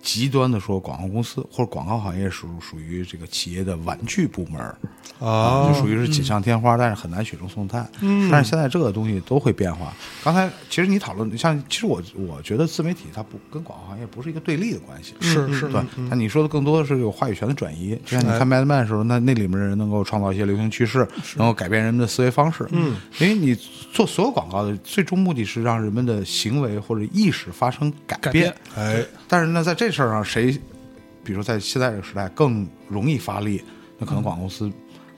[SPEAKER 3] 极端的说，广告公司或者广告行业属属于这个企业的玩具部门儿
[SPEAKER 1] 哦
[SPEAKER 3] 啊，就属于是
[SPEAKER 1] 嗯
[SPEAKER 3] 锦上添花，但是很难雪中送炭。嗯，但是现在这个东西都会变化。刚才其实你讨论，像其实我我觉得自媒体它不跟广告行业不是一个对立的关系，嗯
[SPEAKER 1] 是是
[SPEAKER 3] 对。那你说的更多的是有话语权的转移，就像你看《Mad Men》的时候，那那里面的人能够创造一些流行趋势，能够改变人们的思维方式。嗯，因为你做所有广告的最终目的是让人们的行为或者意识发生改
[SPEAKER 1] 改变
[SPEAKER 2] 哎，
[SPEAKER 3] 但是呢，在这事儿上，谁，比如在现在这个时代更容易发力，那可能广告公司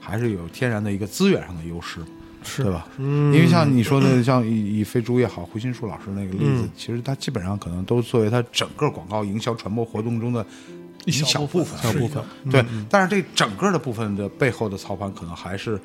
[SPEAKER 3] 还是有天然的一个资源上的优势，
[SPEAKER 1] 是
[SPEAKER 3] 对吧？嗯，因为像你说的， 像以以飞猪也好，胡心树老师那个例子，其实他基本上可能都作为他整个广告营销传播活动中的一
[SPEAKER 1] 小
[SPEAKER 3] 小
[SPEAKER 1] 部
[SPEAKER 3] 部
[SPEAKER 1] 分
[SPEAKER 3] 分，
[SPEAKER 1] 小部分
[SPEAKER 3] 对。但是这整个的部分的背后的操盘，可能还是。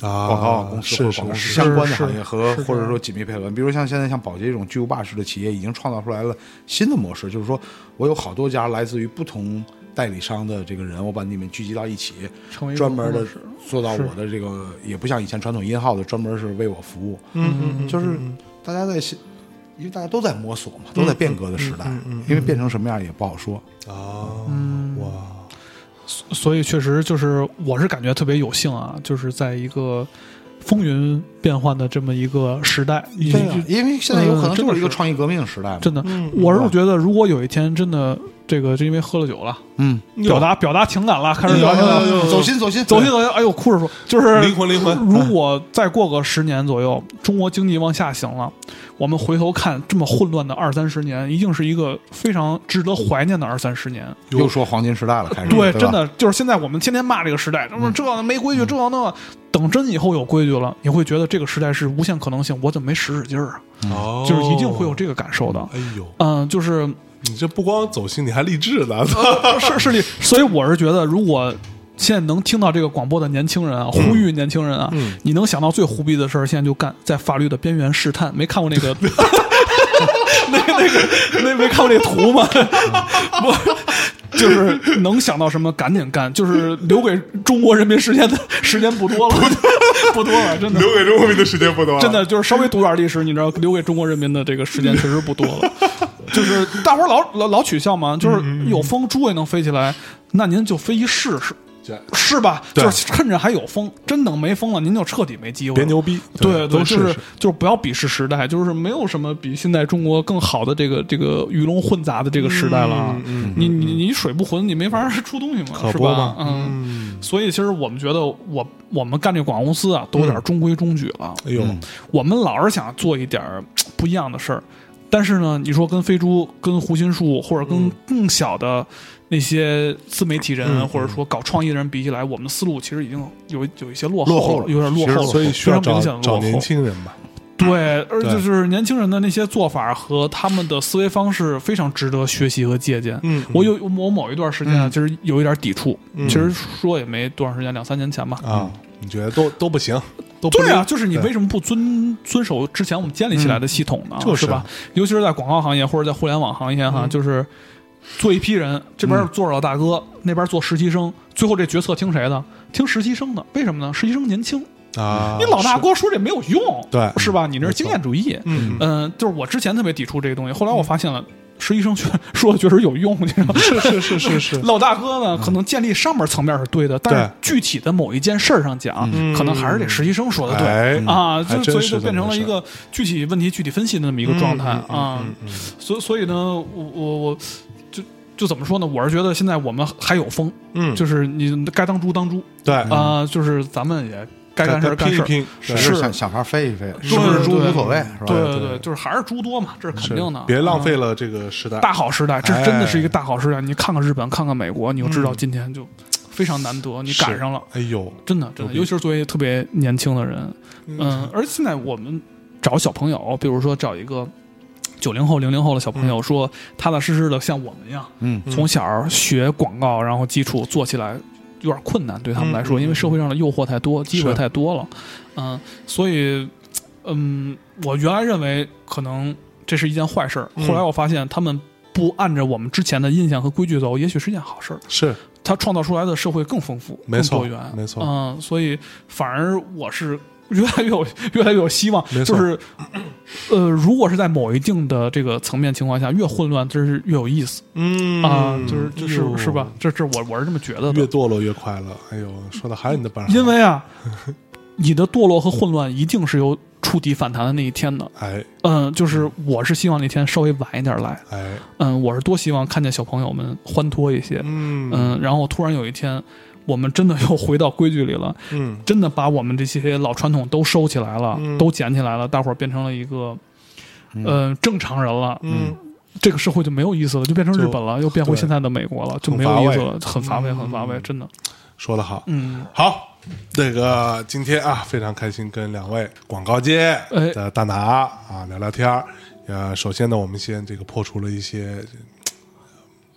[SPEAKER 2] 啊
[SPEAKER 3] 广告公司或者
[SPEAKER 2] 是
[SPEAKER 3] 广告
[SPEAKER 2] 是是
[SPEAKER 3] 相关的
[SPEAKER 1] 是
[SPEAKER 3] 行业和或者说紧密配合。比如像现在像宝洁这种巨无霸式的企业，已经创造出来了新的模式，就是说我有好多家来自于不同代理商的这个人，我把你们聚集到一起
[SPEAKER 1] 成为，一个
[SPEAKER 3] 专门
[SPEAKER 1] 工
[SPEAKER 3] 的
[SPEAKER 1] 作室
[SPEAKER 3] 做到我的这个，也不像以前传统音号的专门是为我服务。嗯嗯，就是大家在新。因为大家都在摸索嘛，都在变革的时
[SPEAKER 1] 嗯
[SPEAKER 3] 代，因为变成什么样也不好说。
[SPEAKER 2] 啊，哇，
[SPEAKER 1] 所以确实就是我是感觉特别有幸啊，就是在一个风云变幻的这么一个时代，你
[SPEAKER 3] 对啊，因为现在有可能
[SPEAKER 1] 嗯真
[SPEAKER 3] 就
[SPEAKER 1] 的
[SPEAKER 3] 是一个
[SPEAKER 1] 是
[SPEAKER 3] 创意革命时代嘛。
[SPEAKER 1] 真的，我是觉得如果有一天真的这个就因为喝了酒了，
[SPEAKER 3] 嗯，
[SPEAKER 1] 表达表达情感了，
[SPEAKER 3] 哎
[SPEAKER 1] 开始聊天了。嗯
[SPEAKER 3] 走心走心
[SPEAKER 1] 走心走心，哎呦，哭着说，就是
[SPEAKER 2] 灵魂灵魂
[SPEAKER 1] 如果再过个十年左右，中国经济往下行了，我们回头看这么混乱的二三十年，一定是一个非常值得怀念的二三十年。
[SPEAKER 3] 又说黄金时代了，开始
[SPEAKER 1] 对，
[SPEAKER 3] 嗯吧
[SPEAKER 1] 真的就是现在我们天天骂这个时代，什么这没规矩，这那个。等真以后有规矩了，你会觉得这个时代是无限可能性，我怎么没使使劲儿啊？
[SPEAKER 2] 哦
[SPEAKER 1] 就是一定会有。这个感受的。
[SPEAKER 2] 哎呦，
[SPEAKER 1] 嗯，就是
[SPEAKER 2] 你这不光走心，你还励志 呢。
[SPEAKER 1] 是是你，所以我是觉得，如果现在能听到这个广播的年轻人啊，呼吁年轻人啊，你能想到最胡逼的事儿，现在就干，在法律的边缘试探。没看过那个，那个那个那没看过那图吗？ 我。就是能想到什么赶紧干，就是留给中国人民时间的时间不多了， 不多了，真的。
[SPEAKER 2] 留给中国民的时间不多了，
[SPEAKER 1] 真的就是稍微读点历史，你知道，留给中国人民的这个时间确实不多 了。就是大伙儿老老老取笑嘛，就是有风猪也能飞起来，那您就飞一试试，
[SPEAKER 2] 对
[SPEAKER 1] 是吧？
[SPEAKER 2] 对
[SPEAKER 1] 就是趁着还有风，真等没风了，您就彻底没机会了。
[SPEAKER 2] 别牛逼
[SPEAKER 1] 对对，
[SPEAKER 2] 对都
[SPEAKER 1] 就
[SPEAKER 2] 试
[SPEAKER 1] 是
[SPEAKER 2] 试
[SPEAKER 1] 就是不要鄙视时代，就是没有什么比现在中国更好的这个这个鱼龙混杂的这个时代了
[SPEAKER 2] 嗯
[SPEAKER 1] 啊。你你你水不浑，你没法出东西嘛，
[SPEAKER 2] 可
[SPEAKER 1] 是
[SPEAKER 2] 不
[SPEAKER 1] 吧
[SPEAKER 2] 嘛？
[SPEAKER 1] 嗯，所以其实我们觉得我我们干这广告公司啊，都有
[SPEAKER 2] 嗯
[SPEAKER 1] 点中规中矩了。
[SPEAKER 2] 哎
[SPEAKER 3] 嗯
[SPEAKER 2] 呦，
[SPEAKER 1] 我们老是想做一点儿不一样的事儿，但是呢，你说跟飞猪、跟胡心树或者
[SPEAKER 2] 嗯
[SPEAKER 1] 跟更小的那些自媒体人、或
[SPEAKER 2] 嗯
[SPEAKER 1] 者说搞创意的人比起来，我们的思路其实已经有有一些落后
[SPEAKER 3] 落后了
[SPEAKER 1] 有点落后了，
[SPEAKER 2] 所以需要
[SPEAKER 1] 非常
[SPEAKER 2] 找
[SPEAKER 1] 明显的
[SPEAKER 2] 找
[SPEAKER 1] 落
[SPEAKER 2] 年
[SPEAKER 1] 后。
[SPEAKER 2] 轻人吧。
[SPEAKER 1] 对，而且
[SPEAKER 2] 对
[SPEAKER 1] 就是年轻人的那些做法和他们的思维方式非常值得学习和借鉴。嗯，我有我某一段时间啊，
[SPEAKER 2] 嗯
[SPEAKER 1] 其实有一点抵触，其实说也没多长时间，两三年前吧。
[SPEAKER 2] 啊，
[SPEAKER 3] 嗯
[SPEAKER 2] 你觉得都都不行，都不
[SPEAKER 1] 对啊，
[SPEAKER 2] 灵
[SPEAKER 1] 就是你
[SPEAKER 2] 对嗯
[SPEAKER 1] 为什么不遵遵守之前我们建立起来的系统呢？
[SPEAKER 2] 就是啊嗯是
[SPEAKER 1] 吧？尤其是在广告行业或者在互联网行业哈，就是做一批人，这边做老大
[SPEAKER 2] 嗯
[SPEAKER 1] 哥，那边做实习生，最后这决策听谁的？听实习生的，为什么呢？实习生年轻，
[SPEAKER 2] 啊，
[SPEAKER 1] 你老大哥说这没有用，
[SPEAKER 2] 对
[SPEAKER 1] 是吧？你那是经验主义，
[SPEAKER 2] 嗯
[SPEAKER 1] 嗯，就是我之前特别抵触这个东西，后来我发现了。实习生确说的确实有用，你知道吗？
[SPEAKER 2] 是是是是 是，
[SPEAKER 1] 老大哥呢，可能建立上面层面是对的，但是具体的某一件事儿上讲，可能还是得实习生说的对、
[SPEAKER 2] 嗯哎
[SPEAKER 1] 啊，
[SPEAKER 2] 还
[SPEAKER 1] 就
[SPEAKER 2] 真
[SPEAKER 1] 所以
[SPEAKER 2] 是
[SPEAKER 1] 就
[SPEAKER 2] 这
[SPEAKER 1] 变
[SPEAKER 2] 么
[SPEAKER 1] 成了
[SPEAKER 2] 回
[SPEAKER 1] 一
[SPEAKER 2] 事嗯
[SPEAKER 1] 个具体问题具体分析的那么一个状态啊。所所以呢，我我我就就怎么说呢？我是觉得现在我们还有风，
[SPEAKER 2] 嗯
[SPEAKER 1] 就是你该当猪当猪
[SPEAKER 2] 对，
[SPEAKER 1] 啊、就是咱们也该干事儿干
[SPEAKER 2] 拼一
[SPEAKER 1] 事儿。
[SPEAKER 2] 拼，
[SPEAKER 3] 只
[SPEAKER 2] 是
[SPEAKER 1] 是
[SPEAKER 3] 是想想法飞一飞，是不是猪
[SPEAKER 1] 对
[SPEAKER 3] 无所谓，是吧？嗯
[SPEAKER 1] 对
[SPEAKER 2] 对
[SPEAKER 1] 对，就是还是猪多嘛，这是肯定的。
[SPEAKER 2] 别浪
[SPEAKER 1] 啊
[SPEAKER 2] 费了这个时代。
[SPEAKER 1] 大好时代，这
[SPEAKER 2] 哎
[SPEAKER 1] 真的是一个大好时代。你看看日本，看看美国，你就知道今天就非常难得，你
[SPEAKER 2] 是
[SPEAKER 1] 赶上了，
[SPEAKER 2] 哎呦，
[SPEAKER 1] 真的真的。尤其是作为特别年轻的人，嗯，而现在我们找小朋友，比如说找一个九零后、零零后的小朋友，说踏踏实实的像我们一样，
[SPEAKER 3] 嗯，
[SPEAKER 1] 从小学广告，然后基础做起来。有点困难对他们来说，因为社会上的诱惑太多，机会
[SPEAKER 2] 是
[SPEAKER 1] 太多了，嗯，所以，嗯，我原来认为可能这是一件坏事儿，后来我发现他们不按照我们之前的印象和规矩走，也许是件好事儿。
[SPEAKER 2] 是
[SPEAKER 1] 它创造出来的社会更丰富、
[SPEAKER 2] 没
[SPEAKER 1] 更
[SPEAKER 2] 错
[SPEAKER 1] 多元，
[SPEAKER 2] 没错
[SPEAKER 1] 嗯，所以反而我是越来越有越来越有希望。
[SPEAKER 2] 没
[SPEAKER 1] 就
[SPEAKER 2] 错
[SPEAKER 1] 是，呃，如果是在某一定的这个层面情况下，越混乱，这是越有意思
[SPEAKER 2] 嗯
[SPEAKER 1] 啊、就是
[SPEAKER 2] 哎呦
[SPEAKER 1] 就是是吧？这这我我是这么觉得
[SPEAKER 2] 越
[SPEAKER 1] 的，
[SPEAKER 2] 堕落越快乐。哎呦，说的还是你的本行，
[SPEAKER 1] 因为啊，你的堕落和混乱一定是有触底反弹的那一天的。
[SPEAKER 2] 哎
[SPEAKER 1] 嗯，就是我是希望那天稍微晚一点来。
[SPEAKER 2] 哎，
[SPEAKER 1] 嗯，我是多希望看见小朋友们欢脱一些。
[SPEAKER 2] 嗯
[SPEAKER 1] 嗯，然后突然有一天，我们真的又回到规矩里了，
[SPEAKER 2] 嗯
[SPEAKER 1] 真的把我们这些老传统都收起来了，
[SPEAKER 2] 嗯
[SPEAKER 1] 都捡起来了，大伙儿变成了一个。呃，正常人了，
[SPEAKER 2] 嗯，
[SPEAKER 1] 这个社会就没有意思了，就变成
[SPEAKER 2] 就
[SPEAKER 1] 日本了，又变回
[SPEAKER 2] 对
[SPEAKER 1] 现在的美国了，就
[SPEAKER 2] 很
[SPEAKER 1] 没有
[SPEAKER 2] 乏
[SPEAKER 1] 意
[SPEAKER 2] 味
[SPEAKER 1] 思了，很乏味，
[SPEAKER 2] 嗯
[SPEAKER 1] 很乏味，真的。
[SPEAKER 2] 说的好，
[SPEAKER 1] 嗯，
[SPEAKER 2] 好，这个今天啊，非常开心跟两位广告界
[SPEAKER 1] 哎
[SPEAKER 2] 的大拿啊聊聊天儿。呃，首先呢，我们先这个破除了一些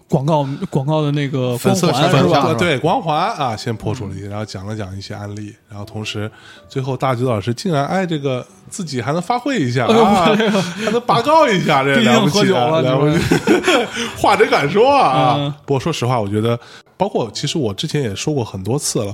[SPEAKER 1] 广告广告的那个
[SPEAKER 3] 粉
[SPEAKER 1] 光
[SPEAKER 3] 色
[SPEAKER 1] 环
[SPEAKER 3] 闪
[SPEAKER 1] 是
[SPEAKER 3] 光
[SPEAKER 1] 吧？
[SPEAKER 3] 吧
[SPEAKER 2] 对光环啊，先破除了一些，然后讲了讲一些案例，然后同时最后大九老师竟然哎这个自己还能发挥一
[SPEAKER 1] 哎
[SPEAKER 2] 下、啊，还能拔高一下，这
[SPEAKER 1] 毕
[SPEAKER 2] 了不
[SPEAKER 1] 竟
[SPEAKER 2] 起
[SPEAKER 1] 喝酒
[SPEAKER 2] 啊
[SPEAKER 1] 了，
[SPEAKER 2] 了不
[SPEAKER 1] 你
[SPEAKER 2] 起，
[SPEAKER 1] 们
[SPEAKER 2] 话真敢说啊！
[SPEAKER 1] 嗯
[SPEAKER 2] 不过说实话，我觉得，包括其实我之前也说过很多次了，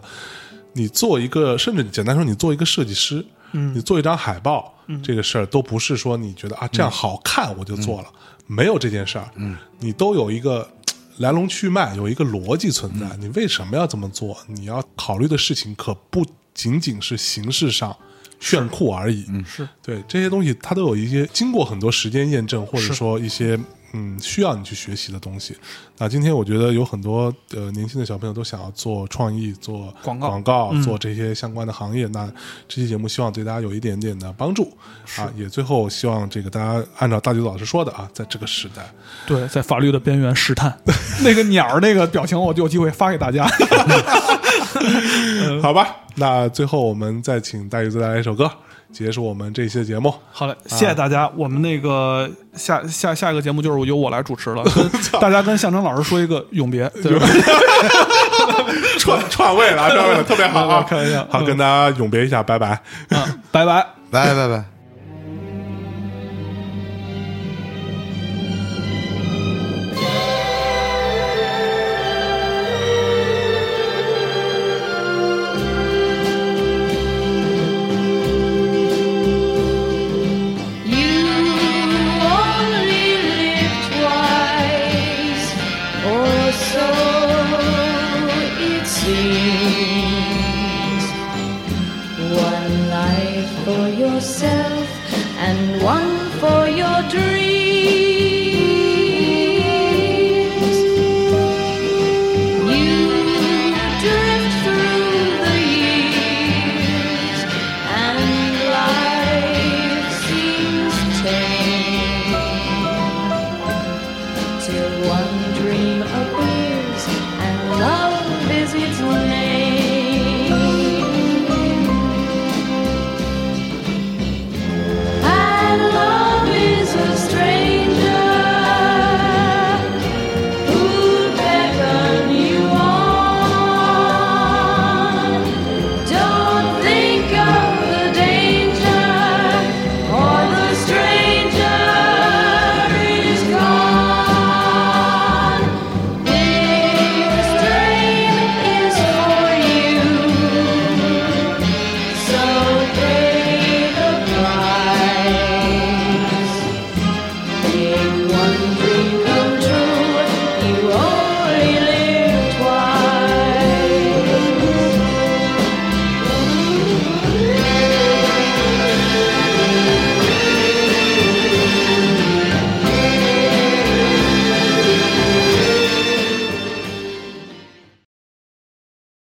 [SPEAKER 2] 你做一个，甚至简单说，你做一个设计师，嗯，你做一张海报，这个事儿都不是说你觉得啊这样好看我就做了，没有这件事儿，嗯，你都有一个。来龙去脉有一个逻辑存在，你为什么要这么做？你要考虑的事情可不仅仅是形式上炫酷而已。嗯，
[SPEAKER 1] 是
[SPEAKER 2] 对这些东西，它都有一些经过很多时间验证，或者说一些嗯需要你去学习的东西。那今天我觉得有很多呃年轻的小朋友都想要做创意、做
[SPEAKER 1] 广告嗯
[SPEAKER 2] 广告、做这些相关的行业。那这期节目希望对大家有一点点的帮助啊，也最后希望这个大家按照大九老师说的啊，在这个时代，
[SPEAKER 1] 对，在法律的边缘试探， 那个鸟儿那个表情，我就有机会发给大 家。嗯
[SPEAKER 2] 好吧？那最后我们再请大宇再来一首歌，结束我们这一期的节目。
[SPEAKER 1] 好嘞，谢谢大家。我们那个下下下一个节目就是由我来主持了， 跟大家跟象征老师说一个永别，对吧？
[SPEAKER 2] 串串位了，串位了，特别好 啊！
[SPEAKER 1] 开玩笑
[SPEAKER 2] 好，
[SPEAKER 1] 嗯
[SPEAKER 2] 跟大家永别一下，拜拜。
[SPEAKER 1] 嗯，拜拜。
[SPEAKER 3] 拜拜拜。
[SPEAKER 5] You only live twice, or so it seems. One life for yourself and one for your dreams. You drift through the years, and life seems tame. Till one dream appears.